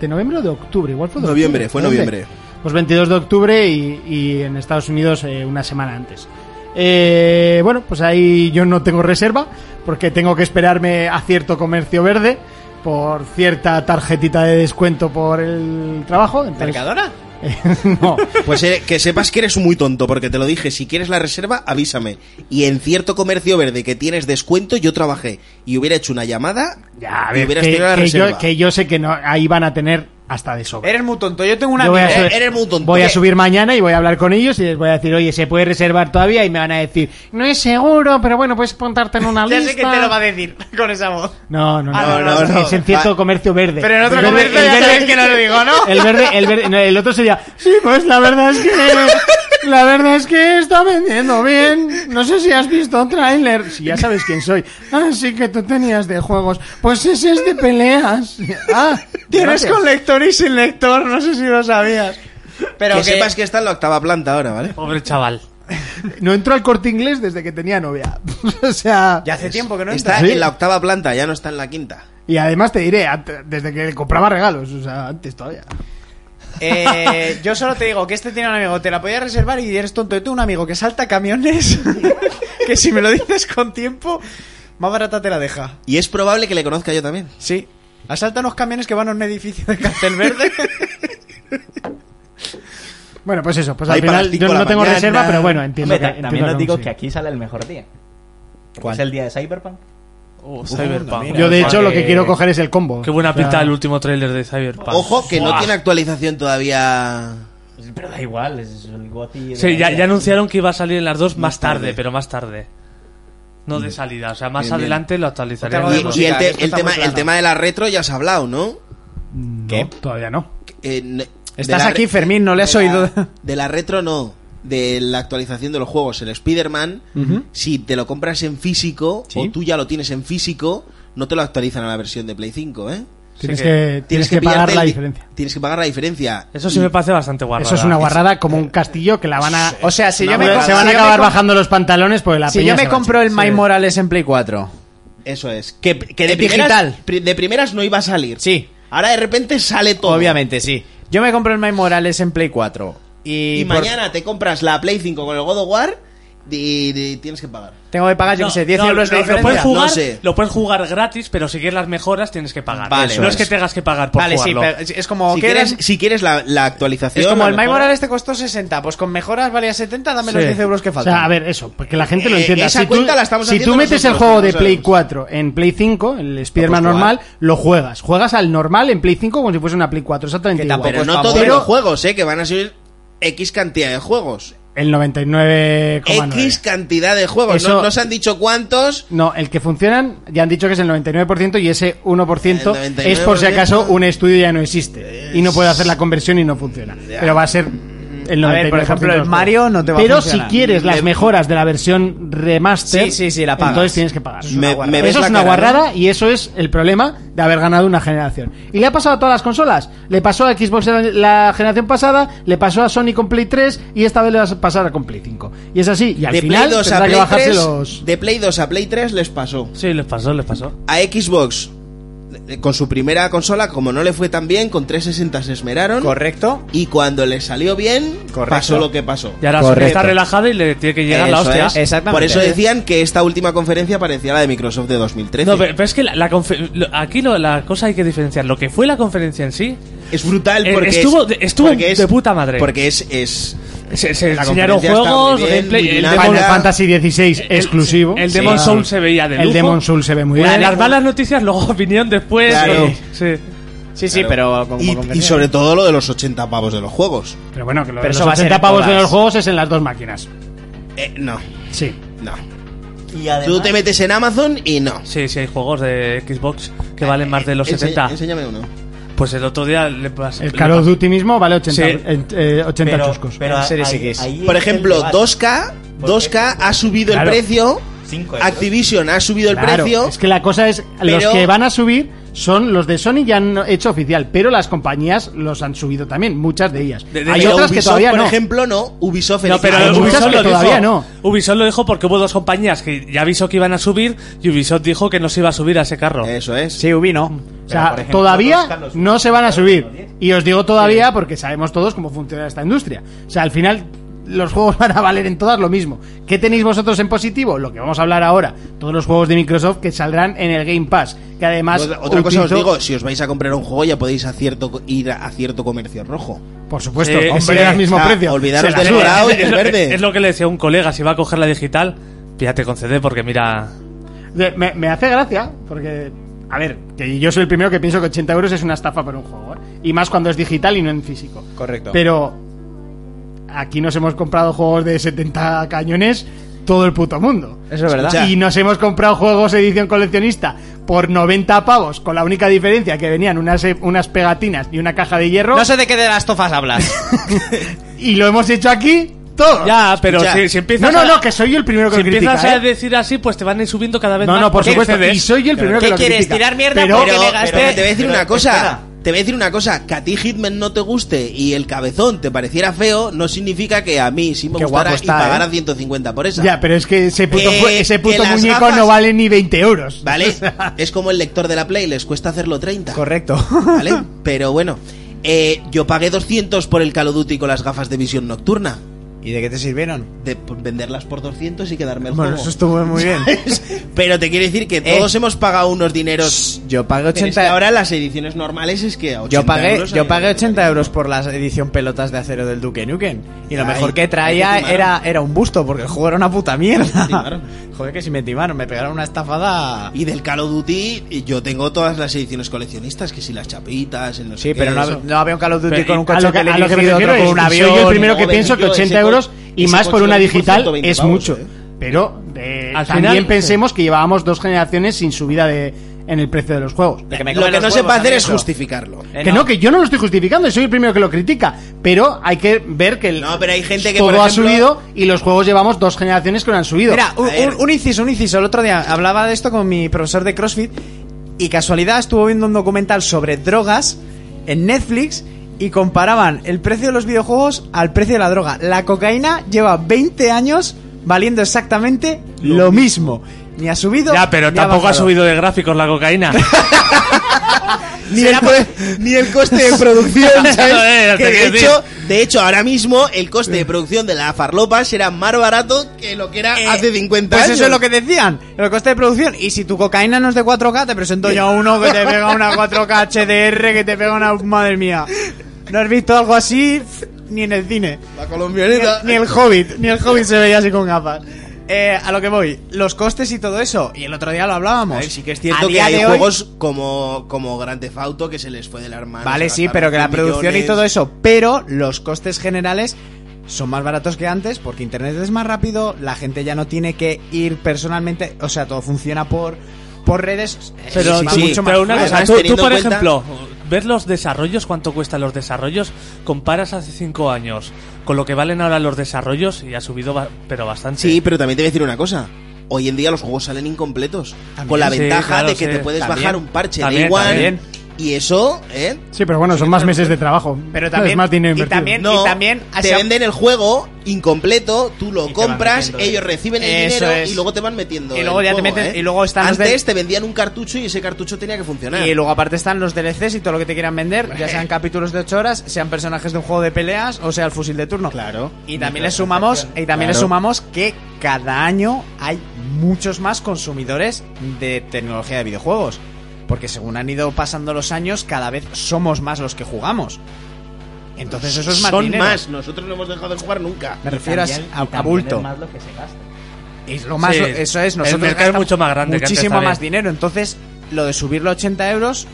de noviembre o de octubre igual fue de octubre,
Noviembre, fue noviembre.
pues 22 de octubre y, y en Estados Unidos eh, una semana antes Eh, bueno pues ahí yo no tengo reserva porque tengo que esperarme a cierto comercio verde por cierta tarjetita de descuento por el trabajo entonces-
¿Mercadona?
no
Pues eh, que sepas que eres muy tonto, porque te lo dije, si quieres la reserva, avísame. Y en cierto comercio verde que tienes descuento, yo trabajé y hubiera hecho una llamada
Ya, a
y
ver,
hubieras
que,
tenido la
que
reserva.
yo, que yo sé que no ahí van a tener hasta de sobra
Eres muy tonto. Yo tengo una eh,
Yo voy a
amiga-
subir-
eres muy tonto.
voy a
¿Qué?
subir mañana y voy a hablar con ellos y les voy a decir, oye, ¿se puede reservar todavía? Y me van a decir, no es seguro, pero bueno, puedes apuntarte en una
Ya
lista.
sé que te lo va a decir con esa voz.
No, no, no,
Ah, no, no,
es-
no.
es en cierto
Va.
comercio verde.
Pero en otro
El verde-
comercio
el
ya
verde-
sabes que no lo digo, ¿no?
El verde, el verde, no, el otro sería, sí, pues la verdad es que, la verdad es que está vendiendo bien. No sé si has visto un tráiler, si ya sabes quién soy. Ah, sí que tú tenías de juegos. Pues ese es de peleas. Ah,
Tienes
gracias.
con lector y sin lector, no sé si lo sabías. Pero
Que sepas que está en la octava planta ahora, ¿vale?
Pobre chaval.
No entro al corte inglés desde que tenía novia. o sea.
Ya hace tiempo que no
Está
está.
Sí.
en la octava planta, ya no está en la quinta.
Y además te diré, ante- desde que compraba regalos, o sea, antes todavía.
Eh, yo solo te digo que este tiene un amigo, te la podías reservar y eres tonto. Y tú, un amigo que salta camiones, que si me lo dices con tiempo, más barata te la deja.
Y es probable que le conozca yo también.
Sí. Asalta unos camiones que van a un edificio de Castelverde.
Bueno, pues eso, pues
Ahí
al
para las
final
cinco
yo
de
no
la
tengo
mañana.
reserva, pero bueno, entiendo
Hombre,
que.
ta- también
entiendo
os
que
digo
sí.
que aquí sale el mejor día. que
¿Cuál?
Es el día de Cyberpunk.
Uh,
Oh, Cyberpunk. Eh,
Yo de hecho lo que quiero coger es el combo.
Qué buena
O sea,
pinta el último tráiler de Cyberpunk.
Ojo, que no tiene actualización todavía.
Pues, Pero da igual, es el goti. de
Sí,
la
ya,
vida.
ya anunciaron que iba a salir en las dos más tarde,
tarde.
pero más tarde. No de salida, o sea, más
Bien, bien.
adelante lo actualizarían.
Otra
Y,
cosa
y el,
música,
te-
esto
el
está
tema,
muy
el
plano.
tema de la retro ya has hablado, ¿no?
¿Qué? Todavía no.
Eh, ne-
Estás
de la
aquí,
re-
Fermín, no le has
de la-
oído.
De la retro no. De la actualización de los juegos. El Spider-Man, si te lo compras en físico o tú ya lo tienes en físico, no te lo actualizan a la versión de Play 5, ¿eh?
Tienes
que-
que, tienes que,
pillarte
pagar la
el-
diferencia.
Tienes que pagar la diferencia.
Eso sí me parece bastante guarrada.
Eso es una guarrada como un castillo que la van a.
O sea, si
no,
yo me
pero
com-
se van
si
a
yo
acabar
me com-
bajando los pantalones, pues la
Si
peña
yo
se
me
va
compro
a
el
echar.
My
Sí.
Morales en Play 4.
Eso es. Que, que de,
Es
primeras,
digital.
pri- de primeras no iba a salir.
Sí.
Ahora de repente sale todo.
Obviamente, sí. Yo me compro el My Morales en Play 4. Y,
Y,
por-
mañana te compras la Play 5 con el God of War y, y tienes que pagar.
Tengo que pagar, yo qué sé, 10
no,
euros de
lo- lo, puedes
diferencia.
jugar,
No sé.
lo puedes jugar gratis, pero si quieres las mejoras tienes que pagar.
Vale,
no es.
eso
que
es.
tengas que pagar por
Vale, sí,
jugarlo.
pero es- es como
Si
que
quieres,
eres-
si quieres la, la actualización.
Es como
la
el My
mejora-
Morales te costó 60, pues con mejoras valía 70, dame los
Sí.
10 euros que
O
faltan.
sea, a ver, eso, porque la gente lo
Eh,
entienda.
esa
si tú,
cuenta la estamos
si
haciendo
tú metes el
nosotros,
juego de
no
Play
sabemos.
4 en Play 5, el Spider-Man
jugar.
normal, lo juegas. Juegas al normal en Play 5 como si fuese una Play 4, exactamente
Que
igual.
tampoco
Pero
Pues
no
vamos.
todos
Pero-
los juegos, ¿eh? Que van a subir X cantidad de juegos.
El 99,9.
X cantidad de juegos.
Eso-
No, no se han dicho cuántos.
No, el que funcionan ya han dicho que es el 99% y ese 1%
El 99%.
es por si acaso un estudio ya no existe y no puede hacer la conversión y no funciona. Pero va a ser el 99%.
A ver, por ejemplo,
de los
el Mario
juegos.
no te va a
Pero
funcionar.
si quieres las mejoras de la versión remaster,
Sí, sí, sí, la pagas.
entonces tienes que pagar.
Me- me guarrada. ves
eso
la
es una
cara,
guarrada y eso es el problema de haber ganado una generación. Y le ha pasado a todas las consolas. Le pasó a Xbox en la generación pasada, le pasó a Sony con Play 3 y esta vez le va a pasar a con Play 5. Y es así. Y al
de,
final
Play 2 a
tendrá que
Play
bajarse
3,
los...
de Play 2 a Play 3 les pasó.
Sí, les pasó, les pasó.
A Xbox eh, con su primera consola, como no le fue tan bien, con 360 se esmeraron.
Correcto.
Y cuando le salió bien,
Correcto.
pasó lo que pasó.
Y ahora
Correcto.
está relajada y le tiene que llegar la
Eso
hostia.
es.
Exactamente.
Por eso decían que esta última conferencia parecía la de Microsoft de 2013.
No, pero, pero es que la, la confe- lo- aquí lo- la cosa hay que diferenciar. Lo que fue la conferencia en sí,
es brutal
Eh,
porque
estuvo-
es,
estuvo
porque
de puta madre.
Porque es, es
se, se
La
enseñaron
conferencia está
juegos,
muy bien,
gameplay.
muy
El
dinámica.
Demon,
Final
Ahora-
Fantasy XVI exclusivo.
el Demon
Sí.
Soul se veía de lujo.
El Demon Soul se ve muy
La-
bien.
las malas noticias luego vinieron después.
Claro.
eh, sí.
Sí, sí, pero como
y, y
conferencia.
sobre todo lo de los 80 pavos de los juegos.
Pero bueno, que lo
Pero
de
eso
los
va a ser
80
en
pavos de
todas.
los juegos es en las dos máquinas.
Eh, no,
Sí.
no.
Y además,
Tú te metes en Amazon y no.
Sí, sí, hay juegos de Xbox que valen más de los
Ense-
70.
Enséñame uno.
Pues el otro día le pasé.
El Call of Duty mismo vale 80,
Sí.
en- eh, 80
pero,
chuscos.
pero
En Series
ahí-
X.
ahí
Por
es el
ejemplo,
debate.
2K,
Porque-
2K ha subido
Claro.
el precio.
Cinco euros.
Activision ha subido el
Claro,
precio.
Es que la cosa es, los
Pero-
que van a subir son los de Sony ya han hecho oficial, pero las compañías los han subido también, muchas de ellas.
De- de-
Hay
Pero
otras que
Ubisoft,
todavía
por
no.
ejemplo, no. Ubisoft
No,
el-
pero
Hay
Ubisoft-
muchas
Ubisoft
que
lo,
todavía
dijo,
no.
Ubisoft lo dijo porque hubo dos compañías que ya avisó que iban a subir y Ubisoft dijo que no se iba a subir a ese carro.
Eso es.
Sí, Ubi no.
O sea,
Pero, por ejemplo,
todavía
los Carlos-
no se van a subir.
Carlos
Y os digo todavía porque sabemos todos cómo funciona esta industria. O sea, al final los juegos van a valer en todas lo mismo. ¿Qué tenéis vosotros en positivo? Lo que vamos a hablar ahora. Todos los juegos de Microsoft que saldrán en el Game Pass. Que además...
otra otra cosa os
utilizo-
digo, si os vais a comprar un juego ya podéis a cierto, co- ir a cierto comercio rojo.
Por supuesto,
Eh,
hombre,
sí,
al mismo
o sea,
precio.
olvidaros
Se la
del
suda.
dorado y
es,
del
lo,
verde.
es lo que le decía un colega, si va a coger la digital, pídate con CD porque mira...
De- Me, me hace gracia, porque. A ver, que yo soy el primero que pienso que 80 euros es una estafa para un juego. ¿eh? Y más cuando es digital y no en físico.
Correcto.
Pero. Aquí nos hemos comprado juegos de 70 cañones todo el puto mundo.
Eso es verdad.
Escucha,
Y nos hemos comprado juegos edición coleccionista por 90 pavos, con la única diferencia que venían unas, eh, unas pegatinas y una caja de hierro.
No sé de qué de las tofas hablas.
Y lo hemos hecho aquí todo.
Ya, pero
Escucha.
si, si empiezas
No, no,
a-
no, que soy yo el primero que
si
lo critica.
empiezas a
¿eh?
decir así, pues te van a ir subiendo cada vez
No,
más.
no, por
porque
supuesto.
CDs.
Y soy yo el primero
¿Qué
que lo
quieres,
critica.
tirar mierda
Pero-
porque me
Pero
gasté?
te voy a decir
Pero,
una cosa.
espera.
Te voy a decir una cosa. Que a ti Hitman no te guste y el cabezón te pareciera feo, no significa que a mí sí me
Qué
gustara
guapo está,
y pagara
¿eh?
150 por esa.
Ya, pero es que ese puto,
Eh,
jue- ese puto
que las
muñeco
gafas-
no vale ni 20 euros.
¿Vale? es como el lector de la Play, les cuesta hacerlo 30.
Correcto.
¿Vale? Pero bueno. eh, yo pagué 200 por el Call of Duty con las gafas de visión nocturna.
¿Y de qué te sirvieron?
De p- venderlas por 200 y quedarme el
Bueno,
juego.
eso estuvo muy bien.
Pero te quiero decir que
Eh.
todos hemos pagado unos dineros.
Yo pagué
Pero
80
es que ahora las ediciones normales es que a 80
Yo pagué,
euros
yo
hay-
pagué 80 euros por la edición pelotas de acero del Duque Nukem. Y lo
Ay,
mejor que
ay,
traía
te timaron.
era, era un busto, porque el juego era una puta mierda.
timaron.
Joder, que si me timaron, me pegaron una estafada.
Y del Call of Duty y yo tengo todas las ediciones coleccionistas, que si las chapitas, el no sé
Sí, pero
qué,
no,
eso.
no había un Call of Duty
Pero,
con
y-
un
A
coche
lo que, a lo que me
dirigido,
refiero
otro con
es,
un
soy
avión.
yo el primero que
joder,
pienso que
tío, ese
80 euros y
coche-
más por
ese
una
coche
digital
por 120
es
pavos,
mucho.
eh.
Pero eh,
Al
también
final-
pensemos que llevábamos dos generaciones sin subida de, en el precio de los juegos.
De que me
Lo
comen
que
los
no se
huevos,
puede hacer
a mí
es
eso.
justificarlo.
Eh,
que no. que yo no lo estoy justificando, soy el primero que lo critica. Pero hay que ver que el-
No, pero hay gente que,
todo
por
ha
ejemplo-
subido y los juegos llevamos dos generaciones que no han subido.
Mira, un,
A ver.
un- un inciso, un inciso. El otro día hablaba de esto con mi profesor de CrossFit y casualidad estuvo viendo un documental sobre drogas en Netflix y comparaban el precio de los videojuegos al precio de la droga. La cocaína lleva 20 años valiendo exactamente lo, mismo. Ni ha subido.
Ya, pero
ni ha
tampoco ha
bajado.
subido de gráficos la cocaína.
Ni el, co- ni el coste de producción,
Joder,
¿sabes? Que
te
de,
quiero
hecho, de hecho, ahora mismo el coste de producción de la farlopa será más barato que lo que era
Eh,
hace 50
Pues
años.
eso es lo que decían, el coste de producción. Y si tu cocaína no es de 4K, te presento yo a uno que te pega una 4K HDR, que te pega una... Madre mía. ¿No has visto algo así? Ni en el cine. Ni
La
el,
colombianeta.
ni el Hobbit, ni el Hobbit se veía así con gafas. Eh, a lo que voy, los costes y todo eso. Y el otro día lo hablábamos.
A ver, sí que es cierto
A
que
día
hay
de hoy-
juegos como, como Grand Theft Auto que se les fue del arma.
Vale,
se
sí,
gastaron
pero que la
100
producción y
millones.
todo eso. Pero los costes generales son más baratos que antes porque Internet es más rápido, la gente ya no tiene que ir personalmente, o sea, todo funciona por, por redes. eh,
Pero,
va
tú-
mucho más
pero una
fácil.
cosa,
Además,
tú, tú,
teniendo
por
en cuenta-
ejemplo, ves los desarrollos, cuánto cuestan los desarrollos, comparas hace 5 años con lo que valen ahora los desarrollos y ha subido, ba- pero bastante.
Sí, pero también te voy a decir una cosa. Hoy en día los juegos salen incompletos.
También,
con la
sí,
ventaja
claro,
de que
sí.
te puedes
También,
bajar un parche
también,
de One
también.
Y eso, ¿eh?
Sí, pero bueno, son más meses de trabajo.
Pero también-
es más dinero
y
invertido.
también-
No,
también
te
hacia-
venden el juego incompleto, tú lo
Y te van
compras,
metiendo, eh.
ellos reciben el
Eso
dinero
es.
y luego te van metiendo.
Y luego
el
ya te
juego,
meten-
¿eh?
y luego están los de-
Antes te vendían un cartucho y ese cartucho tenía que funcionar.
Y luego aparte están los DLCs y todo lo que te quieran vender, ya sean capítulos de 8 horas, sean personajes de un juego de peleas o sea el fusil de turno. Claro. Y también le sumamos y también le
Claro.
sumamos que cada año hay muchos más consumidores de tecnología de videojuegos, porque según han ido pasando los años cada vez somos más los que jugamos. Entonces eso es más
Son
dinero.
más, nosotros no hemos dejado de jugar nunca.
Me refiero a-
También- y
a, a
también
bulto.
es más lo que se gasta.
Es lo más,
Sí,
eso es,
el
nosotros
mercado es
gastamos
mucho más grande que antes
Muchísimo
también.
más dinero, entonces lo de subirlo a 80 euros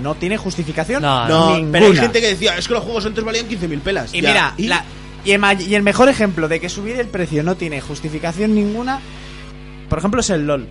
no tiene justificación.
No,
No, pero hay
ninguna.
gente que decía, es que los juegos antes valían 15.000 pelas.
Y
Ya.
mira, la- y, el, ma- y el mejor ejemplo de que subir el precio no tiene justificación ninguna, por ejemplo, es el LOL.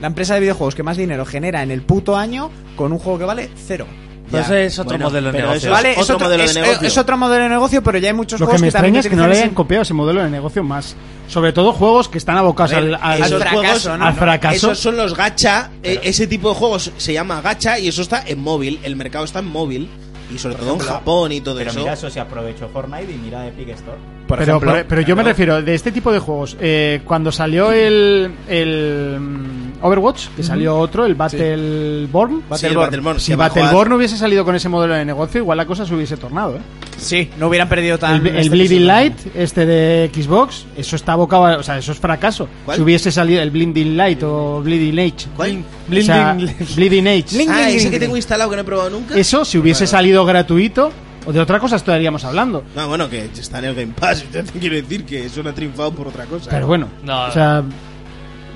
La empresa de videojuegos que más dinero genera en el puto año con un juego que vale cero.
Entonces es otro
bueno,
modelo de
pero
negocio.
eso
Vale, es
otro
otro,
modelo de
es-
negocio.
es otro modelo de negocio, pero ya hay muchos
Lo que
juegos
me
también
extraña es que no le
utilizan
hayan copiado ese modelo de negocio más. Sobre todo juegos que están abocados al, al-
esos
fracaso,
juegos-
¿no?
al fracaso.
Esos son los gacha. eh, ese tipo de juegos se llama gacha y eso está en móvil. El mercado está en móvil. Y sobre todo en Japón y todo
Pero
eso.
mira eso se aprovechó Fortnite y mira Epic Store.
por
pero,
ejemplo,
pero- pero yo me refiero, de este tipo de juegos, eh, cuando salió el, el mm, Overwatch, que salió otro, el Battleborn.
Sí, el Battleborn,
Si
que va a jugar-
Battleborn no hubiese salido con ese modelo de negocio, igual la cosa se hubiese tornado. ¿eh?
Sí, no hubieran perdido tan...
El, el
este
Bleeding
precio.
Light, este de Xbox, eso está abocado, a- o sea, eso es fracaso.
¿Cuál?
Si hubiese salido el Blinding Light o Bleeding Edge.
¿Cuál?
O sea, Bleeding Edge.
Ah, ese que tengo instalado que no he probado nunca.
Eso, si hubiese salido gratuito, o de otra cosa estaríamos hablando.
No, bueno, que está en el Game Pass. Yo te quiero decir que eso no ha triunfado por otra cosa.
Pero bueno,
No.
o sea,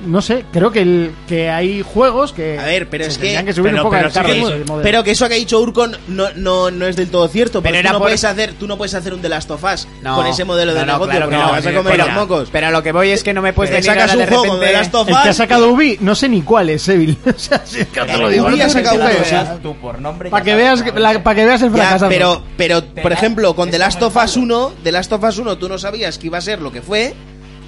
no sé, creo que, el, que hay juegos que.
A ver, pero
se
es
tendrían
que-
subir un
pero-
poco
pero
al
sí
carro
que-
ese modelo.
Pero que eso que ha dicho Urcon no, no, no es del todo cierto. Pero
Pero era
tú, no
por-
puedes hacer, tú no puedes hacer un The Last of Us
No,
con ese modelo de
no, no,
negocio.
claro
porque
que no,
te vas a
sí,
comer
pero-
los mocos.
Pero a lo que voy es que no me puedes
Pero
venir
sacas
ahora
un
de
juego de
repente-
Last of
El que ha
Us.
sacado Ubi, no sé ni cuál es, Evil. o sea, Ubi ha sacado
Claro,
uno, o
o sea,
sea,
tú por nombre.
para que veas que- la- para que veas el
Ya,
fracaso.
pero, pero por
da-
ejemplo, con
es
The Last
como el
of Us
palo.
1, The Last of Us 1 tú no sabías que iba a ser lo que fue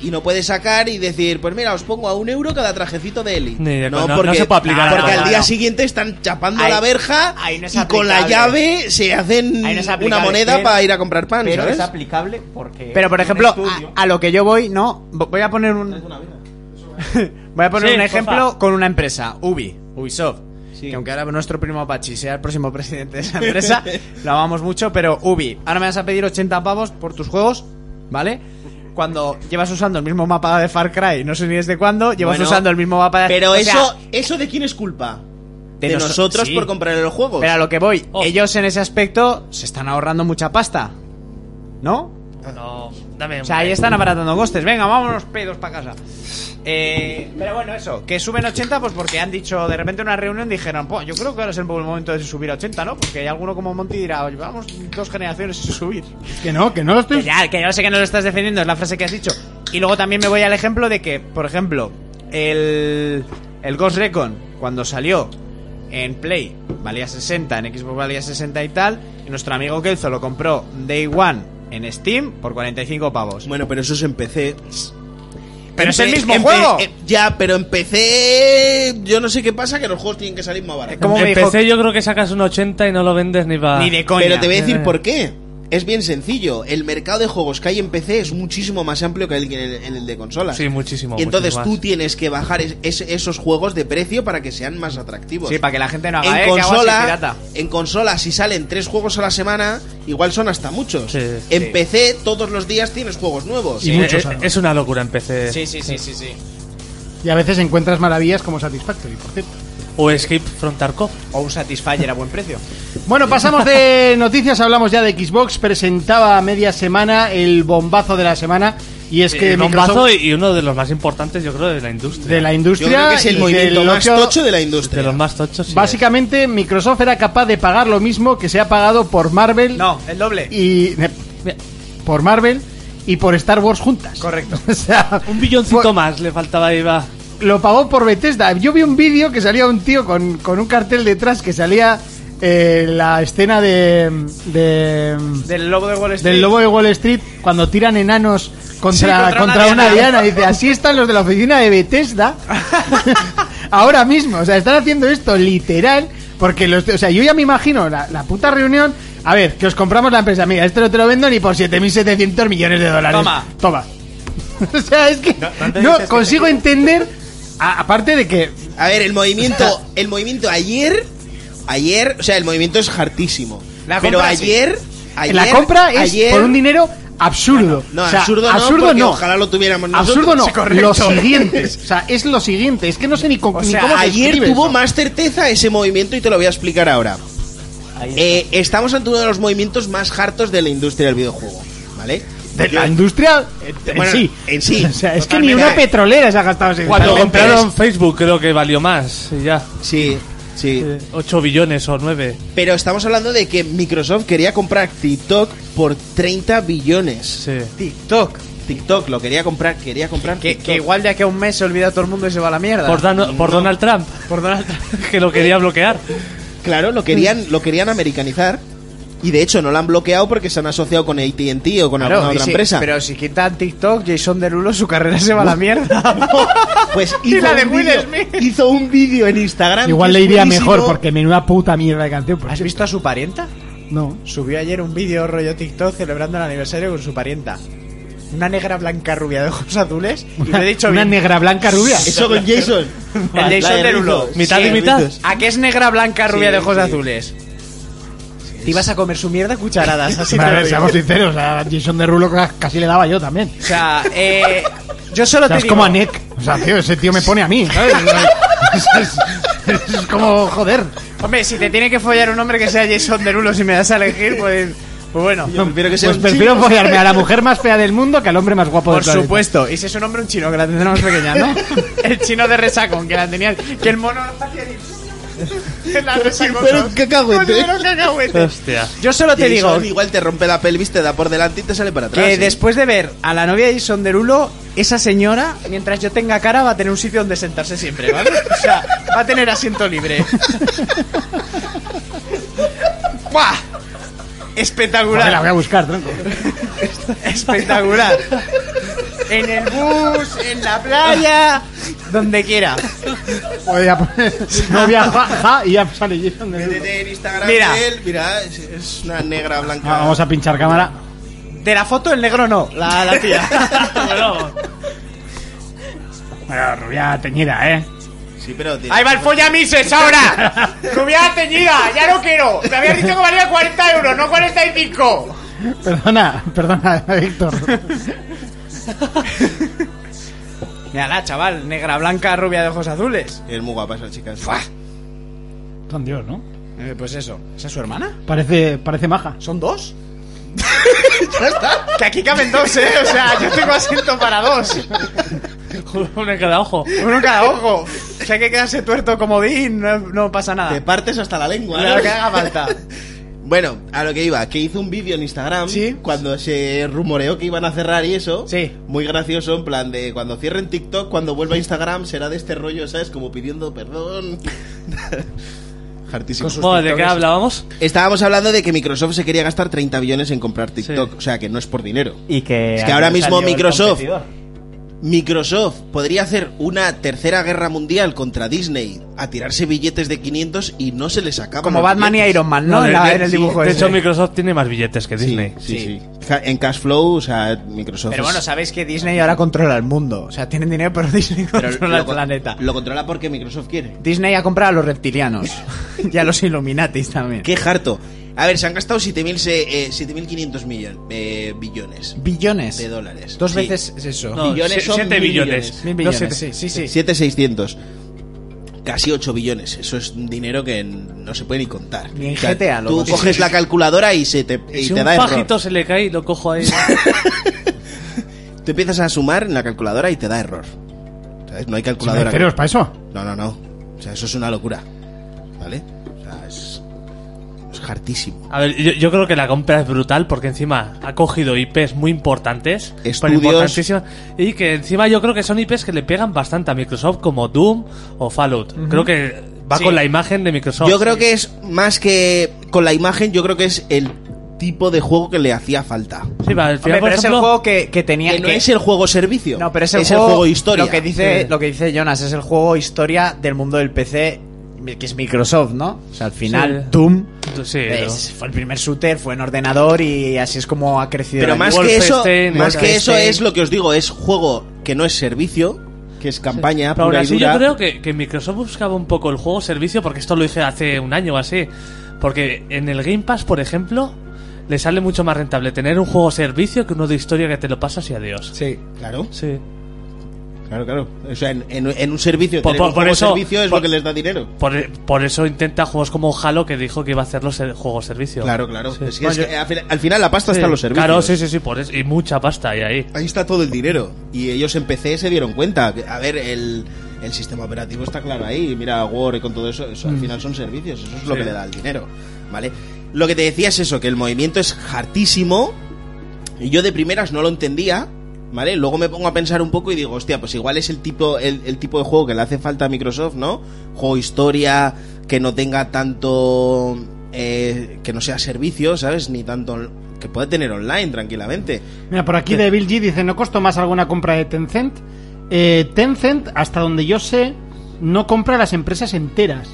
y no puedes sacar y decir, pues mira, os pongo a un euro cada trajecito de Eli.
Ni de coña, no se puede aplicar
porque
nada,
al día
no.
siguiente están chapando
Ahí-
la verja
ahí no es
y con la
aplicable.
llave se hacen
Ahí no es
una
aplicable,
moneda
pero-
para ir a comprar pan,
Pero
¿sabes?
es aplicable porque.
Pero por
un
ejemplo,
estudio-
a, a lo que yo voy, no. Vo- Voy a poner un. voy a poner
Sí,
un ejemplo
porfa.
con una empresa, Ubi, Ubisoft.
Sí.
Que aunque ahora nuestro primo Apache sea el próximo presidente de esa empresa, lo amamos mucho, pero Ubi, ahora me vas a pedir 80 pavos por tus juegos, ¿vale? Cuando llevas usando el mismo mapa de Far Cry, no sé ni desde cuándo, llevas
Bueno,
usando el mismo mapa de.
Pero
o sea,
eso, ¿eso de quién es culpa? De,
de noso-
nosotros
sí.
por comprar los juegos.
Pero a lo que voy,
Oh.
ellos en ese aspecto se están ahorrando mucha pasta. ¿No?
No, dame
O
un
sea, ahí
break.
están abaratando costes. Venga, vámonos pedos para casa. Eh, pero bueno, eso. Que suben 80, pues porque han dicho de repente en una reunión dijeron, pues yo creo que ahora es el buen momento de subir a 80, ¿no? Porque hay alguno como Monty dirá, "Oye, vamos dos generaciones sin subir.
Que no, que no lo
Que
estoy.
ya, que ya sé que no lo estás defendiendo, es la frase que has dicho. Y luego también me voy al ejemplo de que, por ejemplo, el, el Ghost Recon, cuando salió en Play, valía 60, en Xbox valía 60 y tal, y nuestro amigo Kelzo lo compró Day One en Steam por 45 pavos.
Bueno, pero eso es en PC.
Pero es
En
el
P-
mismo
en P-
juego.
eh, ya, pero en PC. Yo no sé qué pasa, que los juegos tienen que salir más baratos.
¿Cómo me
En
dijo?
PC yo creo que sacas un 80 y no lo vendes ni para...
Ni de Eh, coña.
Pero te voy a decir
Ya, ya.
por qué. Es bien sencillo. El mercado de juegos que hay en PC es muchísimo más amplio que el, que el- el de consolas.
Sí, muchísimo,
Y entonces
mucho
tú
más.
tienes que bajar es- es- esos juegos de precio para que sean más atractivos.
Sí, para que la gente no haga
en
eh, que hago así,
consola,
pirata.
en consola, si salen tres juegos a la semana, igual son hasta muchos.
Sí.
en PC, todos los días tienes juegos nuevos.
Sí, es, es una locura en PC.
Sí, sí, sí, sí, sí.
Y a veces encuentras maravillas como Satisfactory, por cierto.
O Escape from Tarkov.
O un Satisfyer a buen precio.
Bueno, pasamos de noticias, hablamos ya de Xbox. Presentaba a media semana el bombazo de la semana. Y es que
Eh, bombazo
Microsoft-
y uno de los más importantes, yo creo, de la industria.
de la
Yo
industria.
creo que es el
y
movimiento
del
más
ocio-
tocho de la
De
industria.
los más tochos. sí.
Básicamente, Microsoft era capaz de pagar lo mismo que se ha pagado por Marvel.
No, el doble.
Y. eh, Por Marvel y por Star Wars juntas.
Correcto.
O sea,
Un billoncito
por-
más le faltaba ahí, va.
lo pagó por Bethesda. Yo vi un vídeo que salía un tío con, con un cartel detrás que salía eh, la escena de, de-
Del lobo de Wall Street.
del lobo de Wall Street cuando tiran enanos contra,
Sí,
contra, una, diana. ¿eh? Dice, así están los de la oficina de Bethesda ahora mismo. O sea, están haciendo esto literal Porque los, o sea, yo ya me imagino la, la puta reunión. A ver, que os compramos la empresa. Mira, esto no te lo vendo ni por 7.700 millones de dólares.
Toma.
Toma. o sea, es que no,
te dices que te
consigo entender. a- aparte de que.
A ver, el movimiento, el movimiento ayer, ayer, o sea, el movimiento es hartísimo.
La
pero
compra, sí.
ayer, ayer,
la compra es
ayer,
por un dinero absurdo.
No,
O sea,
absurdo no,
absurdo
porque
no.
ojalá lo tuviéramos
Absurdo no,
nosotros.
lo siguiente. O sea, es lo siguiente. Es que no sé ni, con-
O
ni
sea,
cómo se
ayer
escribe
tuvo
eso.
más certeza ese movimiento y te lo voy a explicar ahora. Eh, estamos ante uno de los movimientos más hartos de la industria del videojuego, ¿vale?
De la industria eh, en
Bueno,
sí.
en sí.
O sea, es que ni
Totalmente.
una petrolera se ha gastado ese
Cuando
dinero.
compraron Facebook creo que valió más, y ya.
Sí, sí.
8 billones o 9.
Pero estamos hablando de que Microsoft quería comprar TikTok por 30 billones.
Sí.
TikTok. TikTok lo quería comprar, quería comprar.
Que,
TikTok.
que igual de aquí a un mes se olvida todo el mundo y se va a la mierda.
Por, Dan- por Donald Trump. Por Donald Trump. que lo quería bloquear.
Claro, lo querían, lo querían americanizar. Y de hecho no lo han bloqueado porque se han asociado con AT&T o con
Claro,
alguna
y
otra
si-
empresa.
Pero si quitan TikTok, Jason Derulo, su carrera se va a la mierda.
Pues
Y
hizo,
la de
un
Will
vídeo-
Smith.
hizo un vídeo en Instagram.
Igual
que
le
es
iría
buenísimo.
mejor porque me una puta mierda de canción. por
¿Has
cierto.
visto a su parienta?
No.
Subió ayer un vídeo rollo TikTok celebrando el aniversario con su parienta. Una negra blanca rubia de ojos azules. Y lo he dicho
una
bien.
negra blanca rubia.
Eso con Jason.
El Jason Derulo.
Mitad y mitad.
¿A qué es negra blanca rubia
Sí,
de ojos
sí.
azules? Te ibas a comer su mierda a cucharadas, así te
Vale,
lo digo.
seamos sinceros, a Jason Derulo ca- casi le daba yo también.
O sea, eh, yo solo
O sea,
te
es
digo...
como a Nick. O sea, tío, ese tío me pone a mí, ¿sabes? Es, es- es como, joder.
Hombre, si te tiene que follar un hombre que sea Jason Derulo, si me das a elegir, pues, pues bueno.
prefiero que sea
pues
un
prefiero
chino.
follarme a la mujer más fea del mundo que al hombre más guapo
Por
del planeta.
supuesto. Y si es un hombre, un chino, que la tendremos pequeña, ¿no? El chino de resacón, que la tenía... Que el mono... hacía así. Que la resacón,
Pero
¿no?
un cacahuete.
Con el mero cacahuete.
Hostia.
Yo solo Pues te
Jason
digo
Igual te rompe la pelvis, te da por delante y te sale para atrás.
que
¿eh?
después de ver a la novia de Jason Derulo, esa señora, mientras yo tenga cara, va a tener un sitio donde sentarse siempre, ¿vale? O sea, va a tener asiento libre. ¡Buah!
Joder, la voy
Espectacular,
a buscar, tronco.
espectacular. En el bus, en la playa, donde quiera.
Voy a poner novia ja, ja, y ya sale Jason Derulo.
Métete en Instagram
Mira.
de él, mira, es, es una negra blanca.
Ah, Vamos a pinchar cámara.
De la foto el negro no, la, la tía.
Bueno, rubia teñida, ¿eh?
Sí, pero tío.
Ahí va el follamises ahora. Rubia teñida, ya no quiero. Me habías dicho que valía 40 euros, no 45.
Perdona, perdona, Víctor.
Mírala, chaval, negra, blanca, rubia de ojos azules.
Es muy guapa esa chica.
Son Dios, ¿no?
Eh, pues eso, ¿esa es su hermana?
Parece, parece maja.
¿Son dos? Que aquí caben dos, ¿eh? O sea, yo tengo asiento para dos.
Uno en cada ojo.
Uno en cada ojo. O sea, hay que quedarse tuerto comodín, no, no pasa
Te
nada.
partes hasta la lengua.
Claro
¿no?
que haga falta.
Bueno, a lo que iba, que hizo un vídeo en Instagram
Sí.
cuando se rumoreó que iban a cerrar y eso.
Sí.
Muy gracioso, en plan de cuando cierren TikTok, cuando vuelva a Instagram será de este rollo, ¿sabes? Como pidiendo perdón. Hartísimo.
Joder, ¿de qué hablábamos?
Estábamos hablando de que Microsoft se quería gastar 30 billones en comprar TikTok, o sea que no es por dinero.
Y que.
Es que ahora mismo Microsoft- Microsoft podría hacer una tercera guerra mundial contra Disney a tirarse billetes de 500 y no se les acaba.
Como Batman y Iron Man, ¿no?
de-
En la-
de-
en el
sí,
dibujo
De
ese.
hecho, Microsoft tiene más billetes que Disney.
Sí, sí, sí. Ca- En cash flow, o sea, Microsoft.
Pero bueno,
es-
sabéis que Disney ahora controla el mundo. O sea, tienen dinero, pero Disney
pero
controla el
con-
planeta.
Lo controla porque Microsoft quiere.
Disney ha comprado a los reptilianos y a los Illuminatis también.
Qué harto. A ver, se han gastado 7.000 se- eh, 7.500 millones, eh, billones
Billones.
de dólares.
Dos
Sí.
veces es eso.
No,
Billones
sie-
son
siete
mil
billones.
Mil
No,
billones.
siete.
sí, sí, sí.
7.600. Casi 8 billones. Eso es un dinero que no se puede ni contar.
Ni en GTA lo
Tú
consigues.
coges la calculadora y, se te, y
Si
te
un
da error.
pajito se le cae, lo cojo ahí.
Tú empiezas a sumar en la calculadora y te da error. ¿Sabes? No hay calculadora.
Sinceros, para eso.
No, no, no. O sea, eso es una locura. ¿Vale? O sea, es. Es hartísimo.
A ver, yo, yo creo que la compra es brutal porque encima ha cogido IPs muy importantes. pero
Estudios.
importantísimas, Y que encima yo creo que son IPs que le pegan bastante a Microsoft como Doom o Fallout. Creo que va
Sí.
con la imagen de Microsoft.
Yo creo que es más que. Con la imagen, yo creo que es el tipo de juego que le hacía falta.
Sí, va, al
Hombre,
final, por
pero es el
ejemplo,
juego que, que tenía
Que no
que-
es el juego servicio.
No, pero es el,
juego, historia.
Lo que dice,
Sí.
lo que dice Jonas es el juego historia del mundo del PC que es Microsoft, ¿no? O sea, al final
Sí.
Doom
Sí,
es- Pues, fue el primer shooter, fue en ordenador y así es como ha crecido.
Pero
el-
más que eso,
Wolfenstein,
más que eso
Wolfenstein.
es lo que os digo, es juego que no es servicio, que es campaña
Pero aún
pura y
así
dura.
yo creo que, que Microsoft buscaba un poco el juego servicio, porque esto lo hice hace un año o así. Porque en el Game Pass, por ejemplo, le sale mucho más rentable tener un juego servicio que uno de historia que te lo pasas y adiós.
Sí, claro,
Sí.
claro, claro. O sea, en, en- en un servicio,
Por-
tener
por-
un
por
juego
eso-
servicio es
por-
lo que les da dinero.
Por, por eso intenta juegos como Halo que dijo que iba a hacer los ser- juegos servicio.
Claro, claro.
Sí.
Es que, es que al, fin- al final la pasta está en los servicios.
Claro, sí, sí, sí, por eso. Y mucha pasta hay ahí.
Ahí está todo el dinero. Y ellos en PC se dieron cuenta. que, A ver, el, el sistema operativo está claro ahí. Mira, Word y con todo eso, eso al final son servicios. Eso es lo que le da el dinero. ¿Vale? Lo que te decía es eso, que el movimiento es hartísimo. Y yo de primeras no lo entendía. ¿Vale? Luego me pongo a pensar un poco y digo, hostia, pues igual es el tipo, el, el tipo de juego que le hace falta a Microsoft, ¿no? Juego historia, que no tenga tanto. eh, que no sea servicio, ¿sabes? Ni tanto. on- que puede tener online tranquilamente.
Mira, por aquí de Bill G dice, ¿no costó más alguna compra de Tencent? Eh, Tencent, hasta donde yo sé, no compra las empresas enteras.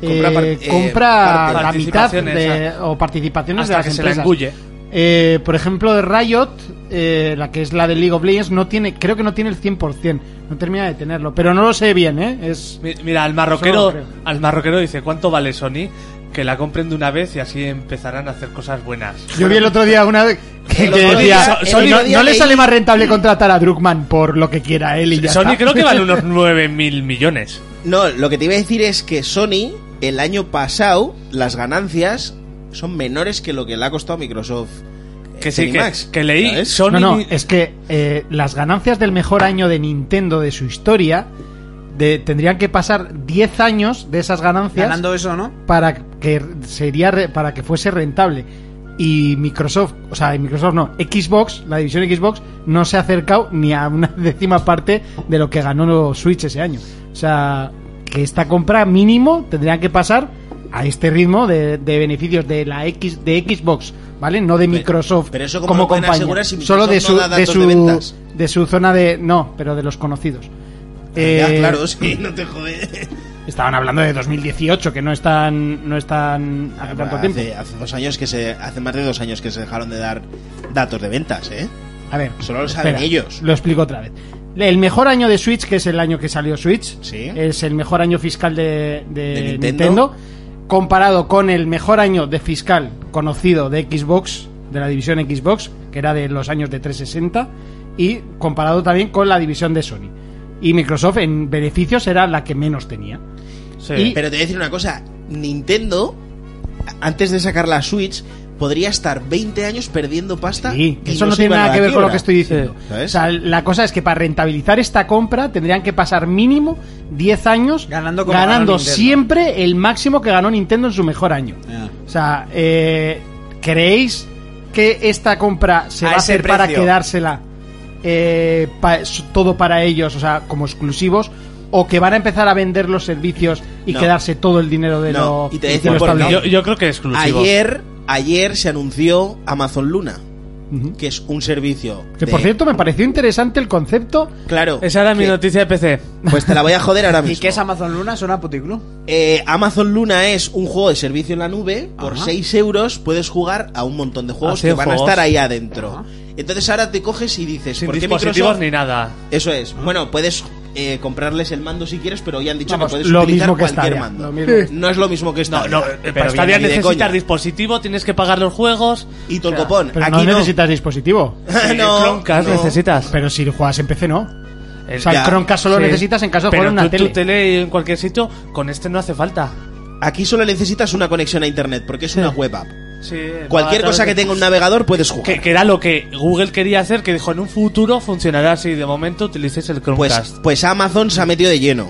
Compra
Eh,
par- eh,
compra
parte.
la mitad
Participaciones, ah.
de- o participaciones
Hasta
de las
que se la
empresas.
engulle.
Eh, por ejemplo, de Riot, eh, la que es la de League of Legends, no tiene, creo que no tiene el 100%, no termina de tenerlo, pero no lo sé bien, ¿eh? Es...
Mi- Mira, al
Solo
marroquero,
creo.
al marroquero dice, ¿cuánto vale Sony? Que la compren de una vez y así empezarán a hacer cosas buenas.
Yo vi el otro día una vez que,
El
que
otro
decía,
día-
"No-
el otro
no,
día
le
leí-
sale más rentable contratar a Druckmann por lo que quiera él y ya
Sony
está".
creo que vale unos 9.000 millones.
No, lo que te iba a decir es que Sony, el año pasado, las ganancias son menores que lo que le ha costado a Microsoft.
Que sí, que,
Cinemax,
que leí
¿sabes?
Sony...
No, no, es que eh, las ganancias del mejor año de Nintendo de su historia de- tendrían que pasar 10 años de esas ganancias
Ganando eso, ¿no?
para que sería re- para que fuese rentable. Y Microsoft, o sea, y Microsoft no, Xbox, la división Xbox no se ha acercado ni a una décima parte de lo que ganó los Switch ese año. O sea, que esta compra mínimo tendrían que pasar a este ritmo de, de beneficios de la X de Xbox, ¿vale? No de Microsoft
pero eso cómo
como
lo pueden
compañía,
asegurar si
solo de
Microsoft
su
no da
de
datos de ventas?
su de su zona de no, pero de los conocidos.
Ya,
Eh,
claro, sí, no te jode.
Estaban hablando de 2018, que no están no están hace tanto tiempo.
Hace, hace dos años que se, hace más de dos años que se dejaron de dar datos de ventas, ¿eh?
A ver,
Solo lo saben ellos.
Lo explico otra vez. El mejor año de Switch, que es el año que salió Switch,
Sí.
es el mejor año fiscal de, de
De Nintendo.
Nintendo. comparado con el mejor año de fiscal conocido de Xbox, de la división Xbox, que era de los años de 360, y comparado también con la división de Sony. Y Microsoft en beneficios era la que menos tenía. Y-
Pero te voy a decir una cosa, Nintendo, a- antes de sacar la Switch, podría estar 20 años perdiendo pasta.
Sí,
y
eso
no
no
se
tiene
iban a
nada
la
que ver con lo
quiebra.
que estoy diciendo.
Sí, ¿sabes?
O sea, la cosa es que para rentabilizar esta compra tendrían que pasar mínimo 10 años
Ganando como ganó Nintendo.
siempre el máximo que ganó Nintendo en su mejor año.
Ah.
O sea, eh, ¿creéis que esta compra se
A
va a
ese
hacer para
precio.
quedársela eh, pa- todo para ellos, o sea, como exclusivos? ¿O que van a empezar a vender los servicios y
No.
quedarse todo el dinero de
No,
lo
y te
de
decía
lo
por qué.
establecido?
Yo, yo creo que exclusivo.
Ayer, ayer se anunció Amazon Luna,
Ujú.
que es un servicio.
Que
de-
por cierto me pareció interesante el concepto
Claro.
Esa era mi
que-
noticia de PC.
Pues te la voy a joder ahora mismo.
¿Y qué es Amazon Luna? ¿Suena a puticlub?
Eh, Amazon Luna es un juego de servicio en la nube. Por
Ajá.
6 euros puedes jugar a un montón de juegos
Ah, sí,
que van
juegos.
a estar ahí adentro.
Ajá.
Entonces ahora te coges y dices,
Sin
¿por qué
dispositivos
Microsoft?
ni nada.
Eso es.
Ah.
Bueno, puedes eh, comprarles el mando si quieres, pero ya han dicho
Vamos,
que puedes
lo
utilizar
mismo que
cualquier
Stadia,
mando.
lo mismo.
No es lo mismo que Stadia.
No,
pero
para
ya
Stadia
ni de
necesitas
coña.
dispositivo, tienes que pagar los juegos.
Y Tolcopón,
Pero
aquí
no
no.
necesitas dispositivo.
Eh,
No,
Chromecast
no.
necesitas.
Pero si juegas en PC, no.
El-
O sea,
Ya,
el Chromecast solo
sí.
necesitas en caso de
Pero
jugar en una
tú-
tele.
tu tele en cualquier sitio, con este no hace falta.
Aquí solo necesitas una conexión a internet porque es una web app.
Sí, Ah,
Cualquier cosa que tenga un navegador puedes jugar.
Que, que era lo que Google quería hacer, que dijo en un futuro funcionará así. De momento utilices el Chromecast.
Pues, pues Amazon se ha metido de lleno.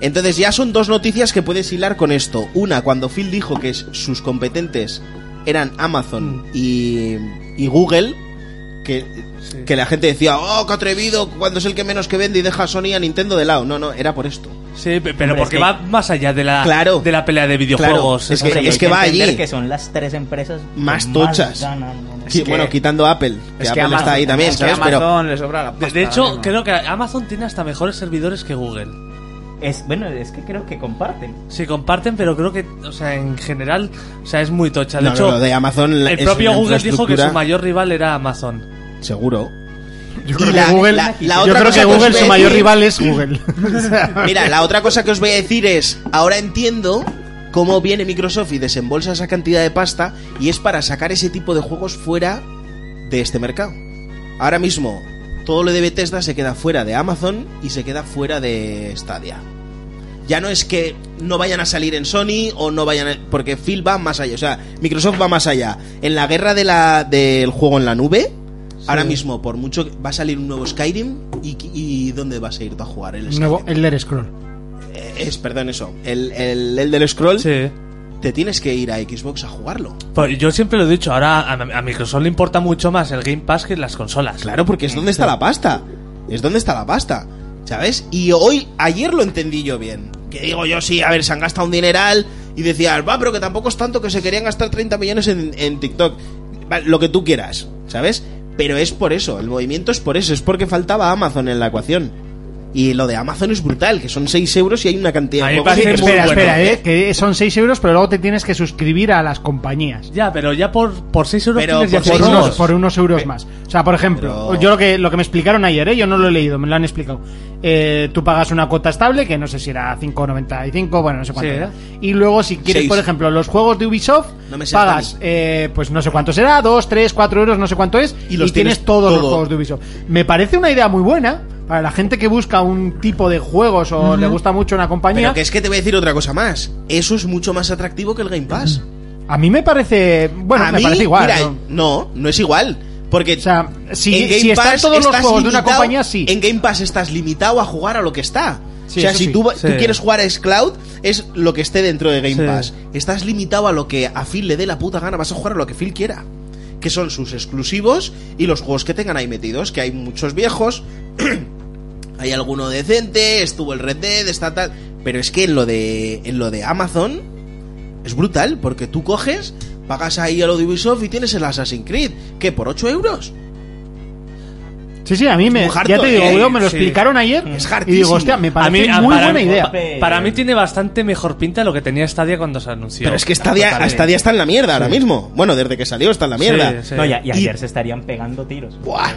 Entonces ya son dos noticias que puedes hilar con esto. Una, cuando Phil dijo que s- sus competentes eran Amazon y, y Google, que, que la gente decía, oh, qué atrevido, cuando es el que menos que vende y deja a Sony a Nintendo de lado. No, no, era por esto.
sí, pe- pero
Hombre,
porque
es que-
va más allá de la,
Claro.
de la pelea de videojuegos.
Claro, es
Eso
que-
Hombre,
es
hay
que va
entender
allí.
que son las tres empresas
Más
que
tochas.
ganan, ¿no?
Sí,
que-
bueno, quitando Apple, que Apple
Amazon-
está ahí también,
es que
¿sabes? Pero
Amazon le sobra la
De,
pasta,
de hecho,
¿no?
creo que Amazon tiene hasta mejores servidores que Google.
Es, bueno, es que creo que comparten.
Sí, comparten, pero creo que, o sea, en general, o sea, es muy tocha. De
No, no,
hecho,
lo de Amazon la-
el
es
propio
una
Google dijo que
infraestructura-
su mayor rival era Amazon.
Seguro.
Yo
Y
creo
la-
que Google,
la- la
yo
otra
creo
cosa
que
que os
Google
voy a
su mayor
decir-
rival es Google. O sea,
Mira, la otra cosa que os voy a decir es, ahora entiendo cómo viene Microsoft y desembolsa esa cantidad de pasta y es para sacar ese tipo de juegos fuera de este mercado. Ahora mismo, todo lo de Bethesda se queda fuera de Amazon y se queda fuera de Stadia. Ya no es que no vayan a salir en Sony o no vayan a- porque Phil va más allá, o sea, Microsoft va más allá. En la guerra de la del juego en la nube, ahora mismo por mucho que- va a salir un nuevo Skyrim y, y ¿dónde vas a ir tú a jugar el Skyrim?
Nuevo Elder Scroll.
Es, perdón, eso. El, el, el del scroll,
Sí.
te tienes que ir a Xbox a jugarlo.
Pues yo siempre lo he dicho, ahora a, a Microsoft le importa mucho más el Game Pass que las consolas.
Claro, porque es donde está la pasta. Es donde está la pasta. ¿Sabes? Y hoy, ayer lo entendí yo bien. Que digo yo, sí, a ver, se han gastado un dineral. Y decías, va, pero que tampoco es tanto que se querían gastar 30 millones en, en TikTok. Va, lo que tú quieras, ¿sabes? Pero es por eso, el movimiento es por eso, es porque faltaba Amazon en la ecuación. Y lo de Amazon es brutal, que son 6 euros y hay una cantidad
A mí
de
me
juegos
parece
que
muy
es-
Espera,
bueno.
espera, eh, que son 6 euros, pero luego te tienes que suscribir a las compañías.
Ya, pero ya por, por 6 euros
Pero por
tienes ya
Por
seis
6
unos,
euros.
euros.
por unos euros más. O sea, por ejemplo,
Pero-
yo lo que, lo que me explicaron ayer, ¿eh? yo no lo he leído, me lo han explicado. Eh, tú pagas una cuota estable, que no sé si era 5,95, bueno, no sé cuánto
Sí,
era.
¿eh?
Y luego, si quieres,
Seis.
por ejemplo, los juegos de Ubisoft,
No me sé,
pagas,
Dani.
eh, pues no sé cuánto será, 2, 3, 4 euros, no sé cuánto es,
Y los
tienes,
tienes
todos los
todo.
juegos de Ubisoft. Me parece una idea muy buena para la gente que busca un tipo de juegos o le gusta mucho una compañía.
Pero que es que te voy a decir otra cosa más. Eso es mucho más atractivo que el Game Pass.
A mí me parece, bueno,
a
me
mí,
parece igual.
mira,
¿no?
no, no es igual. Porque
O sea, si-
en Game
si están
Pass
todos los
estás
juegos de una
limitado-
compañía, sí.
En Game Pass estás limitado a jugar a lo que está.
Sí,
o sea,
eso
si
sí.
Pues, tú,
Sí.
tú quieres jugar a Xcloud, es lo que esté dentro de Game
Sí.
Pass. Estás limitado a lo que a Phil le dé la puta gana, vas a jugar a lo que Phil quiera. Que son sus exclusivos y los juegos que tengan ahí metidos, que hay muchos viejos, hay alguno decente, estuvo el Red Dead, está tal. Pero es que en lo de, en lo de Amazon es brutal, porque tú coges, pagas ahí a lo de Ubisoft y tienes el Assassin's Creed, que por 8 euros.
Sí, sí, a mí me.
Es muy
ya
harto,
te digo,
¿eh?
yo me lo
Sí.
explicaron ayer.
Es
y digo,
hartísimo.
hostia, me
A
parece
mí- a-
muy
para
buena
mí-
idea.
Para mí tiene bastante mejor pinta lo que tenía Stadia cuando se anunció.
Pero es que Stadia, Stadia está en la mierda ahora mismo. Bueno, desde que salió está en la mierda.
Sí, sí.
No, ya- y
Y-
ayer se estarían pegando tiros.
Buah.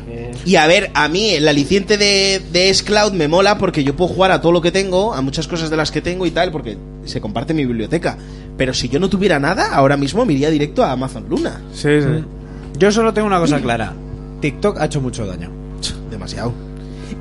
Y a ver, a mí el aliciente de, de xCloud me mola porque yo puedo jugar a todo lo que tengo, a muchas cosas de las que tengo y tal, porque se comparte mi biblioteca. Pero si yo no tuviera nada, ahora mismo me iría directo a Amazon Luna.
Sí, sí.
Mm,
Yo solo tengo una cosa clara. TikTok ha hecho mucho daño.
Demasiado.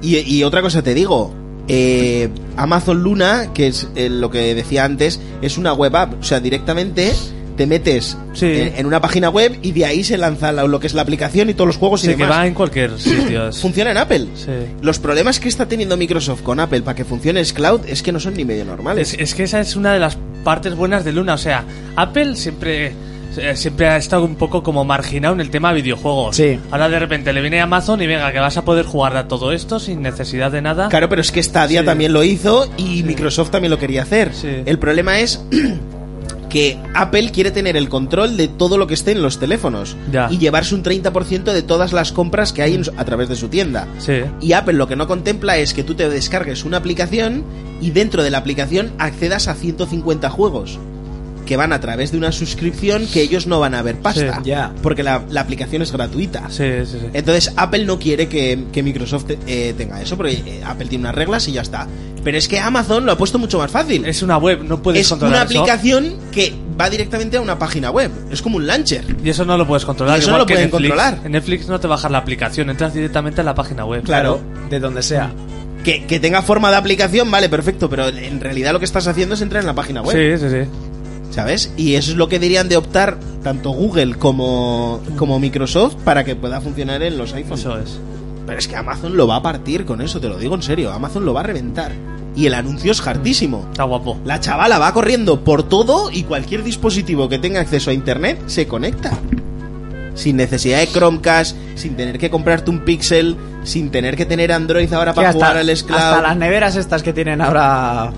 Y, y otra cosa te digo. eh, Amazon Luna, que es eh, lo que decía antes, es una web app. O sea, directamente te metes
Sí.
en, en una página web y de ahí se lanza la- lo que es la aplicación y todos los juegos y
Sí, que
demás.
va en cualquier sitio. es-
Funciona en Apple.
Sí.
Los problemas que está teniendo Microsoft con Apple para que funcione Cloud es que no son ni medio normales.
Es, es que esa es una de las partes buenas de Luna. O sea, Apple siempre, eh, siempre ha estado un poco como marginado en el tema videojuegos.
Sí.
Ahora de repente le viene Amazon y venga, que vas a poder jugar a todo esto sin necesidad de nada.
Claro, pero es que Stadia
Sí.
también lo hizo y Microsoft también lo quería hacer.
Sí.
El problema es que Apple quiere tener el control de todo lo que esté en los teléfonos
Ya.
y llevarse un 30% de todas las compras que hay en su- a través de su tienda.
Sí.
Y Apple lo que no contempla es que tú te descargues una aplicación y dentro de la aplicación accedas a 150 juegos que van a través de una suscripción que ellos no van a ver pasta.
Sí, ya.
Porque la, la aplicación es gratuita.
Sí, sí, sí.
Entonces Apple no quiere que, que Microsoft eh, tenga eso, porque eh, Apple tiene unas reglas y ya está. Pero es que Amazon lo ha puesto mucho más fácil.
Es una web, no puedes
Es una
controlar eso.
aplicación que va directamente a una página web. Es como un launcher.
Y eso no lo puedes controlar.
Y eso
igual
no lo
que
pueden
Netflix.
controlar.
En Netflix no te bajas la aplicación, entras directamente a la página web.
Claro.
De donde sea.
Que, que tenga forma de aplicación, vale, perfecto, pero en realidad lo que estás haciendo es entrar en la página web.
Sí, sí, sí.
¿Sabes? Y eso es lo que dirían de optar tanto Google como, como Microsoft para que pueda funcionar en los iPhones.
Eso es.
Pero es que Amazon lo va a partir con eso, te lo digo en serio. Amazon lo va a reventar. Y el anuncio es hartísimo.
Está guapo.
La chavala va corriendo por todo y cualquier dispositivo que tenga acceso a internet se conecta. Sin necesidad de Chromecast, sin tener que comprarte un Pixel, sin tener que tener Android ahora para jugar al Scloud.
hasta las neveras estas que tienen ahora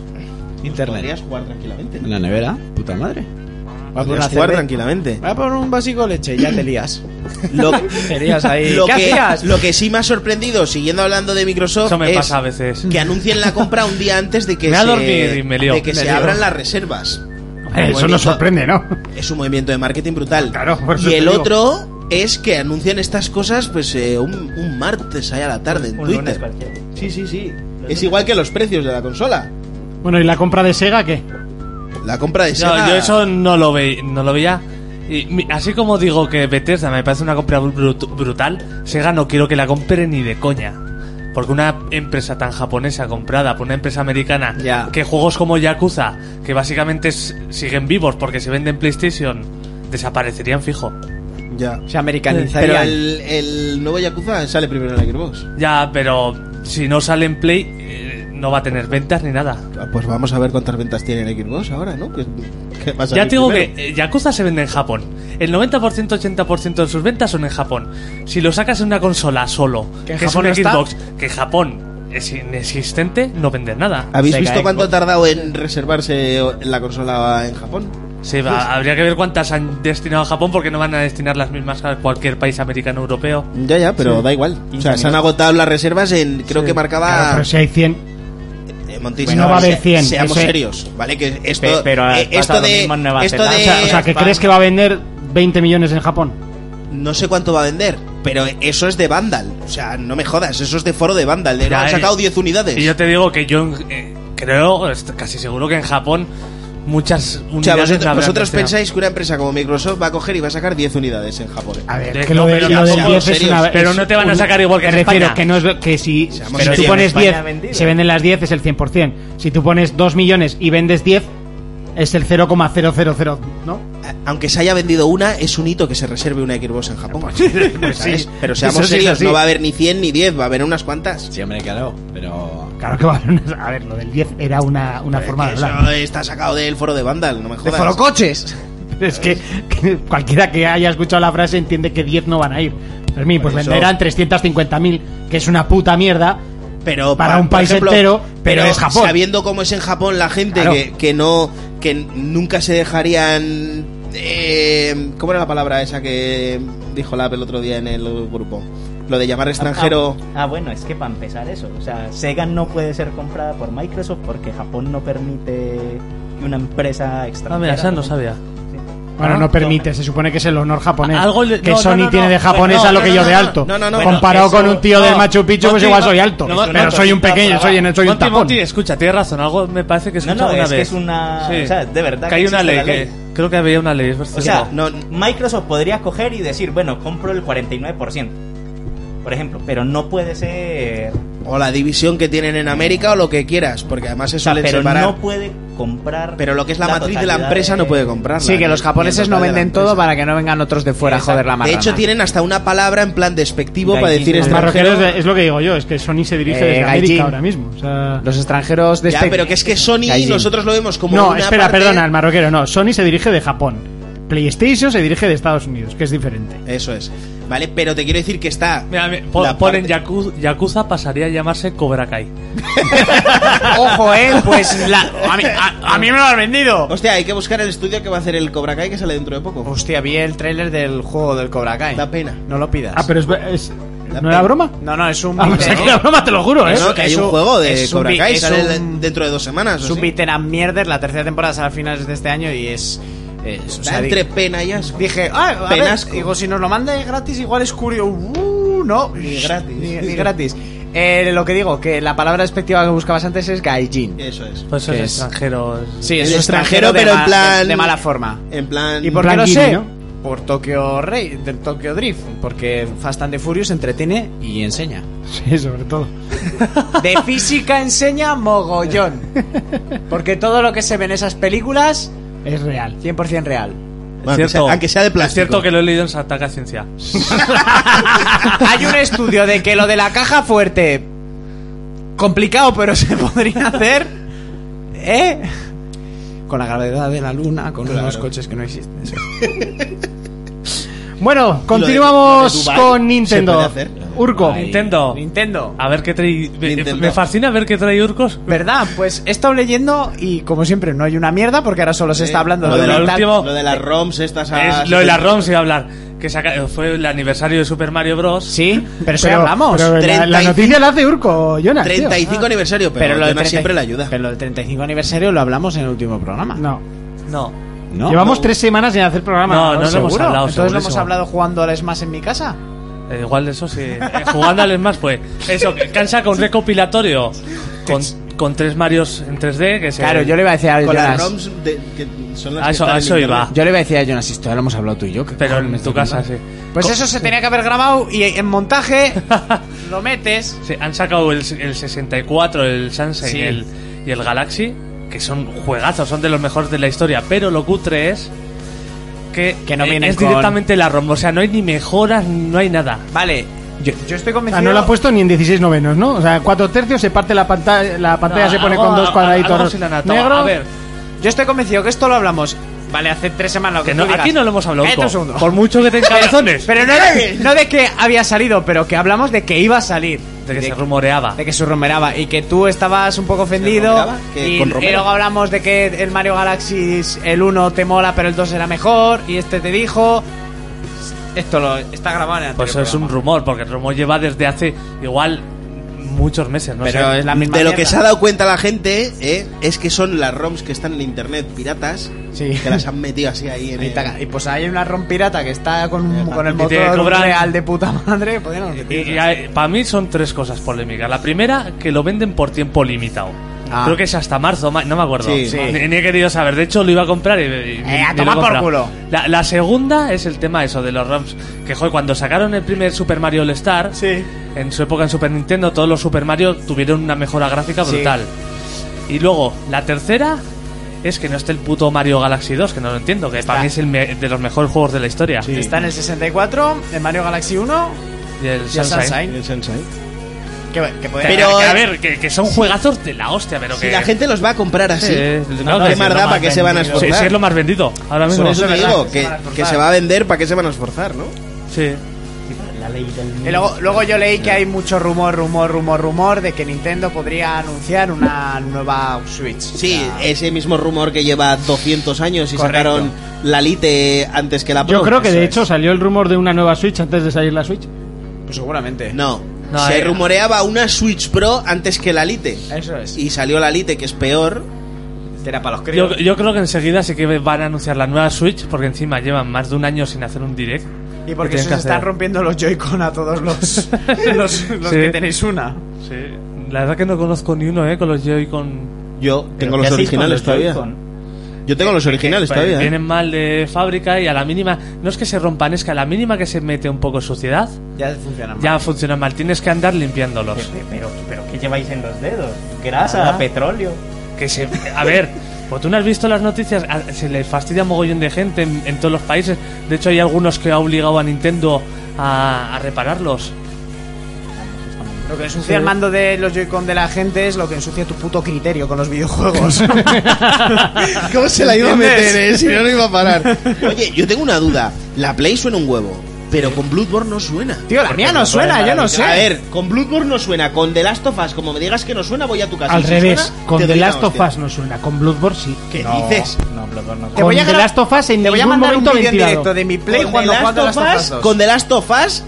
Podrías
internet.
jugar tranquilamente.
la nevera? Puta madre. Va por
Podrías
una
jugar
cerve-
tranquilamente.
Va por un básico de leche, ya te lías.
Lo,
Serías ahí.
lo
¿Qué
que,
hacías?
lo que sí me ha sorprendido, siguiendo hablando de Microsoft,
Eso me
es
pasa a veces.
que anuncien la compra un día antes de que
Me ha
se,
dormido y me lío,
de que
me
se
lío.
abran las reservas.
Eso
Movimiento-
nos sorprende, ¿no?
Es un movimiento de marketing brutal.
Claro, por eso
y
te
el
digo.
otro es que anuncian estas cosas pues eh, un, un martes ahí a la tarde en
Un lunes
Twitter.
cualquiera.
sí, sí, sí. Es igual que los precios de la consola.
Bueno, ¿y la compra de Sega qué?
La compra de
No,
Sega-
yo eso no lo, ve, no lo veía. Y mi- así como digo que Bethesda me parece una compra brut- brutal, Sega no quiero que la compre ni de coña. Porque una empresa tan japonesa comprada por una empresa americana,
Ya.
que juegos como Yakuza, que básicamente s- siguen vivos porque se venden PlayStation, desaparecerían fijo.
Ya.
Se americanizaría.
Pero el, el nuevo Yakuza sale primero en la Xbox.
Ya, pero si no sale en Play, eh, no va a tener ventas ni nada.
Ah, Pues vamos a ver cuántas ventas tiene en Xbox ahora, ¿no? Que- que va a
Ya
salir
te digo
primero.
que eh, Yakuza se vende en Japón. El 90%, 80% de sus ventas son en Japón. Si lo sacas en una consola solo,
Que
que,
en
es
Japón
una
no está.
Xbox, que en Japón es inexistente, no vendes nada.
¿Habéis
Sega
visto cuánto
Xbox.
ha tardado en reservarse la consola en Japón?
Sí,
pues-
va, habría que ver cuántas han destinado a Japón porque no van a destinar las mismas a cualquier país americano europeo.
Ya, ya, pero da igual. O sea, se han agotado las reservas en, creo que marcaba...
Claro, pero si hay 100.
Eh, Montis,
No va a haber
se-
100,
Seamos
eso es.
serios, ¿vale? Que esto,
Pe- pero
eh,
pasa
esto
lo
de,
mismo en Nueva
esto
Zelanda.
de-
O sea, o sea, que
pa-
crees que va a vender 20 millones en Japón.
no sé cuánto va a vender, pero eso es de Vandal. O sea, no me jodas, eso es de foro de Vandal. De,
Ya,
han
eh.
sacado 10 unidades.
Y yo te digo que yo en- eh, creo, est- casi seguro que en Japón muchas
o sea,
unidades
vosotros,
habrán
vosotros
destinado.
pensáis que una empresa como Microsoft va a coger y va a sacar 10 unidades en Japón.
A ver,
De-
que lo,
no,
de,
pero
lo
ya
del
somos
10 es
serios.
una...
Pero
es
no te van a
un-
sacar igual que
Me
en
refiero
España.
que, no es, lo- que si, si
Pero
tú
si en
pones
España ha
10,
vendido.
se venden las 10, es el 100%. Si tú pones 2 millones y vendes 10, es el 0,000, ¿no?
Aunque se haya vendido una, es un hito que se reserve una Xbox en Japón. ¿Sabes? Pero
Eso Pues
seamos
sí es
serios,
así.
no va a haber ni 100 ni 10, va a haber unas cuantas.
Sí, hombre, claro. Pero.
Claro que va a haber unas- A ver, lo del 10 era una, una forma de
Eso
hablar.
está sacado del foro de Vandal, no me jodas.
coches!
Es que, que cualquiera que haya escuchado la frase entiende que 10 no van a ir. Fermín, pues
Por eso-
venderán 350.000, que es una puta mierda.
pero
para
pa-
un
por
país
ejemplo,
entero, pero es Japón.
Sabiendo cómo es en Japón la gente
Claro.
que, que no que nunca se dejarían eh, ¿cómo era la palabra esa que dijo la el otro día en el grupo? Lo de llamar extranjero.
Ah, ah, bueno, es que para empezar eso, o sea, Sega no puede ser comprada por Microsoft porque Japón no permite que una empresa extranjera.
Ah, mira, esa no sabía.
Bueno, no permite, se supone que es el honor japonés.
Algo le-
que
no, no,
Sony
no, no.
tiene de japonés
Bueno,
a lo
no,
que
no,
yo
no,
de
no,
alto.
no, no, no.
Comparado
Bueno,
con un tío
eso-
del Machu Picchu, pues
Monty,
igual soy
no,
alto.
no,
pero
no,
soy un pequeño, soy, en- soy un
Monty,
tapón.
Monty, escucha, tienes razón. Algo me parece que
No,
escuchado
no,
una
es que
vez.
es una.
Sí.
O sea, de verdad.
Que hay una ley,
existe la
que creo que había una ley, es
O
verdad.
sea,
No.
Microsoft podría coger y decir, bueno, compro el 49%, por ejemplo, pero no puede ser.
o la división que tienen en América o lo que quieras, porque además se
O sea,
suelen
pero
separar.
no puede comprar.
pero lo que es la, matriz de la
totalidad
empresa no
de-
puede comprarla.
Sí, que los
ni-
japoneses
ni el
no
total de la
venden todo
empresa.
para que no vengan otros de fuera a joder la
De
marrana.
hecho tienen hasta una palabra en plan despectivo para
Gaijin.
decir este
Los
extranjero.
marroqueros
este
de- es lo que digo yo, es que Sony se dirige
Eh,
desde
Gaijin.
América ahora mismo. o sea-
Los extranjeros de
Ya,
este-
pero que es que Sony
Gaijin.
nosotros lo vemos como
No,
una
espera,
parte-
perdona, el marroquero no. Sony se dirige de Japón. PlayStation se dirige de Estados Unidos, que es diferente.
Eso es. Vale, pero te quiero decir que está
Mira, mira, pon-
la
ponen
parte-
Yaku- Yakuza, pasaría a llamarse Cobra Kai.
Ojo, eh, pues la- a, mí, a- a mí me lo han vendido.
Hostia, hay que buscar el estudio que va a hacer el Cobra Kai que sale dentro de poco.
Hostia, vi el tráiler del juego del Cobra Kai.
Da pena.
No lo pidas.
Ah, pero es. es- ¿No era
pe-
broma?
No, no, es un
Ah,
beat
pensaba
em-
que era broma, te lo juro, ¿eh?
No, que hay
eso-
un juego de
es un
Cobra
vi-
Kai
es
sale
un-
dentro de dos semanas.
es
o
un
así.
beat em up mierder, la tercera temporada sale a finales de este año y es... es, o
Está
sea, di-
entre pena y asco.
Dije, ah, a ver,
Penasco.
digo, si nos lo manda gratis, igual es curioso. Uh, no,
Ni gratis.
Ni, ni gratis. Eh, lo que digo, que la palabra despectiva que buscabas antes es gaijin.
Eso es.
Pues esos
¿Qué es?
extranjeros.
Sí,
es extranjero,
de
pero en
ma-
plan-
De, de mala forma.
En plan.
¿Y por
plan
qué lo
guiri,
sé?
¿no?
Por Tokyo Rey, del Tokyo Drift. Porque Fast and the Furious entretiene y enseña.
Sí, sobre todo.
De física enseña mogollón. Porque todo lo que se ve en esas películas,
Es real.
100% real.
Bueno, aunque, sea, aunque sea de
Es cierto
plástico.
que lo he leído en Sataka Ciencia.
Hay un estudio de que lo de la caja fuerte. Complicado, pero se podría hacer. ¿Eh? Con la gravedad de la luna, con unos coches que no existen.
Bueno,
lo de
continuamos
Dubai
con
se puede
Nintendo.
hacer.
Urco.
Nintendo.
Nintendo.
A ver qué trae. me-
Nintendo.
Me fascina ver qué trae Urcos.
¿Verdad? Pues he estado leyendo y como siempre no hay una mierda porque ahora solo se está hablando
lo de,
de
la-
lo
tal-
último-
lo de las ROMs estas
Ah,
a-
Es lo de la ROM se iba a hablar. Que saca- fue el aniversario de Super Mario Bros.
Sí, pero eso ya hablamos.
pero la- la,
35.
noticia la hace Urco, Jonas. tío.
35 aniversario, pero,
Pero lo del 30
Jonas siempre le ayuda.
Pero lo del 35 aniversario lo hablamos en el último programa.
No.
No.
¿No?
Llevamos tres semanas sin hacer programa.
No, no lo hemos
¿Seguro?
hablado,
Entonces lo hemos
segurísimo.
hablado jugando al Smash en mi casa.
Eh, igual de eso sí. Eh, Jugando al Smash fue. Eso, que cansa con recopilatorio. Con, con tres Marios en 3D. Que se-
Claro, yo le iba a decir a
Con las
Jonas.
ROMs de- que son las
A
que
Ah, eso-
están
a
en
eso
internet.
iba.
Yo le iba a decir a Jonas, esto ya lo hemos hablado tú y yo. ¿qué
Pero en
cojones
tu
Ah, estoy
casa, sí.
hablando? Pues
Co-
eso se tenía que haber grabado y en montaje lo metes.
Sí, han sacado el, el 64, el Sunshine
Sí.
y, el, y el Galaxy, que son juegazos, son de los mejores de la historia, pero lo cutre es que,
Que no
eh,
vienen
es
con-
directamente la ROM, o sea, no hay ni mejoras, no hay nada.
Vale, yo, yo estoy
Ah,
convencido.
no la ha puesto ni en 16 novenos, ¿no? O sea, 4 tercios se parte la pantalla, la pantalla
No,
se pone
algo-
con dos
Ah, algo
cuadraditos
se le han atado.
negros.
A ver,
Yo estoy convencido que esto lo hablamos. Vale, hace tres semanas lo que,
que no-
tú digas.
aquí no lo hemos hablado.
Cállate un
Urco.
segundo.
Por mucho que te encabezones,
Pero no de, no de que había salido, pero que hablamos de que iba a salir.
de que se rumoreaba.
de que se rumoreaba y que tú estabas un poco ofendido
rumoreaba?
y,
¿Que con
y
Romero?
luego hablamos de que el Mario Galaxy el 1 te mola pero el 2 era mejor y este te dijo esto lo está grabado en el
Pues eso
anterior
es un
programa.
rumor, porque el rumor lleva desde hace igual muchos meses, no
Pero
sé.
es la misma
de lo
mierda.
que se ha dado cuenta la gente eh, es que son las ROMs que están en internet piratas
Sí.
que las han metido así ahí en
Ahí
el-
está. y pues hay una rom pirata que está con, un- con el
Y te
motor
cobran-
real de puta madre pues podrían
Y- y hay- para mí son tres cosas polémicas. La primera, que lo venden por tiempo limitado.
Ah.
Creo que es hasta marzo, ma- no me acuerdo.
Sí. Sí.
Ni, ni he querido saber. De hecho, lo iba a comprar y. y- y-
Eh, a
ni lo he
tomar por
comprado.
culo.
La, la segunda es el tema eso de los ROMs. Que joder, cuando sacaron el primer Super Mario All Star, en su época en Super Nintendo, todos los Super Mario tuvieron una mejora gráfica brutal. Y luego, la tercera es que no esté el puto Mario Galaxy 2, que no lo entiendo, que para mí es el me- de los mejores juegos de la historia.
está en el 64 el Mario Galaxy 1
Y el
y el
Sunshine.
Sunshine
el Sunshine.
que, que podía-
Que-
Pero-
que, a ver, que, que son juegazos de la hostia, pero que.
Si la gente los va a comprar así,
Sí, eh, claro
¿qué
que
más
sí,
da
lo
para qué se van a
vendido. Sí,
esforzar?
sí, es lo más vendido. Ahora mismo.
Por eso te digo, que, que se va a vender, ¿para qué se van a esforzar, no?
Sí.
La ley del
Y luego, luego yo leí que hay mucho rumor, rumor, rumor, rumor de que Nintendo podría anunciar una nueva Switch.
Sí, ese mismo rumor que lleva 200 años y
Correcto.
sacaron la Lite antes que la Pro.
Yo creo que
Eso
de
es.
hecho salió el rumor de una nueva Switch antes de salir la Switch.
Pues seguramente.
No,
No,
se
eh.
rumoreaba una Switch Pro antes que la Lite.
Eso es.
Y salió la Lite, que es peor.
Será para los críos.
Yo, yo creo que enseguida sí que van a anunciar la nueva Switch, porque encima llevan más de un año sin hacer un direct.
Y
Que
porque
tienen
se
que
os están
hacer.
rompiendo los Joy-Con a todos los, los, los
Sí.
que tenéis una.
Sí. La verdad que no conozco ni uno, ¿eh? Con los Joy-Con.
Yo tengo
¿Qué
los
hacéis con
originales
los
todavía.
Joy-Con?
Yo tengo los originales
Pues,
todavía. ¿eh?
Vienen mal de fábrica y a la mínima. No es que se rompan, es que a la mínima que se mete un poco suciedad,
Ya funcionan.
ya funcionan mal. Tienes que andar limpiándolos.
Pe- pe- Pero, pero ¿qué lleváis en los dedos? Grasa,
Nada.
petróleo.
Que se. A ver, pues tú no has visto las noticias, a- se le fastidia mogollón de gente en, en todos los países. De hecho, hay algunos que ha obligado a Nintendo a, a repararlos.
Lo que ensucia el mando de los Joy-Con de la gente es lo que ensucia tu puto criterio con los videojuegos.
¿Cómo se la
iba a meter,
eh? Si no, no iba a parar. Oye, yo tengo una duda. La Play suena un huevo, pero con Bloodborne no suena.
Tío, la mía no suena, yo no sé.
A ver, con Bloodborne no suena, con The Last of Us, como me digas que no suena, voy a tu casa.
Al
Y si
revés,
suena,
con
te
The
doy una
Last of
hostia.
Us no suena, con Bloodborne sí.
¿Qué dices?
No, Bloodborne no.
Te
Con
voy a
The
gra-
Last of Us en
Te voy a
ningún
mandar un
momento
vídeo en
ventilado.
directo de mi Play
con,
cuando
The
jugando
Last of Us, con The Last of Us,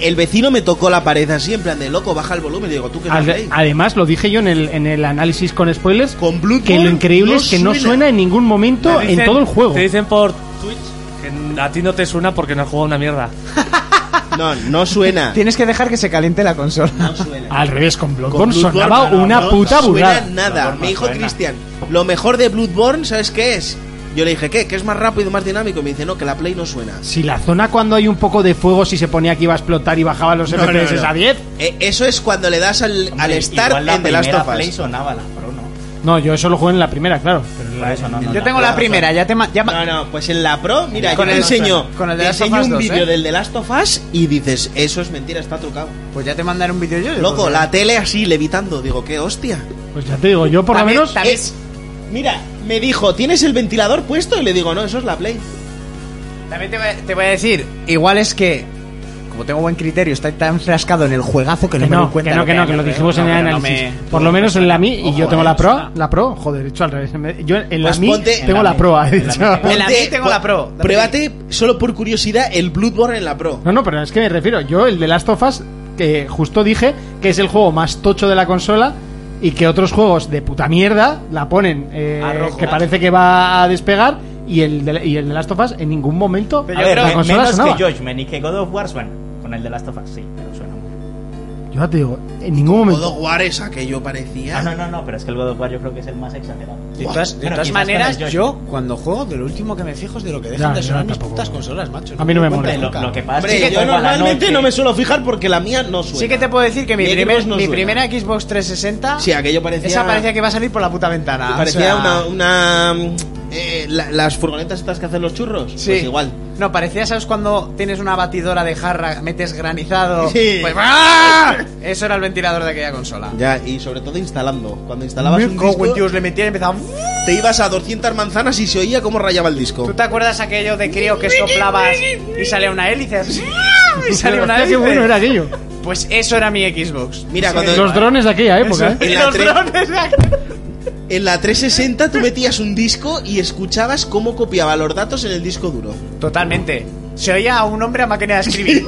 el vecino me tocó la pared así, en plan de loco, baja el volumen. Y digo, tú que no
Al-
Play.
Además, lo dije yo en el, en el análisis con spoilers,
Con Bloodborne
que lo increíble
no
es que no
suena.
suena en ningún momento
Te dicen-
en todo el juego.
Te dicen por Twitch que a ti no te suena porque no has jugado una mierda.
No, no suena.
Tienes que dejar que se caliente la consola.
No suena.
Al revés, con
Con
Bloodborne,
Bloodborne,
sonaba
no,
una
no
puta
suena
burrada.
nada. Me dijo Cristian, lo mejor de Bloodborne, ¿sabes qué es? Yo le dije, ¿qué? Que es más rápido, más dinámico. Y me dice, no, que la Play no suena.
Si la zona cuando hay un poco de fuego, si se ponía que iba a explotar y bajaba los
no,
FPS
no.
a 10.
Eh, eso es cuando le das al,
Hombre,
al
igual
start
la
en The Last
primera
of Us.
Play sonaba la Pro, ¿no?
No, yo eso lo jugué en la primera, claro.
Por eso no, no,
Yo
no.
tengo la primera, ya te ma- ya ma-
No, no, pues en la Pro, mira,
Con
yo te
el-
enseño,
con el The
te
Last of
enseño
Us
un
2,
vídeo
¿eh?
del The Last of Us y dices, eso es mentira, está trucado.
Pues ya te mandaré un vídeo yo.
Loco, la tele así levitando, digo, qué hostia.
Pues ya te digo, yo por lo
También-
menos.
también-
Es- mira, me dijo, ¿tienes el ventilador puesto? Y le digo, no, eso es la Play.
También te voy, a- te voy a decir, igual es que, como tengo buen criterio, estoy tan frascado en el juegazo que no
Que
me doy
no,
cuenta.
que no, que no, que lo dijimos en el
pero no
análisis.
me-
Por lo menos en la Mi, y
Ojo,
yo tengo
eh,
la
o
Pro.
sea,
La Pro, joder, he dicho al revés. Me- Yo en la
Pues
Mi
ponte-
tengo
en la
la
Mi.
Pro, he
En la
dicho.
Mi
En la
Ponte-
Wii tengo la Pro. Dame
Pruébate, solo por curiosidad, el Bloodborne en la Pro.
No, no, pero es que me refiero. Yo, el de Last of Us, que justo dije que es el juego más tocho de la consola y que otros juegos de puta mierda la ponen eh,
A rojo.
que parece que va a despegar y el de, y el de Last of Us en ningún momento
Pero
a
yo
ver,
creo
la
que
consola
menos
sonaba.
que Judgment y que God of War suenan. Con el de Last of Us, sí, pero suena muy.
Yo ya te digo, en ningún
God
momento.
of War es aquello parecía.
Ah, no, no, no, pero es que el God of War yo creo que es el más exagerado.
De todas, de
Bueno,
todas
quizás
maneras,
con el
yo cuando juego, de lo último que me fijo es de lo que dejan
Ya,
de
yo
sonar mis
tampoco.
putas consolas, macho.
A mí no me
doy
mola.
cuenta
Lo,
nunca.
lo que pasa
Hombre,
es que
yo
juego a la
normalmente
noche.
no me suelo fijar porque la mía no suena.
Sí que te puedo decir que mi,
Mi
primer,
Xbox no
mi
suena.
primera Xbox 360,
Sí, aquello parecía- Ah,
esa parecía que va a salir por la puta ventana.
Parecía
o sea,
una. una mm, eh, la- las furgonetas estas que hacen los churros.
Sí.
Pues igual.
No, parecía, ¿sabes cuando tienes una batidora de jarra, metes granizado?
Sí.
Pues, ¡ah! Eso era el ventilador de aquella consola.
Ya, y sobre todo instalando. Cuando instalabas un
Go
disco,
with you, le metía y empezaba.
te ibas a 200 manzanas y se oía cómo rayaba el disco.
¿Tú te acuerdas aquello de crío que soplabas y salía una hélice? así? Y salía una
Hostia, qué
hélice.
bueno era aquello.
Pues eso era mi Xbox.
Mira, cuando
Los drones de aquella época, ¿eh?
en, la tre- en la 360 tú metías un disco y escuchabas cómo copiaba los datos en el disco duro.
Totalmente. Se oía a un hombre a máquina de escribir.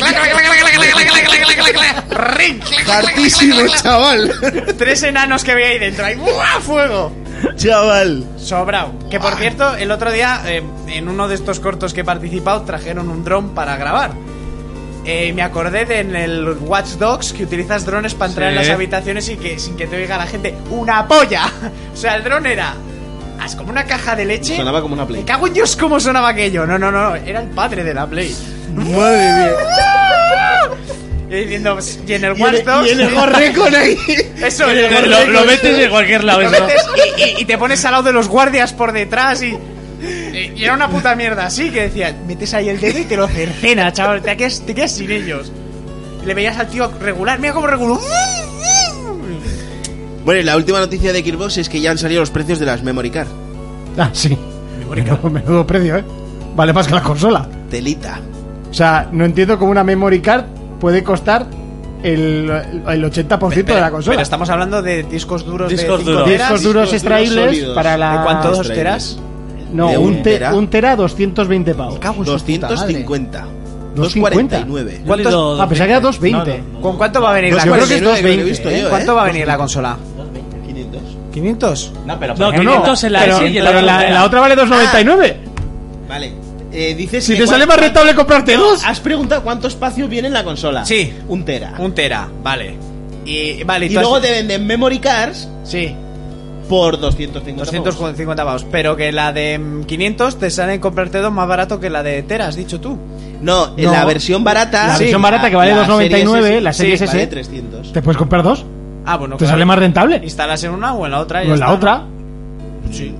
Ring.
Hartísimo, chaval.
Tres enanos que había ahí dentro. ¡Ay, ¡buah, fuego!
chaval.
Sobrao. Que por cierto, el otro día, eh, en uno de estos cortos que he participado, trajeron un dron para grabar. Eh, me acordé de en el Watch Dogs que utilizas drones para entrar
Sí.
en las habitaciones y que sin que te oiga la gente, ¡una polla! O sea, el dron era. as- como una caja de leche.
Sonaba como una Play.
Me cago en Dios cómo sonaba aquello. No, no, no, era el padre de la Play. Y, diciendo, "Pues, y en el Watch Dogs.
Correcon ahí.
Eso, y en el
Lo, lo metes en cualquier lado.
lo
eso.
metes y, y- y te pones al lado de los guardias por detrás y. y- y era una puta mierda así que decía, metes ahí el dedo y te lo cercena, chaval, te quedas, te quedas sin ellos. Y le veías al tío regular, mira cómo reguló.
Bueno, y la última noticia de Xbox es que ya han salido los precios de las memory card.
Ah, sí. Menudo, menudo precio, ¿eh? Vale más que la consola.
Telita.
O sea, no entiendo cómo una memory card puede costar el, el 80% de la consola.
estamos hablando de discos duros
de Discos cinco duros.
discos duros
duros
extraíbles
sólidos.
para la...
¿De cuánto? ¿Dos
Extraíbles.
teras?
No,
¿De
un,
un
te-
tera?
un tera 220 pavos.
250.
250.
249.
Yo he leído
Ah, pensaba que era 220.
¿Con cuánto va a venir
Pues
la
yo creo que es
consola?
220,
lo he visto
¿eh?
yo, ¿eh?
¿Cuánto va a venir la consola?
500.
¿500?
No, pero
No,
por
que
ejemplo,
no. 500 en la
pero,
S y en
pero
la
la,
otra.
la otra vale 299.
Ah,
Vale. Eh, dices
si
que
te sale más
cuánto-
rentable comprarte dos.
ah,
Has preguntado cuánto espacio viene en la consola.
Sí.
Un tera.
Un tera, vale. Y, vale,
y
tú has-
luego te venden memory cards
Sí,
por 250. pavos.
250 pavos. Pero que la de mm, 500 te sale en comprarte dos más barato que la de tera, has dicho tú.
No, en
No.
la versión barata.
La versión barata que vale 2,99, la Series
sí,
S.
Vale 300.
¿Te puedes comprar dos?
Ah, bueno,
¿Te
claro.
sale más rentable?
Instalas en una o en la otra. y
O en
ya
la
está.
otra.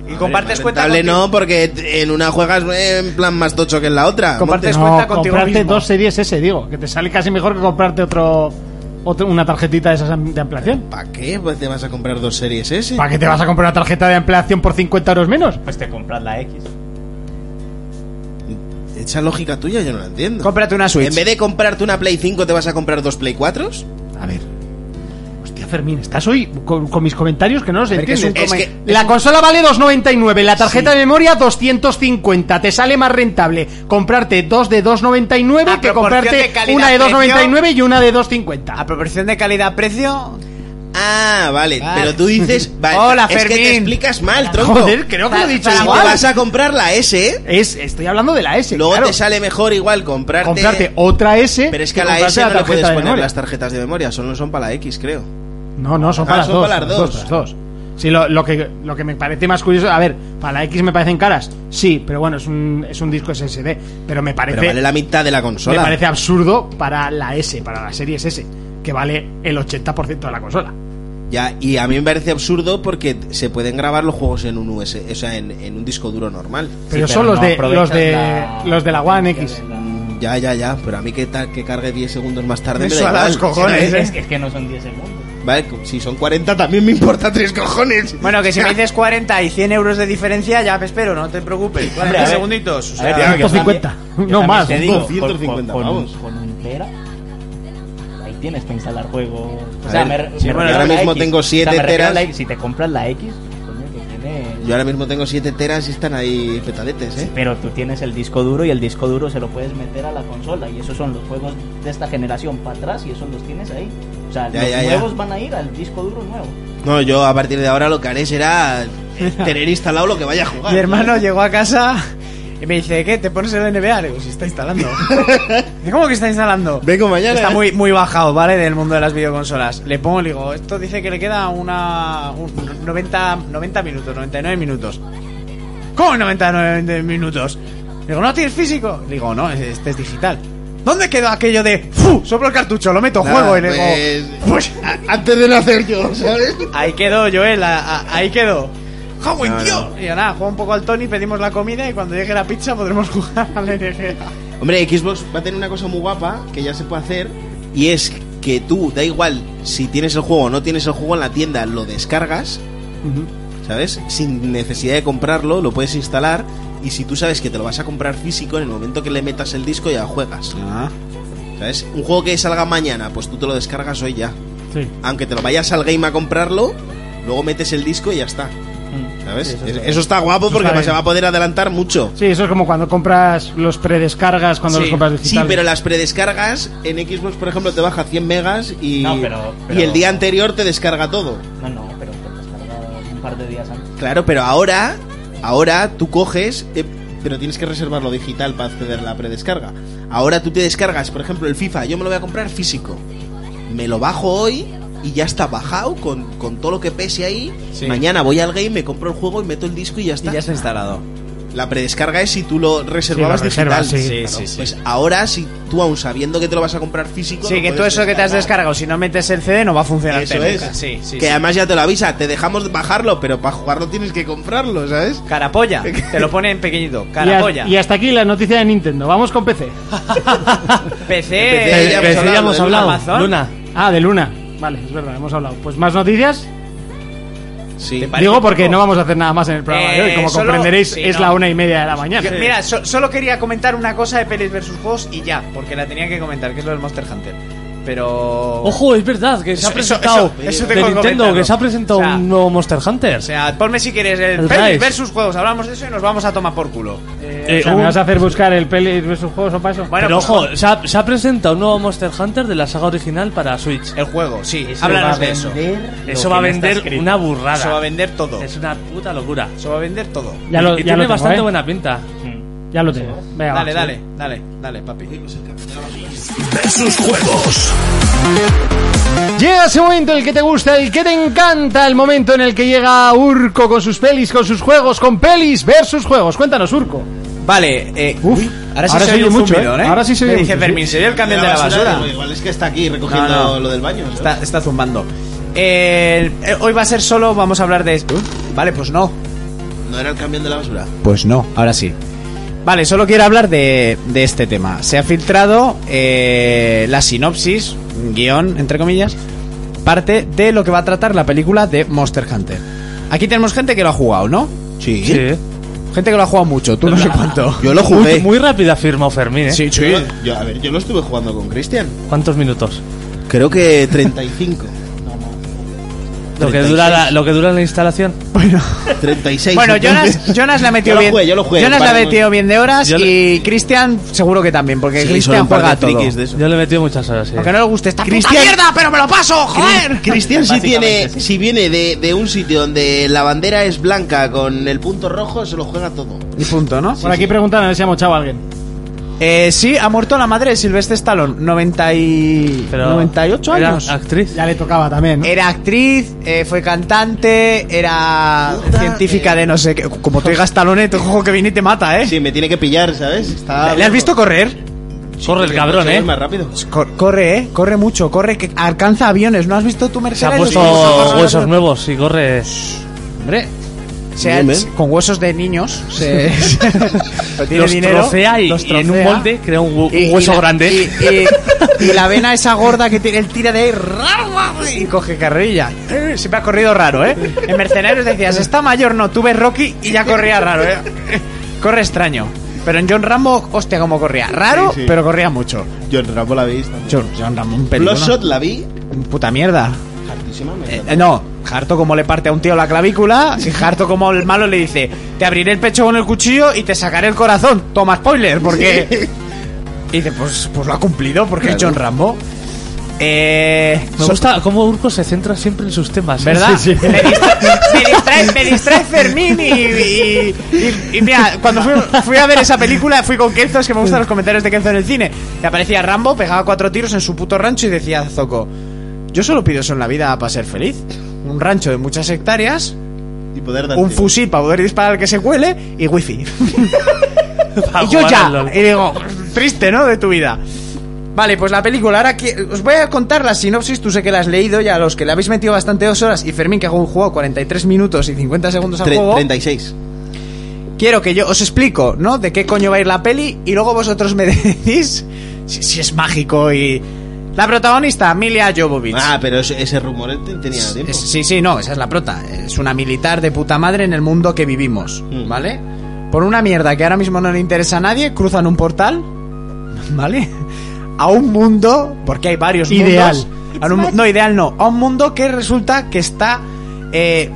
Y compartes cuenta
Rentable
contigo-
no, porque en una juegas en plan más tocho que en la otra.
Comparte-
Montes.
Te descuenta contigo
comprarte
mismo.
dos series S, digo. Que te sale casi mejor que comprarte otro, otro- una tarjetita de esas am- de ampliación.
¿Para qué Pues te vas a comprar dos series S?
¿Para qué te vas a comprar una tarjeta de ampliación por 50 euros menos?
Pues te compras la X.
Esa lógica tuya yo no la entiendo.
Cómprate una Switch.
En vez de comprarte una Play 5, ¿te vas a comprar dos Play 4s?
A ver. Hostia, Fermín, estás hoy con, con mis comentarios que no los
que es
entiendes.
un come- Es que-
la consola vale 2,99, la tarjeta de memoria 250. Te sale más rentable comprarte dos de 2,99
A
Ah,
que
proporción
comprarte
de calidad,
una de
precio.
2,99 y una de 2,50.
A proporción de calidad-precio.
Ah, vale.
Vale.
Pero tú dices. vale,
Hola,
es que te
Fermín.
explicas mal, tronco.
Joder, creo que lo he dicho
Si te
igual.
vas a comprar la S, ¿eh?
Es, estoy hablando de la S.
luego
claro.
te sale mejor igual comprarte.
comprarte otra S.
pero es que a la
comprarte
S no le puedes
tarjeta de
poner
memoria.
las tarjetas de memoria, solo son para la X, creo.
No, no, son
Ah,
para las
son
dos.
para las
las dos,
dos.
las dos. Sí, lo, lo que, lo que me parece más curioso. A ver, para la X me parecen caras. Sí, pero bueno, es un, es un disco SSD. Pero me parece.
Pero vale la mitad de la consola.
Me parece absurdo para la S, para la serie S, que vale el 80% de la consola.
Ya, y a mí me parece absurdo porque se pueden grabar los juegos en un US, o sea, en, en un disco duro normal.
Pero
pero
son los
no
de
aprovechas
los de
la-
los de la One X.
Ya, ya, ya, pero a mí que, ta- que cargue 10 segundos más tarde
Me
me da
suda
igual.
los cojones.
Es,
¿eh?
es que no son 10 segundos.
Vale, si son 40 también me importa tres cojones.
Bueno, que si me dices 40 y 100 euros de diferencia, ya me espero, no te preocupes.
Hombre, a
Cuatro
ver.
segunditos. o
A ver,
sea,
tío, que
150.
también-
No
yo también
más,
te digo,
250
con, con,
pavos.
con un tera, ahí tienes que instalar juegos. O
A
sea,
ver,
me, re-
sí,
me
bueno,
refiero
ahora
a la
mismo
X.
tengo
O sea,
siete
me refiero a la
teras.
X. Si te compras la X, coño, que tiene...
Yo ahora mismo tengo 7 teras y están ahí petaletes, ¿eh?
Pero tú tienes el disco duro y el disco duro se lo puedes meter a la consola y esos son los juegos de esta generación para atrás y esos los tienes ahí. O sea,
Ya,
los
ya, ya.
nuevos van a ir al disco duro nuevo.
No, yo a partir de ahora lo que haré será eh, tener instalado lo que vaya a jugar.
Mi hermano llegó a casa y me dice, ¿qué? ¿Te pones el NBA? Le digo, si está instalando. Dice, ¿Cómo que está instalando?
Vengo mañana. ¿eh?
Está muy, muy bajado, ¿vale? Del mundo de las videoconsolas. Le pongo, le digo, esto dice que le queda una... un- 90, 90 minutos, 99 minutos. ¿Cómo 99 minutos? Le digo, ¿no tienes físico? Le digo, no, este es digital. ¿Dónde quedó aquello de... ¡Fu! Soplo el cartucho, lo meto,
Nada,
juego. Y le digo,
pues, a- antes de nacer yo, ¿sabes?
Ahí quedó, Joel, a- a- ahí quedó. ¡Joven, tío! Y yo, nada, juega un poco al Tony, pedimos la comida y cuando llegue la pizza podremos jugar al NGA.
Hombre, Xbox va a tener una cosa muy guapa que ya se puede hacer y es que tú, da igual si tienes el juego o no tienes el juego en la tienda, lo descargas, ¿sabes? Sin necesidad de comprarlo, lo puedes instalar y si tú sabes que te lo vas a comprar físico, en el momento que le metas el disco ya juegas,
Ah.
¿sabes? Un juego que salga mañana, pues tú te lo descargas hoy ya.
Sí.
Aunque te lo vayas al game a comprarlo, luego metes el disco y ya está. ¿Sabes?
Mm. Sí, eso
Es-
está
eso, está guapo porque
está
se va a poder adelantar mucho.
Sí, eso es como cuando compras los predescargas, cuando
Sí,
los compras
sí,
digitales.
pero las predescargas en Xbox, por ejemplo, te baja 100 megas y,
No, pero- pero-
y el día anterior te descarga todo.
No, no, pero te lo has cargado un par de días antes.
Claro, pero ahora, ahora tú coges, eh, pero tienes que reservarlo digital para acceder a la predescarga. Ahora tú te descargas, por ejemplo, el FIFA, yo me lo voy a comprar físico. Me lo bajo hoy y ya está bajado con, con todo lo que pese ahí. Mañana voy al game, me compro el juego y meto el disco y ya está.
está instalado.
La predescarga es si tú lo reservabas
Sí, lo reservas,
digital.
sí.
Sí,
Claro,
sí, sí.
Pues ahora, si tú aún sabiendo que te lo vas a comprar físico...
Sí,
lo
que todo
puedes
eso que te has
descargar.
descargado, si no metes el CD, no va a funcionar.
Eso es.
Sí, sí.
que
sí.
además ya te lo avisa, te dejamos bajarlo, pero para jugarlo tienes que comprarlo, ¿sabes?
Carapolla, te lo pone en pequeñito.
Y, a-
Carapolla.
y hasta aquí la noticia de Nintendo. Vamos con PC.
PC,
PC, ya hemos
Pero ya hemos
de
hablado.
Amazon.
Luna.
Ah, de Luna. Vale, es verdad, hemos hablado. Pues más noticias.
Sí.
¿Te parece
Digo porque
poco?
no vamos a hacer nada más en el programa de hoy.
Eh,
Como
solo-
comprenderéis,
sí,
es
no.
la una y media de la mañana.
Yo- Mira, so- solo quería comentar una cosa de pelis versus juegos y ya, porque la tenía que comentar, que es lo del Monster Hunter. Pero.
Ojo, es verdad que se
Eso-
ha
eso-
presentado
eso- eso
de
tengo que
Nintendo,
comentarlo.
que se ha presentado
O sea,
un nuevo Monster Hunter.
O sea, ponme si quieres el,
El
pelis
Rise.
versus juegos, hablamos de eso y nos vamos a tomar por culo.
Eh,
O sea,
un-
¿me vas a hacer buscar el peli versus juegos o para eso?
Uh. Bueno,
Pero
pues,
ojo, se ha, se ha presentado un nuevo Monster Hunter de la saga original para Switch.
el juego, sí,
Eso
háblanos
va a
de eso.
vender lo
Eh, Eso
que
va a
no está
vender
escrito.
una burrada.
Eso va a vender todo.
Es una puta locura.
Eso va a vender todo.
ya
Y-
lo, ya
y tiene
lo tengo,
bastante
¿eh?
buena pinta.
Ya lo tengo. Venga,
Ah,
Dale,
va,
dale, dale, dale, papi.
Versus juegos.
Llega ese momento el que te gusta, el que te encanta, el momento en el que llega Urco con sus pelis, con sus juegos, con pelis versus juegos. Cuéntanos, Urco.
Vale, eh,
Uf,
ahora sí
ahora
se
se
oye
oye
un
mucho,
zumbido,
¿eh?
¿eh?
Ahora sí se oye
Me dice
mucho,
Fermín, se oye el camión de la basura.
Igual es que está aquí recogiendo
No, no.
lo del baño. ¿sabes?
Está, está zumbando. Eh, eh, hoy va a ser solo, vamos a hablar de esto. Vale, pues no.
No era el camión de la basura.
Pues no, ahora sí. Vale, solo quiero hablar de, de este tema. Se ha filtrado eh, la sinopsis, guión, entre comillas, parte de lo que va a tratar la película de Monster Hunter. Aquí tenemos gente que lo ha jugado, ¿no?
Sí.
Gente que lo ha jugado mucho, tú no sé cuánto.
Yo lo
Muy,
jugué.
muy rápida firmó Fermín, ¿eh?
Sí, sí.
Yo lo- yo- a ver, yo lo estuve jugando con Cristian.
¿Cuántos minutos?
Creo que 35.
Lo que, dura la, lo que dura la instalación.
36.
Bueno,
entonces.
Jonas, Jonas la metió
Yo lo
bien.
jugué, yo lo jugué.
Jonas la
Vale,
metió bien de horas
Yo lo-
y Cristian seguro que también, porque
Sí, son
Cristian
un par
juega a
de
todo.
frikis de eso.
Yo le he metido muchas horas, sí.
Aunque no le guste esta
Cristian-
puta mierda, pero me lo paso, joder.
Cristian si tiene,
Básicamente, sí.
si viene de, de un sitio donde la bandera es blanca con el punto rojo, se lo juega todo.
Y punto, ¿no?
Por aquí preguntan a ver si ha mochado a alguien.
Eh, sí, ha muerto la madre de Silvestre Stallone, 90 y...
Pero
98
era
años.
actriz.
Ya le tocaba también, ¿no?
Era actriz, eh, fue cantante, era
Puta,
científica
eh.
de no sé qué. Como te digas Stallone, te cojo que viene y te mata, ¿eh?
Sí, me tiene que pillar, ¿sabes? Está
¿Le has visto correr?
Corre el cabrón,
Mucho
¿eh?
más rápido.
Cor- corre, ¿eh? Corre mucho, corre, que alcanza aviones. ¿No has visto tu
Se
Mercedes?
ha
Los-
puesto huesos nuevos y corre.
Hombre. se
Bien,
ha-
bien.
con huesos de niños se, se- tiene
¿eh? los
dinero,
trocea y,
los
y en un
trocea.
molde crea un, hu- un
Y- y
hueso
la-
grande.
Y, y- y la vena esa gorda que tiene, él tira de ahí rar, y coge carrilla. Eh, Siempre ha corrido raro, ¿eh? En Mercenarios decías, está mayor, no, tú ves Rocky y ya corría raro, ¿eh? Corre extraño. Pero en John Rambo, hostia, cómo corría. Raro,
Sí, sí.
pero corría mucho.
John Rambo la veis.
John, John Rambo, un película.
Bloodshot la vi.
Puta mierda.
Hartísima, me
Eh, eh, no, Harto como le parte a un tío la clavícula, y Harto como el malo le dice, te abriré el pecho con el cuchillo y te sacaré el corazón. Toma spoiler, porque... Y dice, pues, pues lo ha cumplido, porque es John Rambo. Eh,
Me
so-
gusta cómo Urco se centra siempre en sus temas. ¿eh?
¿Verdad? Me, distra- me distrae, me distrae Fermín y, y- y- y mira, cuando fui, fui a ver esa película fui con Kelzo, es que me gustan los comentarios de Kelzo en el cine. Y aparecía Rambo, pegaba cuatro tiros en su puto rancho y decía Zoco, yo solo pido eso en la vida para ser feliz. Un rancho de muchas hectáreas,
Y poder dar
un
tiros.
fusil para poder disparar al que se cuele y wifi.
Para
Y yo
jugar
ya.
al LOL.
Y digo, triste, ¿no? De tu vida. Vale, pues la película, ahora que os voy a contar la sinopsis, tú sé que la has leído ya, los que le habéis metido bastante dos horas y Fermín que ha jugado 43 minutos y 50 segundos al
Tre-
juego,
36.
quiero que yo os explico, ¿no? De qué coño va a ir la peli y luego vosotros me decís si, si es mágico y... La protagonista, Emilia Jovovich.
Ah, pero ese, ese rumor te- tenía tiempo.
Es- sí, sí, no, esa es la prota. Es una militar de puta madre en el mundo que vivimos,
Mm.
¿vale? Por una mierda que ahora mismo no le interesa a nadie, cruzan un portal, ¿vale? A un mundo, porque hay varios
Ideal.
mundos. a un mu- no, ideal no. A un mundo que resulta que está eh,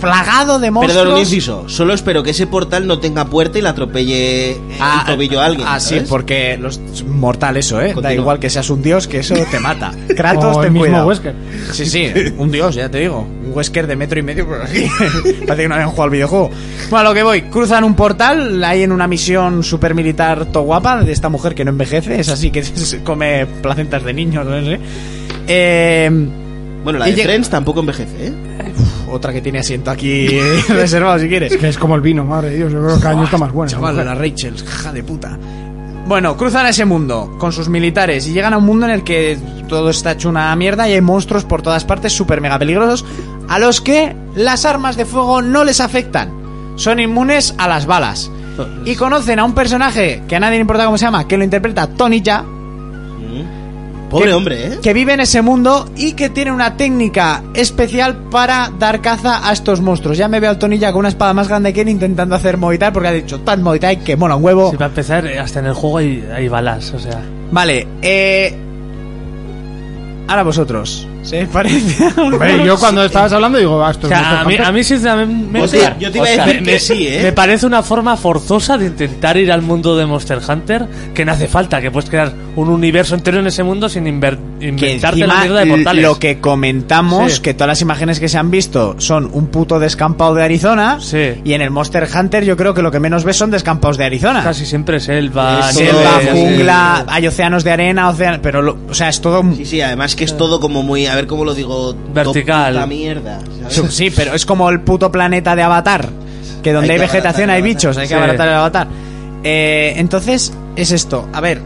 plagado de monstruos.
Perdón, un inciso. Solo espero que ese portal no tenga puerta y le atropelle el
Ah,
tobillo a alguien.
Ah, sí,
¿sabes?
porque los mortal eso, ¿eh? Da
Continúa.
igual que seas un dios, que eso te mata. Kratos,
O el
ten
mismo
cuidado.
Wesker.
Sí, sí, un dios, ya te digo. Un Wesker de metro y medio. por aquí. Parece que no habían jugado al videojuego. Bueno, a lo que voy. Cruzan un portal, hay en una misión super militar to guapa de esta mujer que no envejece. Es así que se come placentas de niños, no sé. Eh,
Bueno, la
Y
de
llega-
Friends tampoco envejece, ¿eh?
otra que tiene asiento aquí reservado, si quieres.
Que es como el vino, madre de Dios. Yo creo que cada año está más bueno.
Chaval, la Rachel, hija de puta. Bueno, cruzan ese mundo con sus militares y llegan a un mundo en el que todo está hecho una mierda y hay monstruos por todas partes súper mega peligrosos a los que las armas de fuego no les afectan. Son inmunes a las balas. Y conocen a un personaje que a nadie le importa cómo se llama, que lo interpreta Tony Ya,
Pobre
que-
hombre, ¿eh?
que vive en ese mundo y que tiene una técnica especial para dar caza a estos monstruos. Ya me veo al Tony Ya con una espada más grande que él intentando hacer Muay Thai porque ha dicho tan Muay Thai que mola un
Oh.
huevo.
Si para empezar, eh, hasta en el juego hay, hay balas, o sea.
Vale, eh. Ahora vosotros. ¿Se parece a un-
Hombre, yo cuando estabas hablando digo, ah, esto
O
es
sea, a mí, a mí sinceramente.
O sea, yo te iba a decir que sí, ¿eh?
Me parece una forma forzosa de intentar ir al mundo de Monster Hunter que no hace falta, que puedes crear un universo entero en ese mundo sin inver-
que
inventarte la
encima
mierda de portales.
lo que comentamos,
Sí.
que todas las imágenes que se han visto son un puto descampado de Arizona.
Sí.
Y en el Monster Hunter yo creo que lo que menos ves son descampados de Arizona.
Casi siempre selva,
Es
Selva,
Sí,
nieve,
sí,
jungla, hay océanos de arena, océanos, pero lo- o sea, es todo
Sí, sí, además que es todo como muy. A ver cómo lo digo.
Vertical.
La mierda. ¿sabes?
Sí, Sí, pero es como el puto planeta de Avatar. Que donde
Hay
hay,
que
vegetación hay
abaratar el Avatar.
bichos, hay que
Sí.
abaratar el Avatar. Eh, entonces, es esto. A ver,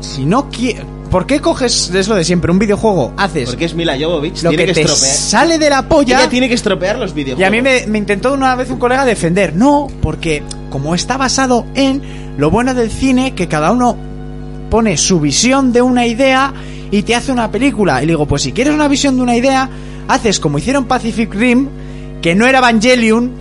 si no quieres. ¿Por qué coges, es lo de siempre, un videojuego? Haces
Porque es Mila Jovovich.
lo
tiene
que,
que,
te
estropear.
sale de la
Ella
polla.
tiene que estropear los videojuegos.
Y a mí me, me intentó una vez un colega defender. No, porque como está basado en lo bueno del cine, que cada uno pone su visión de una idea y te hace una película. Y le digo, pues si quieres una visión de una idea, haces como hicieron Pacific Rim, que no era Evangelion,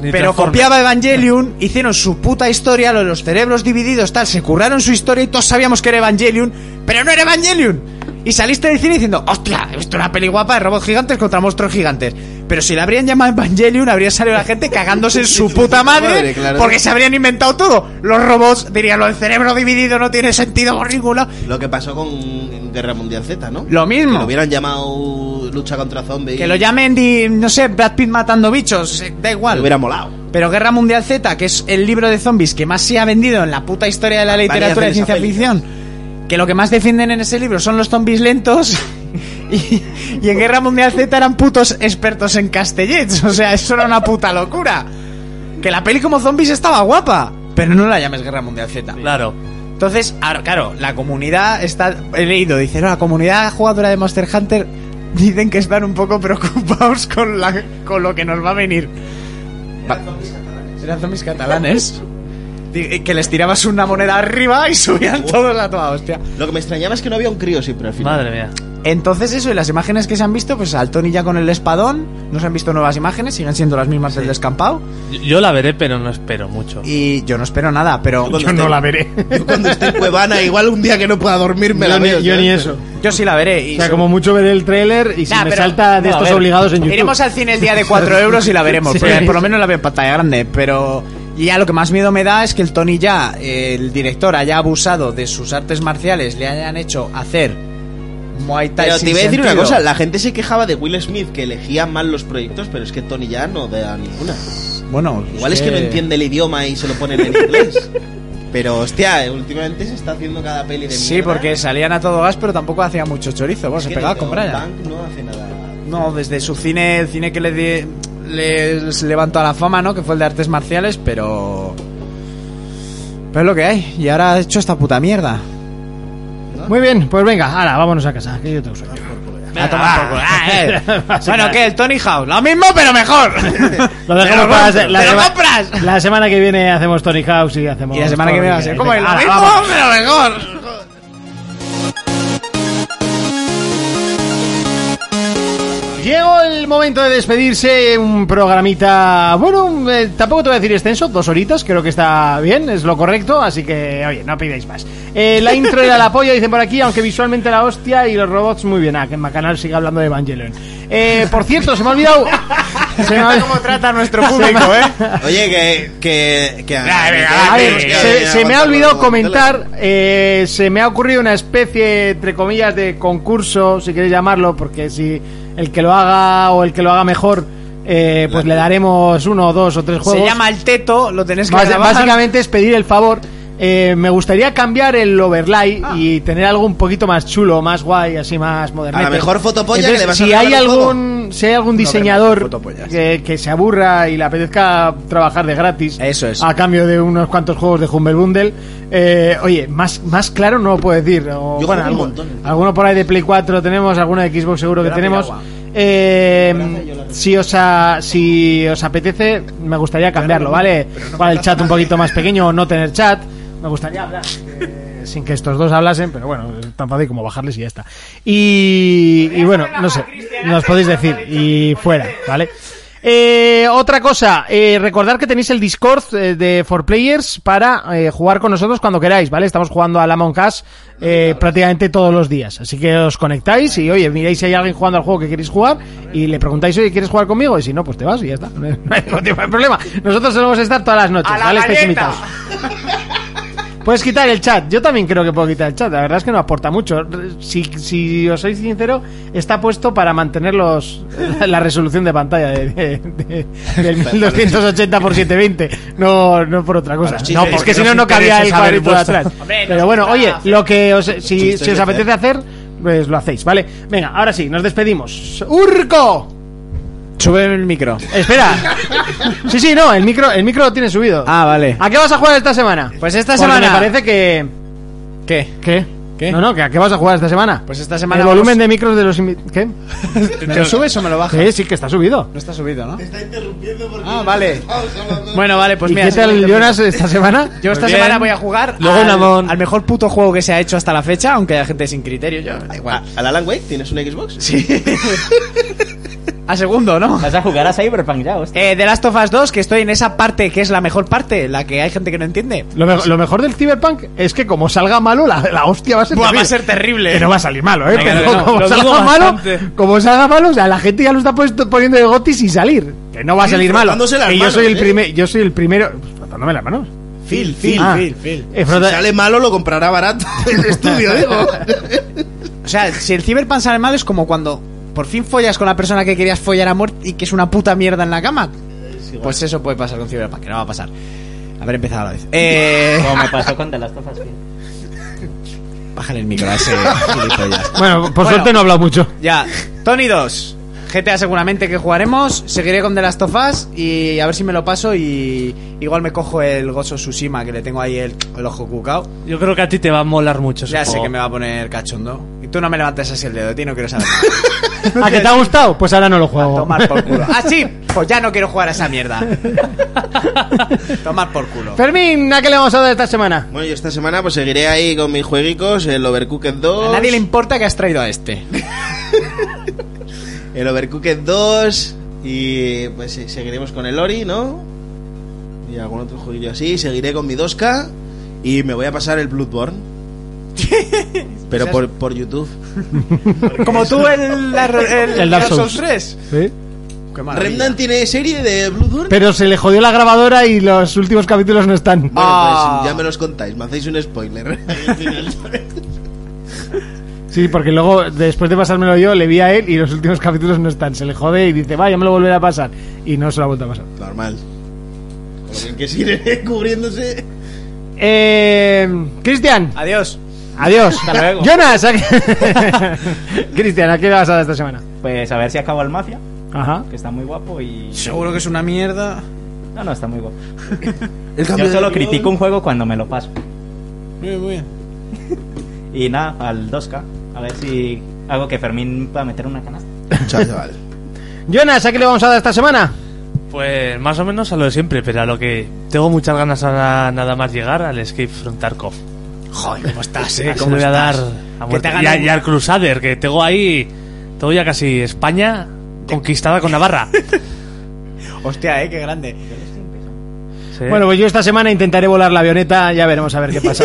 ni
pero
Transformers.
copiaba Evangelion, hicieron su puta historia, lo de los cerebros divididos, tal, se curraron su historia y todos sabíamos que era Evangelion, pero no era Evangelion. Y saliste del cine diciendo, hostia, he visto una peli guapa de robots gigantes contra monstruos gigantes. Pero si la habrían llamado Evangelion, habría salido la gente cagándose en su puta madre,
Madre, claro.
porque se habrían inventado todo. Los robots dirían, lo del cerebro dividido no tiene sentido por ningún lado.
Lo que pasó con Guerra Mundial Z, ¿no?
Lo mismo.
Que lo hubieran llamado lucha contra zombies.
Que lo llamen, di- no sé, Brad Pitt matando bichos, eh, da igual.
Me hubiera molado.
Pero Guerra Mundial Z, que es el libro de zombies que más se ha vendido en la puta historia de la literatura
hacer
de
esa
ciencia
peli.
ficción, que lo que más defienden en ese libro son los zombies lentos. Y, y en Guerra Mundial Z eran putos expertos en castellets. O sea, eso era una puta locura. Que la peli como zombies estaba guapa. Pero no la llames Guerra Mundial Z.
Claro.
Entonces, ahora, claro, la comunidad está. He leído, dice, no, la comunidad jugadora de Monster Hunter dicen que están un poco preocupados con, la, con lo que nos va a venir. Va- Eran zombies catalanes. Di- Que les tirabas una moneda arriba y subían todos a toda hostia.
Lo que me extrañaba es que no había un crío siempre al final.
Madre mía.
Entonces eso, y las imágenes que se han visto, pues al Tony ya con el espadón, no se han visto nuevas imágenes, siguen siendo las mismas del descampado.
Yo, yo la veré, pero no espero mucho.
Y yo no espero nada, pero
Yo no la veré. Yo cuando esté en Cuevana, igual un día que no pueda dormir me
eh, Yo
la
ni,
veo.
yo
¿sabes?
ni eso.
yo sí la veré. y
O sea,
se-
como mucho veré el tráiler y si
Nah,
me
pero-
salta de
no, a
estos
ver,
obligados en YouTube.
Iremos al cine el día de 4 euros y la veremos.
Sí.
porque por lo menos la veo en pantalla grande. Pero y ya lo que más miedo me da es que el Tony ya, eh, el director, haya abusado de sus artes marciales, le hayan hecho hacer Muay Thai.
Pero te
sin
iba a decir una
sentido.
cosa, la gente se quejaba de Will Smith que elegía mal los proyectos, pero es que Tony ya no da ninguna.
Bueno, eh,
Igual es que no entiende el idioma y se lo ponen en inglés. Pero hostia, eh, últimamente se está haciendo cada peli de
Sí,
mierda. ¿eh?
porque salían a todo gas, pero tampoco hacía mucho chorizo. Bueno,
Es
se
que
pegaba
The
con
Old
Brian.
Bank no hace nada.
No, desde su cine, el cine que le di- les levantó a la fama, ¿no? Que fue el de artes marciales, pero. Pero es lo que hay. Y ahora ha hecho esta puta mierda.
Muy bien, pues venga, ahora, vámonos a casa. Que yo tengo sueño.
A tomar por culo. Ah, eh. bueno, ¿qué? El Tony House. Lo mismo, pero mejor.
Lo dejamos
Pero
para
compro,
la, eh, la
pero
sema-
compras.
la semana que viene hacemos Tony House y hacemos.
y la semana
todo
que viene
lo
va a
queráis.
ser como el
Venga, ala,
lo mismo,
Ah, vamos.
pero mejor.
Llegó el momento de despedirse, un programita, bueno, eh, tampoco te voy a decir extenso, dos horitas, creo que está bien, es lo correcto, así que, oye, no pidáis más. Eh, la intro era la polla, dicen por aquí, aunque visualmente la hostia y los robots muy bien, ah, que Macanal siga hablando de Evangelion. Eh, por cierto, se me ha olvidado... se me ha-
trata nuestro público, eh?
Oye, que... que, que Ah,
A ver, se, se me ha olvidado comentar, eh, se me ha ocurrido una especie, entre comillas, de concurso, si queréis llamarlo, porque si el que lo haga o el que lo haga mejor, eh, pues le daremos uno, dos o tres juegos.
Se llama el teto, lo tenés que
Bás-
grabar.
básicamente es pedir el favor. Eh, me gustaría cambiar el overlay
Ah.
y tener algo un poquito más chulo, más guay, así más moderno.
A la mejor fotopolla
Entonces,
le vas
si
a regalar
hay
un
algún, si hay algún diseñador
fotopollas.
que, que se aburra y le apetezca trabajar de gratis,
Eso es.
a cambio de unos cuantos juegos de Humble Bundle, eh, oye, más, más claro no lo puedo decir. O,
Yo juego
bueno,
un
algún-
montón.
alguno por ahí de Play 4 tenemos, alguno de Xbox seguro que
Yo la
tenemos.
piragua.
Eh, si os a- si os apetece, me gustaría cambiarlo, ¿vale? Para el chat un poquito más pequeño o no tener chat. Me gustaría hablar. eh, Sin que estos dos hablasen, pero bueno, es tan fácil como bajarles y ya está. Y, y bueno, no sé, nos podéis decir y fuera, ¿vale? Eh, otra cosa, eh, recordar que tenéis el Discord eh, de For Players para eh, jugar con nosotros cuando queráis, ¿vale? Estamos jugando a la Moncash prácticamente todos los días, así que os conectáis y oye, miráis si hay alguien jugando al juego que queréis jugar y le preguntáis, oye, ¿quieres jugar conmigo? Y si no, pues te vas y ya está, no hay, no hay problema. Nosotros solemos estar todas las noches, ¿vale? Estáis invitados. Puedes quitar el chat. Yo también creo que puedo quitar el chat. La verdad es que no aporta mucho. Si, si os soy sincero, está puesto para mantener los, la resolución de pantalla de, de- de- del 1280 x 720. No, no por otra cosa. No,
porque
porque si no,
nos
no cabía
interesa
el
saber
cuadrito de
vuestro.
atrás. Pero bueno, oye, lo que os, si, si os apetece hacer, pues lo hacéis, ¿vale? Venga, ahora sí, nos despedimos. ¡Urco!
Sube el micro.
Espera. Sí, sí, no, el micro, el micro lo tiene subido.
Ah, vale.
¿A qué vas a jugar esta semana?
Pues esta
Porque
semana-
Me parece que.
¿Qué?
¿Qué?
¿Qué?
No, no, ¿que ¿a qué vas a jugar esta semana?
Pues esta semana
El
vamos-
volumen de micros de los... invi- ¿Qué?
¿Me lo subes o me lo bajas?
Sí, sí, que está subido.
No está subido, ¿no? está interrumpiendo porque... Ah, vale. Bueno, vale, pues
¿Y
mira...
qué tal,
siguiente
Jonas, esta semana? Pues,
Yo esta
bien.
semana voy a jugar
Luego
al,
Unamon.
al mejor puto juego que se ha hecho hasta la fecha, aunque haya gente sin criterio. Yo, da igual.
¿A la Alan Wake tienes un Xbox?
Sí. a segundo, ¿no?
Vas a jugar a Cyberpunk ya, hostia.
Eh, The Last of Us 2, que estoy en esa parte que es la mejor parte, la que hay gente que no entiende.
Lo, me- lo mejor del Cyberpunk es que como salga malo, la, la hostia va a ser...
Buah, va a
terrible.
ser terrible.
Que no va a salir malo, ¿eh?
Venga,
Pero
no,
como,
lo dudo
salga malo,
bastante.
como salga malo, o sea, la gente ya lo está puesto- poniendo de goti sin salir. Que no va a
Sí,
salir malo.
frotándose las
Y yo
manos,
soy el
¿eh?
primer, yo soy el primero... Frotándome las manos.
Phil,
Ah.
Phil.
Eh,
Si
frota-
sale malo lo comprará barato el estudio, digo.
O sea, si el Cyberpunk sale mal es como cuando por fin follas con la persona que querías follar a muerte y que es una puta mierda en la cama. Pues eso puede pasar con Cyberpunk, que no va a pasar. Haber empezado a la vez. Eh...
Como me pasó con The Last of Us. tío.
Bájale el micro a ese gilipollas.
Bueno, por
Bueno.
suerte no he hablado mucho.
Ya, Tony 2. GTA seguramente que jugaremos, seguiré con The Last of Us y a ver si me lo paso y igual me cojo el Gozo Tsushima que le tengo ahí el, el ojo cucao.
Yo creo que a ti te va a molar mucho. ese
Ya sé
juego.
que me va a poner cachondo. Y tú no me levantes así el dedo, tío, no quiero saber.
¿A que te ha gustado? Pues ahora no lo
nada.
juego.
Tomar por culo. Ah, sí, pues ya no quiero jugar a esa mierda. Tomar por culo.
Fermín, ¿a qué le vamos a dar esta semana?
Bueno, yo esta semana pues seguiré ahí con mis jueguicos, el Overcooked
A
2.
nadie le importa que has traído a este.
El Overcooked 2 y pues eh, seguiremos con el Ori, ¿no? Y algún otro jueguillo así, seguiré con mi 2K y me voy a pasar el Bloodborne. Pero por, por YouTube.
Como tú el, el,
El Dark Souls.
3.
Sí.
Qué maravilla.
Remdan tiene serie de Bloodborne.
Pero se le jodió la grabadora y los últimos capítulos no están.
Bueno,
Ah.
pues ya me los contáis, me hacéis un spoiler.
Sí, porque luego, después de pasármelo yo, le vi a él y los últimos capítulos no están. Se le jode y dice, vaya, me lo volveré a pasar. Y no se lo ha vuelto a pasar.
Normal. Con lo bien que sigue cubriéndose.
Eh, Cristian,
Adiós.
adiós.
Hasta luego.
Jonas, ¿a qué- Cristian, ¿a qué le vas a dar esta semana?
Pues a ver si acaba el Mafia,
Ajá.
que está muy guapo y...
Seguro que es una mierda.
No, no, está muy guapo.
El
Yo solo critico un juego cuando me lo paso.
Muy bien.
Y nada, al 2K. A ver si hago que Fermín pueda meter una canasta.
Chaval.
Jonas, ¿a qué le vamos a dar esta semana?
Pues más o menos a lo de siempre, pero a lo que tengo muchas ganas ahora nada más llegar al Escape from Tarkov.
Joder, ¿cómo estás?
Así
Eh?
le
¿Cómo
voy a dar
estás? Que te
a muerte.
hagan
y, a-
un-
y al Crusader, que tengo ahí, tengo ya casi España conquistada con Navarra.
Hostia, eh, qué grande.
Sí.
Bueno, pues yo esta semana intentaré volar la avioneta, ya veremos a ver qué pasa.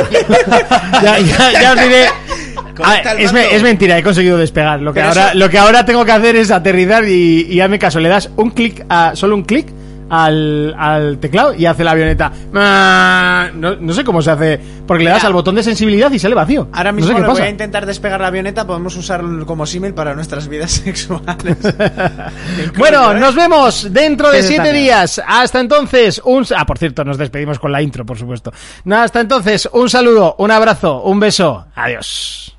ya, ya, ya os diré.
Conecta
A ver,
el
es, me-
mando.
es mentira, he conseguido despegar. Lo que,
Pero
ahora,
eso-
lo que ahora tengo que hacer es aterrizar y, y hazme caso. Le das un clic, a, solo un clic al, al teclado y hace la avioneta. Ah, No, no sé cómo se hace, porque le das
Mira.
al botón de sensibilidad y sale vacío.
Ahora
no
mismo
sé
le
qué
voy
pasa.
a intentar despegar la avioneta, podemos usarlo como símil para nuestras vidas sexuales. Qué
Bueno,
crudo, ¿eh?
nos vemos dentro de
Eso
siete
también.
días. Hasta entonces, un... Ah, por cierto, nos despedimos con la intro, por supuesto. No, hasta entonces, un saludo, un abrazo, un beso. Adiós.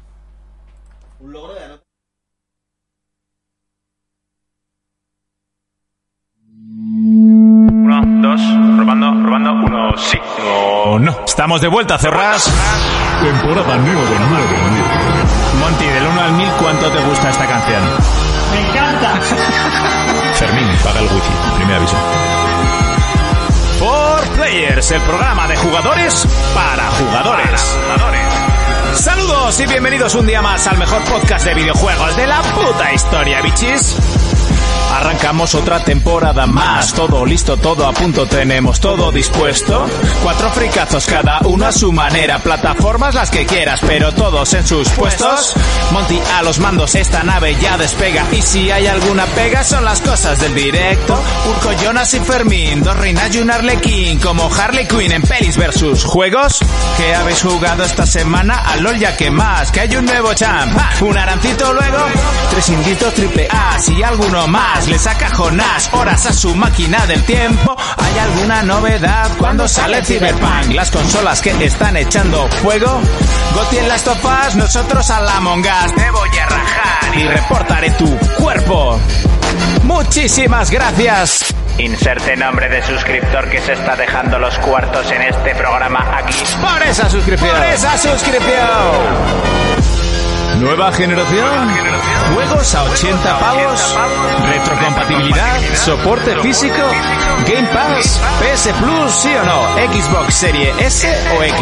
Uno, dos, robando, robando, uno, sí. No, Oh, no. Estamos de vuelta, cerrás.
Temporada 9, 9, 9.
Monty, del 1 al 1000, ¿cuánto te gusta esta canción? Me encanta. Fermín, paga el wifi. Primer aviso. Four Players, el programa de jugadores para jugadores. Saludos y bienvenidos un día más al mejor podcast de videojuegos de la puta historia, bichis. Arrancamos otra temporada más, todo listo, todo a punto, tenemos todo dispuesto. Cuatro fricazos cada uno a su manera, plataformas las que quieras, pero todos en sus puestos. Monty a los mandos, esta nave ya despega, y si hay alguna pega son las cosas del directo. Urco, Jonas y Fermín, dos reinas y un arlequín, como Harley Quinn en pelis versus juegos. ¿Qué habéis jugado esta semana? A LOL ya que más, que hay un nuevo champ, ¡Ah! un arancito luego, tres inditos triple A, si alguno más le saca Jonás horas a su máquina del tiempo. ¿Hay alguna novedad cuando sale Cyberpunk? Las consolas que están echando fuego. Goti en las topas, nosotros a la mongas. Te voy a rajar y reportaré tu cuerpo. Muchísimas gracias.
Inserte nombre de suscriptor que se está dejando los cuartos en este programa aquí.
Por esa suscripción. Por esa suscripción. Nueva generación. Juegos a 80 pavos. Retrocompatibilidad. Soporte físico. Game Pass. PS Plus, sí o no. Xbox Serie S o X.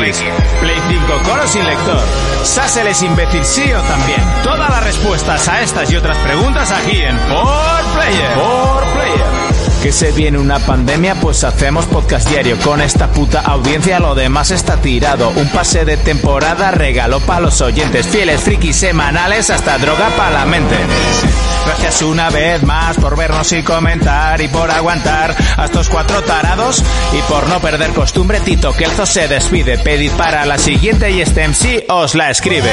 Play 5 con o sin lector. Sassel es imbécil, sí o también. Todas las respuestas a estas y otras preguntas aquí en Por Player. Por Player. Que se viene una pandemia, pues hacemos podcast diario. Con esta puta audiencia lo demás está tirado. Un pase de temporada regalo para los oyentes. Fieles frikis semanales hasta droga para la mente. Gracias una vez más por vernos y comentar y por aguantar a estos cuatro tarados y por no perder costumbre Tito Kelzo se despide. Pedid para la siguiente y este MC os la escribe.